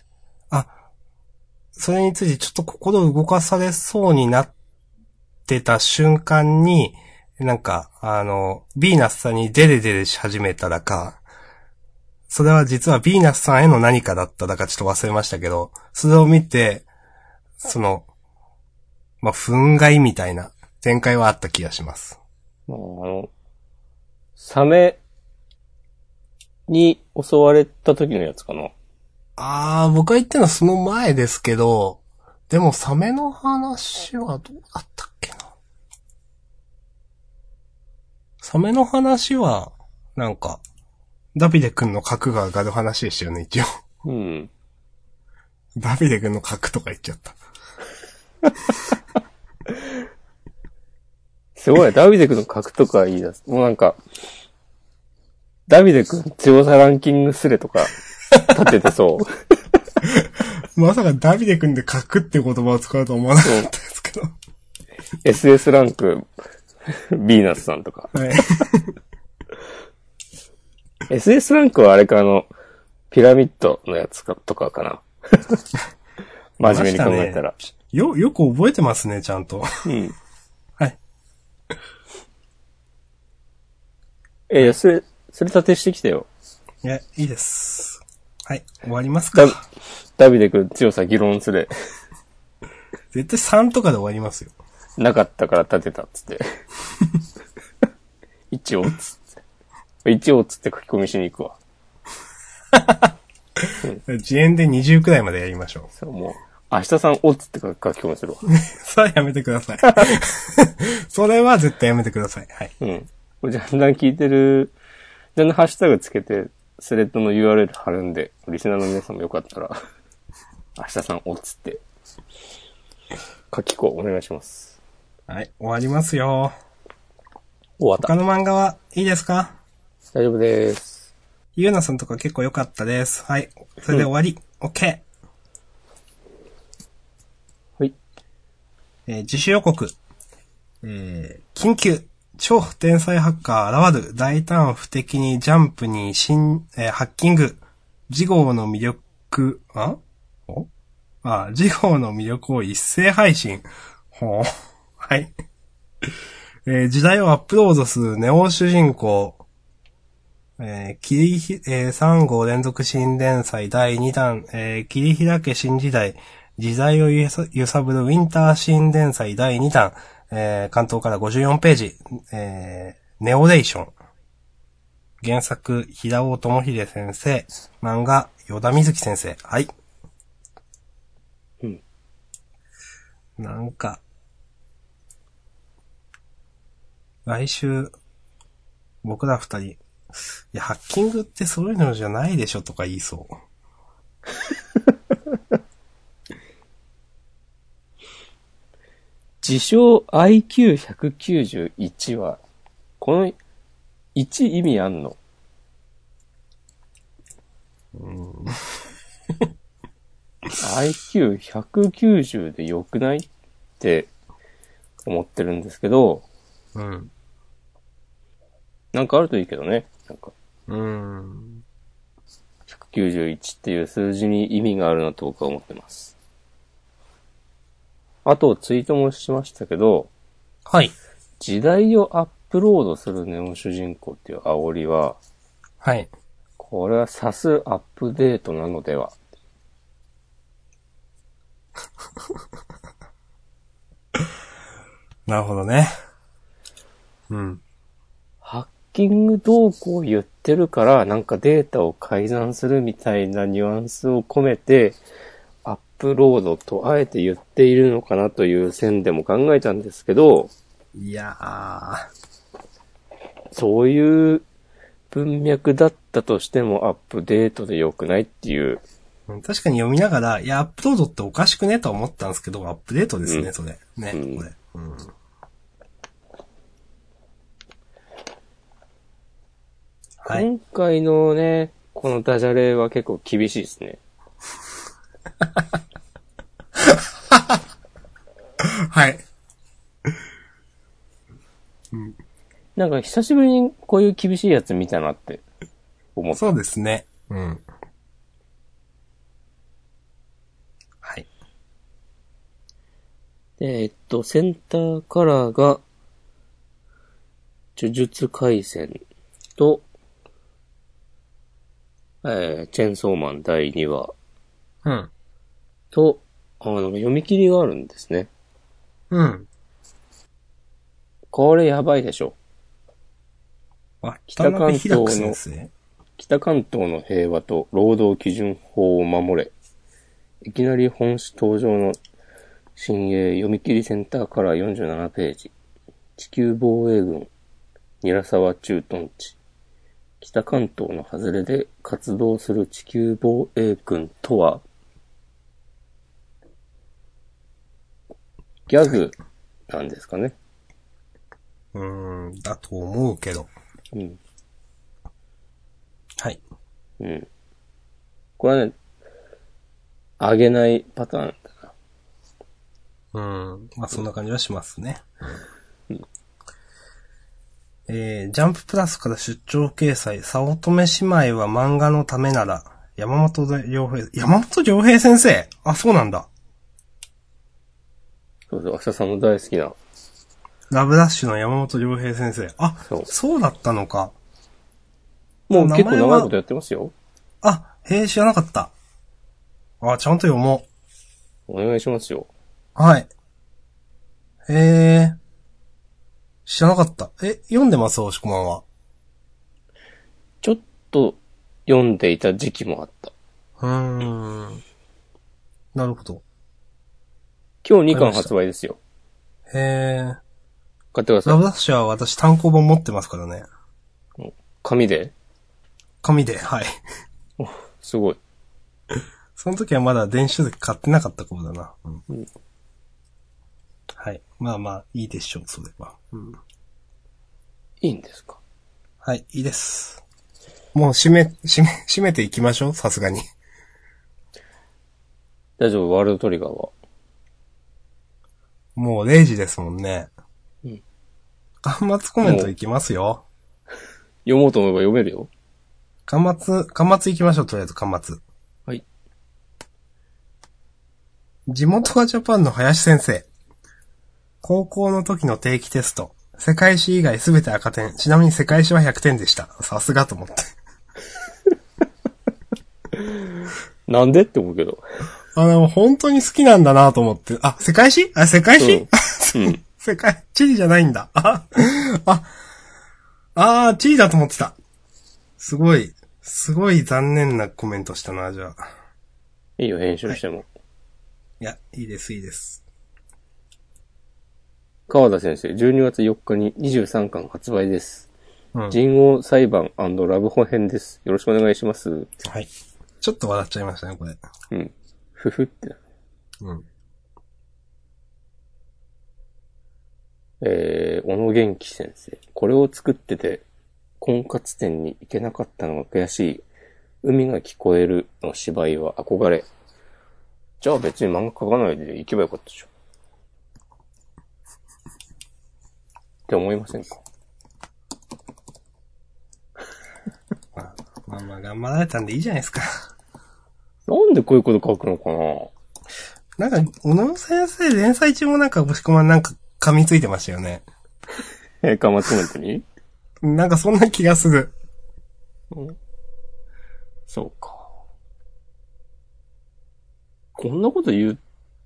[SPEAKER 2] あ、それについてちょっと心動かされそうになってた瞬間に、なんか、あの、ヴィーナスさんにデレデレし始めただか、それは実はヴィーナスさんへの何かだっただかちょっと忘れましたけど、それを見て、その、まあ、憤慨みたいな展開はあった気がします。
[SPEAKER 1] まあ、あの、サメに襲われた時のやつかな。
[SPEAKER 2] あー、僕が言ってるのはその前ですけど、でもサメの話はどうだったっけな。サメの話は、なんか、ダビデ君の核が上がる話でしたよね、一応。 (laughs)
[SPEAKER 1] うん。
[SPEAKER 2] ダビデ君の核とか言っちゃった。
[SPEAKER 1] すごい、ダビデ君の格とか言い出す。もうなんか、ダビデ君強さランキングスレとか立ててそう。
[SPEAKER 2] まさかダビデ君で書くって言葉を使うとは思わなかったですけど。は
[SPEAKER 1] SS ランク、ヴィーナスさんとか。
[SPEAKER 2] い。
[SPEAKER 1] SS ランクはあれかあの、ピラミッドのやつかとかかな。真面目に考えたら。
[SPEAKER 2] よ、よく覚えてますね、ちゃんと。
[SPEAKER 1] うん。
[SPEAKER 2] はい。
[SPEAKER 1] えー、それ、それ立てしてきたよ。
[SPEAKER 2] いや、いいです。はい。終わります
[SPEAKER 1] ダ
[SPEAKER 2] (laughs) か
[SPEAKER 1] ビダビデ君強さ議論すれ。
[SPEAKER 2] 絶対3とかで終わりますよ。
[SPEAKER 1] なかったから立てたっつって。一応っつって。一応っつって書き込みしに行くわ。
[SPEAKER 2] 自演で20くらいまでやりましょう。 (laughs)
[SPEAKER 1] そう、もう、明日さんおっつって書き込みするわ。
[SPEAKER 2] それはやめてください。 (laughs) それは絶対やめてください。はい。
[SPEAKER 1] うん。これジャンダン聞いてる、ジャンダンハッシュタグつけて、スレッドの URL 貼るんで、リスナーの皆さんもよかったら、 (laughs) 明日さんおっつって、書き込お願いします。
[SPEAKER 2] はい。終わりますよ。
[SPEAKER 1] 終わっ
[SPEAKER 2] 他
[SPEAKER 1] た。
[SPEAKER 2] の漫画はいいですか
[SPEAKER 1] 大丈夫です。
[SPEAKER 2] ゆうなさんとか結構良かったです。はい。それで終わり。OK。
[SPEAKER 1] はい。
[SPEAKER 2] えー自主予告。えー緊急。超天才ハッカー現る。大胆不敵にジャンプに新、えーハッキング。次号の魅力、あおあ、次号の魅力を一斉配信。ほう。はい。えー時代をアップロードするネオ主人公。えー、切りひ、えー、3号連続新連載第2弾、えー、切り開け新時代、時代をゆさ揺さぶるウィンター新連載第2弾、えー、関東から54ページ、えー、ネオレーション。原作、平尾智秀先生、漫画、与田瑞希先生。はい。
[SPEAKER 1] うん。
[SPEAKER 2] なんか、来週、僕ら二人、いや、ハッキングってそういうのじゃないでしょとか言いそう。
[SPEAKER 1] 自称 IQ191 は、この1意味あんのうん。IQ190 で良くないって思ってるんですけど、
[SPEAKER 2] うん。
[SPEAKER 1] なんかあるといいけどね。なんか
[SPEAKER 2] うん。
[SPEAKER 1] 191っていう数字に意味があるなと僕は思ってます。あと、ツイートもしましたけど、
[SPEAKER 2] はい。
[SPEAKER 1] 時代をアップロードするネオ主人公っていう煽りは、
[SPEAKER 2] はい。
[SPEAKER 1] これはさすアップデートなのでは。
[SPEAKER 2] なるほどね。うん。
[SPEAKER 1] ハッキング動向を言ってるから、なんかデータを改ざんするみたいなニュアンスを込めて、アップロードとあえて言っているのかなという線でも考えたんですけど、
[SPEAKER 2] いやー。
[SPEAKER 1] そういう文脈だったとしてもアップデートで良くないっていう。
[SPEAKER 2] うん確かに読みながら、いや、アップロードっておかしくねとは思ったんですけど、アップデートですね、
[SPEAKER 1] うん
[SPEAKER 2] それ。ね、
[SPEAKER 1] うん
[SPEAKER 2] これ。うん。はい。
[SPEAKER 1] 今回のね、このダジャレは結構厳しいですね。
[SPEAKER 2] はい。
[SPEAKER 1] なんか久しぶりにこういう厳しいやつ見たなって思った。
[SPEAKER 2] そうですね。うん。はい。
[SPEAKER 1] でえっと、センターカラーが、呪術回戦と、えー、チェーンソーマン第2話
[SPEAKER 2] うん。
[SPEAKER 1] と、あの、読み切りがあるんですね。
[SPEAKER 2] うん。
[SPEAKER 1] これやばいでしょ。
[SPEAKER 2] あ、
[SPEAKER 1] 北関東の
[SPEAKER 2] 渡辺平久先
[SPEAKER 1] 北関東の平和と労働基準法を守れ。いきなり本誌登場の新鋭読み切りセンターから47ページ。地球防衛軍、韮沢駐屯地。北関東の外れで活動する地球防衛軍とは、ギャグなんですかね。
[SPEAKER 2] 生。うん、だと思うけど。
[SPEAKER 1] うん。
[SPEAKER 2] はい。
[SPEAKER 1] うん。これはね、あげないパターンだな。
[SPEAKER 2] うん。まあ、そんな感じはしますね。えー、ジャンププラスから出張掲載、早乙女姉妹は漫画のためなら、山本良平、山本良平先生あ、そうなんだ。
[SPEAKER 1] そうそう、明日さんの大好きな。
[SPEAKER 2] ラブラッシュの山本良平先生。あ、
[SPEAKER 1] そう
[SPEAKER 2] そうだったのか。
[SPEAKER 1] もう
[SPEAKER 2] 名前
[SPEAKER 1] 結構長
[SPEAKER 2] はい
[SPEAKER 1] ことやってますよ。
[SPEAKER 2] あ、へえ、知らなかった。あ、ちゃんと読も
[SPEAKER 1] お願いしますよ。
[SPEAKER 2] う。はい。へえ、知らなかった。え、読んでますおしくまんは。
[SPEAKER 1] ちょっと読んでいた時期もあった。
[SPEAKER 2] うーん。なるほど。
[SPEAKER 1] 今日2巻発売ですよ。
[SPEAKER 2] へえ。
[SPEAKER 1] 買ってくだ
[SPEAKER 2] ラ
[SPEAKER 1] さい
[SPEAKER 2] ブ。ダッシュは私単行本持ってますからね。
[SPEAKER 1] 紙で
[SPEAKER 2] 紙で、はい。
[SPEAKER 1] すごい。
[SPEAKER 2] その時はまだ電子書籍買ってなかった頃だな。うん
[SPEAKER 1] うん
[SPEAKER 2] はい。まあまあ、いいでしょう、それは。うん
[SPEAKER 1] いいんですか
[SPEAKER 2] はい、いいです。もう締め、締め、締めていきましょう、さすがに。
[SPEAKER 1] 大丈夫、ワールドトリガーは。
[SPEAKER 2] もう0時ですもんね。
[SPEAKER 1] うん。
[SPEAKER 2] 巻末コメントいきますよ。
[SPEAKER 1] 読もうと思えば読めるよ。
[SPEAKER 2] 巻末、巻末いきましょう、とりあえず巻末。
[SPEAKER 1] はい。
[SPEAKER 2] 地元がジャパンの林先生。高校の時の定期テスト。世界史以外すべて赤点。ちなみに世界史は100点でした。さすがと思って。
[SPEAKER 1] なんでって思うけど。
[SPEAKER 2] あ、でも本当に好きなんだなと思って。あ、世界史あ、世界史、
[SPEAKER 1] うん (laughs) うん。
[SPEAKER 2] 世界、地理じゃないんだ。あ、あ、あー地理だと思ってた。すごい、すごい残念なコメントしたな、じゃあ。
[SPEAKER 1] いいよ、編集しても。
[SPEAKER 2] いや、いいです、いいです。
[SPEAKER 1] 川田先生、12月4日に23巻発売です。
[SPEAKER 2] うん。
[SPEAKER 1] 人王裁判ラブホ編です。よろしくお願いします。
[SPEAKER 2] はい。ちょっと笑っちゃいましたね、これ。
[SPEAKER 1] うん。ふふってな。
[SPEAKER 2] うん。
[SPEAKER 1] えー、小野元気先生。これを作ってて、婚活店に行けなかったのが悔しい。海が聞こえるの芝居は憧れ。じゃあ別に漫画描かないで行けばよかったでしょ。って思いませんか
[SPEAKER 2] まあ、まあまあ、頑張られたんでいいじゃないですか。
[SPEAKER 1] なんでこういうこと書くのかな
[SPEAKER 2] なんか、小野先生、連載中もなんか、押し込まんなんか噛みついてましたよね。
[SPEAKER 1] えー、かまつめてに
[SPEAKER 2] なんかそんな気がする。
[SPEAKER 1] そうか。こんなこと言っ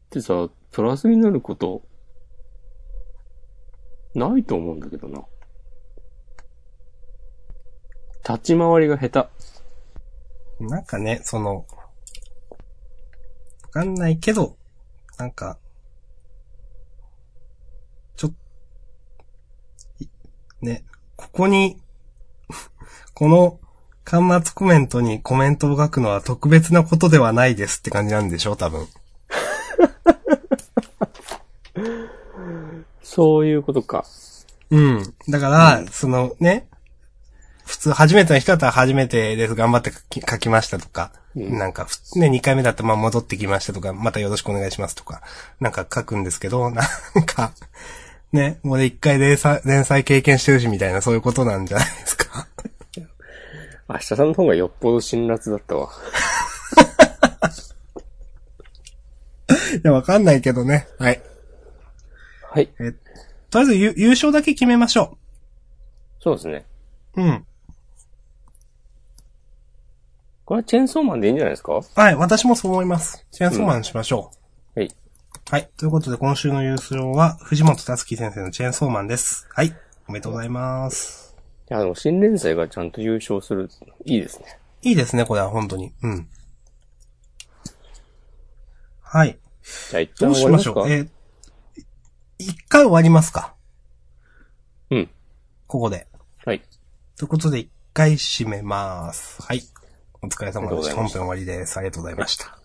[SPEAKER 1] てさ、プラスになること、ないと思うんだけどな。立ち回りが下
[SPEAKER 2] なんかね、その、わかんないけど、なんか、ちょ、いね、ここに、 (laughs) この、端末コメントにコメントを書くのは特別なことではないですって感じなんでしょ多分。
[SPEAKER 1] 手。そういうことか。
[SPEAKER 2] うん。だから、そのね、普通初めての人だったら初めてです、頑張って書き書きましたとか、
[SPEAKER 1] うん
[SPEAKER 2] なんか、ふね、2回目だったらまあ戻ってきましたとか、またよろしくお願いしますとか、なんか書くんですけど、 (laughs) なんか、ね、俺一回連載、連載経験してるしみたいな、そういうことなんじゃないですか。 (laughs)
[SPEAKER 1] 明日さんの方がよっぽど辛辣だったわ。
[SPEAKER 2] いや、わかんないけどね。はい。
[SPEAKER 1] はい。
[SPEAKER 2] え、とりあえずゆ優勝だけ決めましょ
[SPEAKER 1] そうですね。
[SPEAKER 2] う。うん。
[SPEAKER 1] これはチェーンソーマンでいいんじゃないですかは
[SPEAKER 2] はい、私もそう思います。チェーンソーマンしましょう。
[SPEAKER 1] い。
[SPEAKER 2] はい。ということで、今週の優勝は、藤本たつき先生のチェーンソーマンです。はい。おめでとうございます。
[SPEAKER 1] いや、でも新連載がちゃんと優勝する、いいですね。
[SPEAKER 2] いいですね、これは、本当に。うん。はい。
[SPEAKER 1] じゃあ一旦
[SPEAKER 2] ど
[SPEAKER 1] 終
[SPEAKER 2] う
[SPEAKER 1] わ
[SPEAKER 2] し
[SPEAKER 1] り
[SPEAKER 2] ま
[SPEAKER 1] ま
[SPEAKER 2] し
[SPEAKER 1] す
[SPEAKER 2] ょ
[SPEAKER 1] か
[SPEAKER 2] う。えー、一回終わりますか
[SPEAKER 1] うん。
[SPEAKER 2] ここで。
[SPEAKER 1] はい。
[SPEAKER 2] ということで、一回締めます。はい。お疲れ様
[SPEAKER 1] ありがとう
[SPEAKER 2] で
[SPEAKER 1] ご
[SPEAKER 2] し
[SPEAKER 1] ざいま
[SPEAKER 2] た。本編
[SPEAKER 1] した
[SPEAKER 2] 終わりです。ありがとうございました。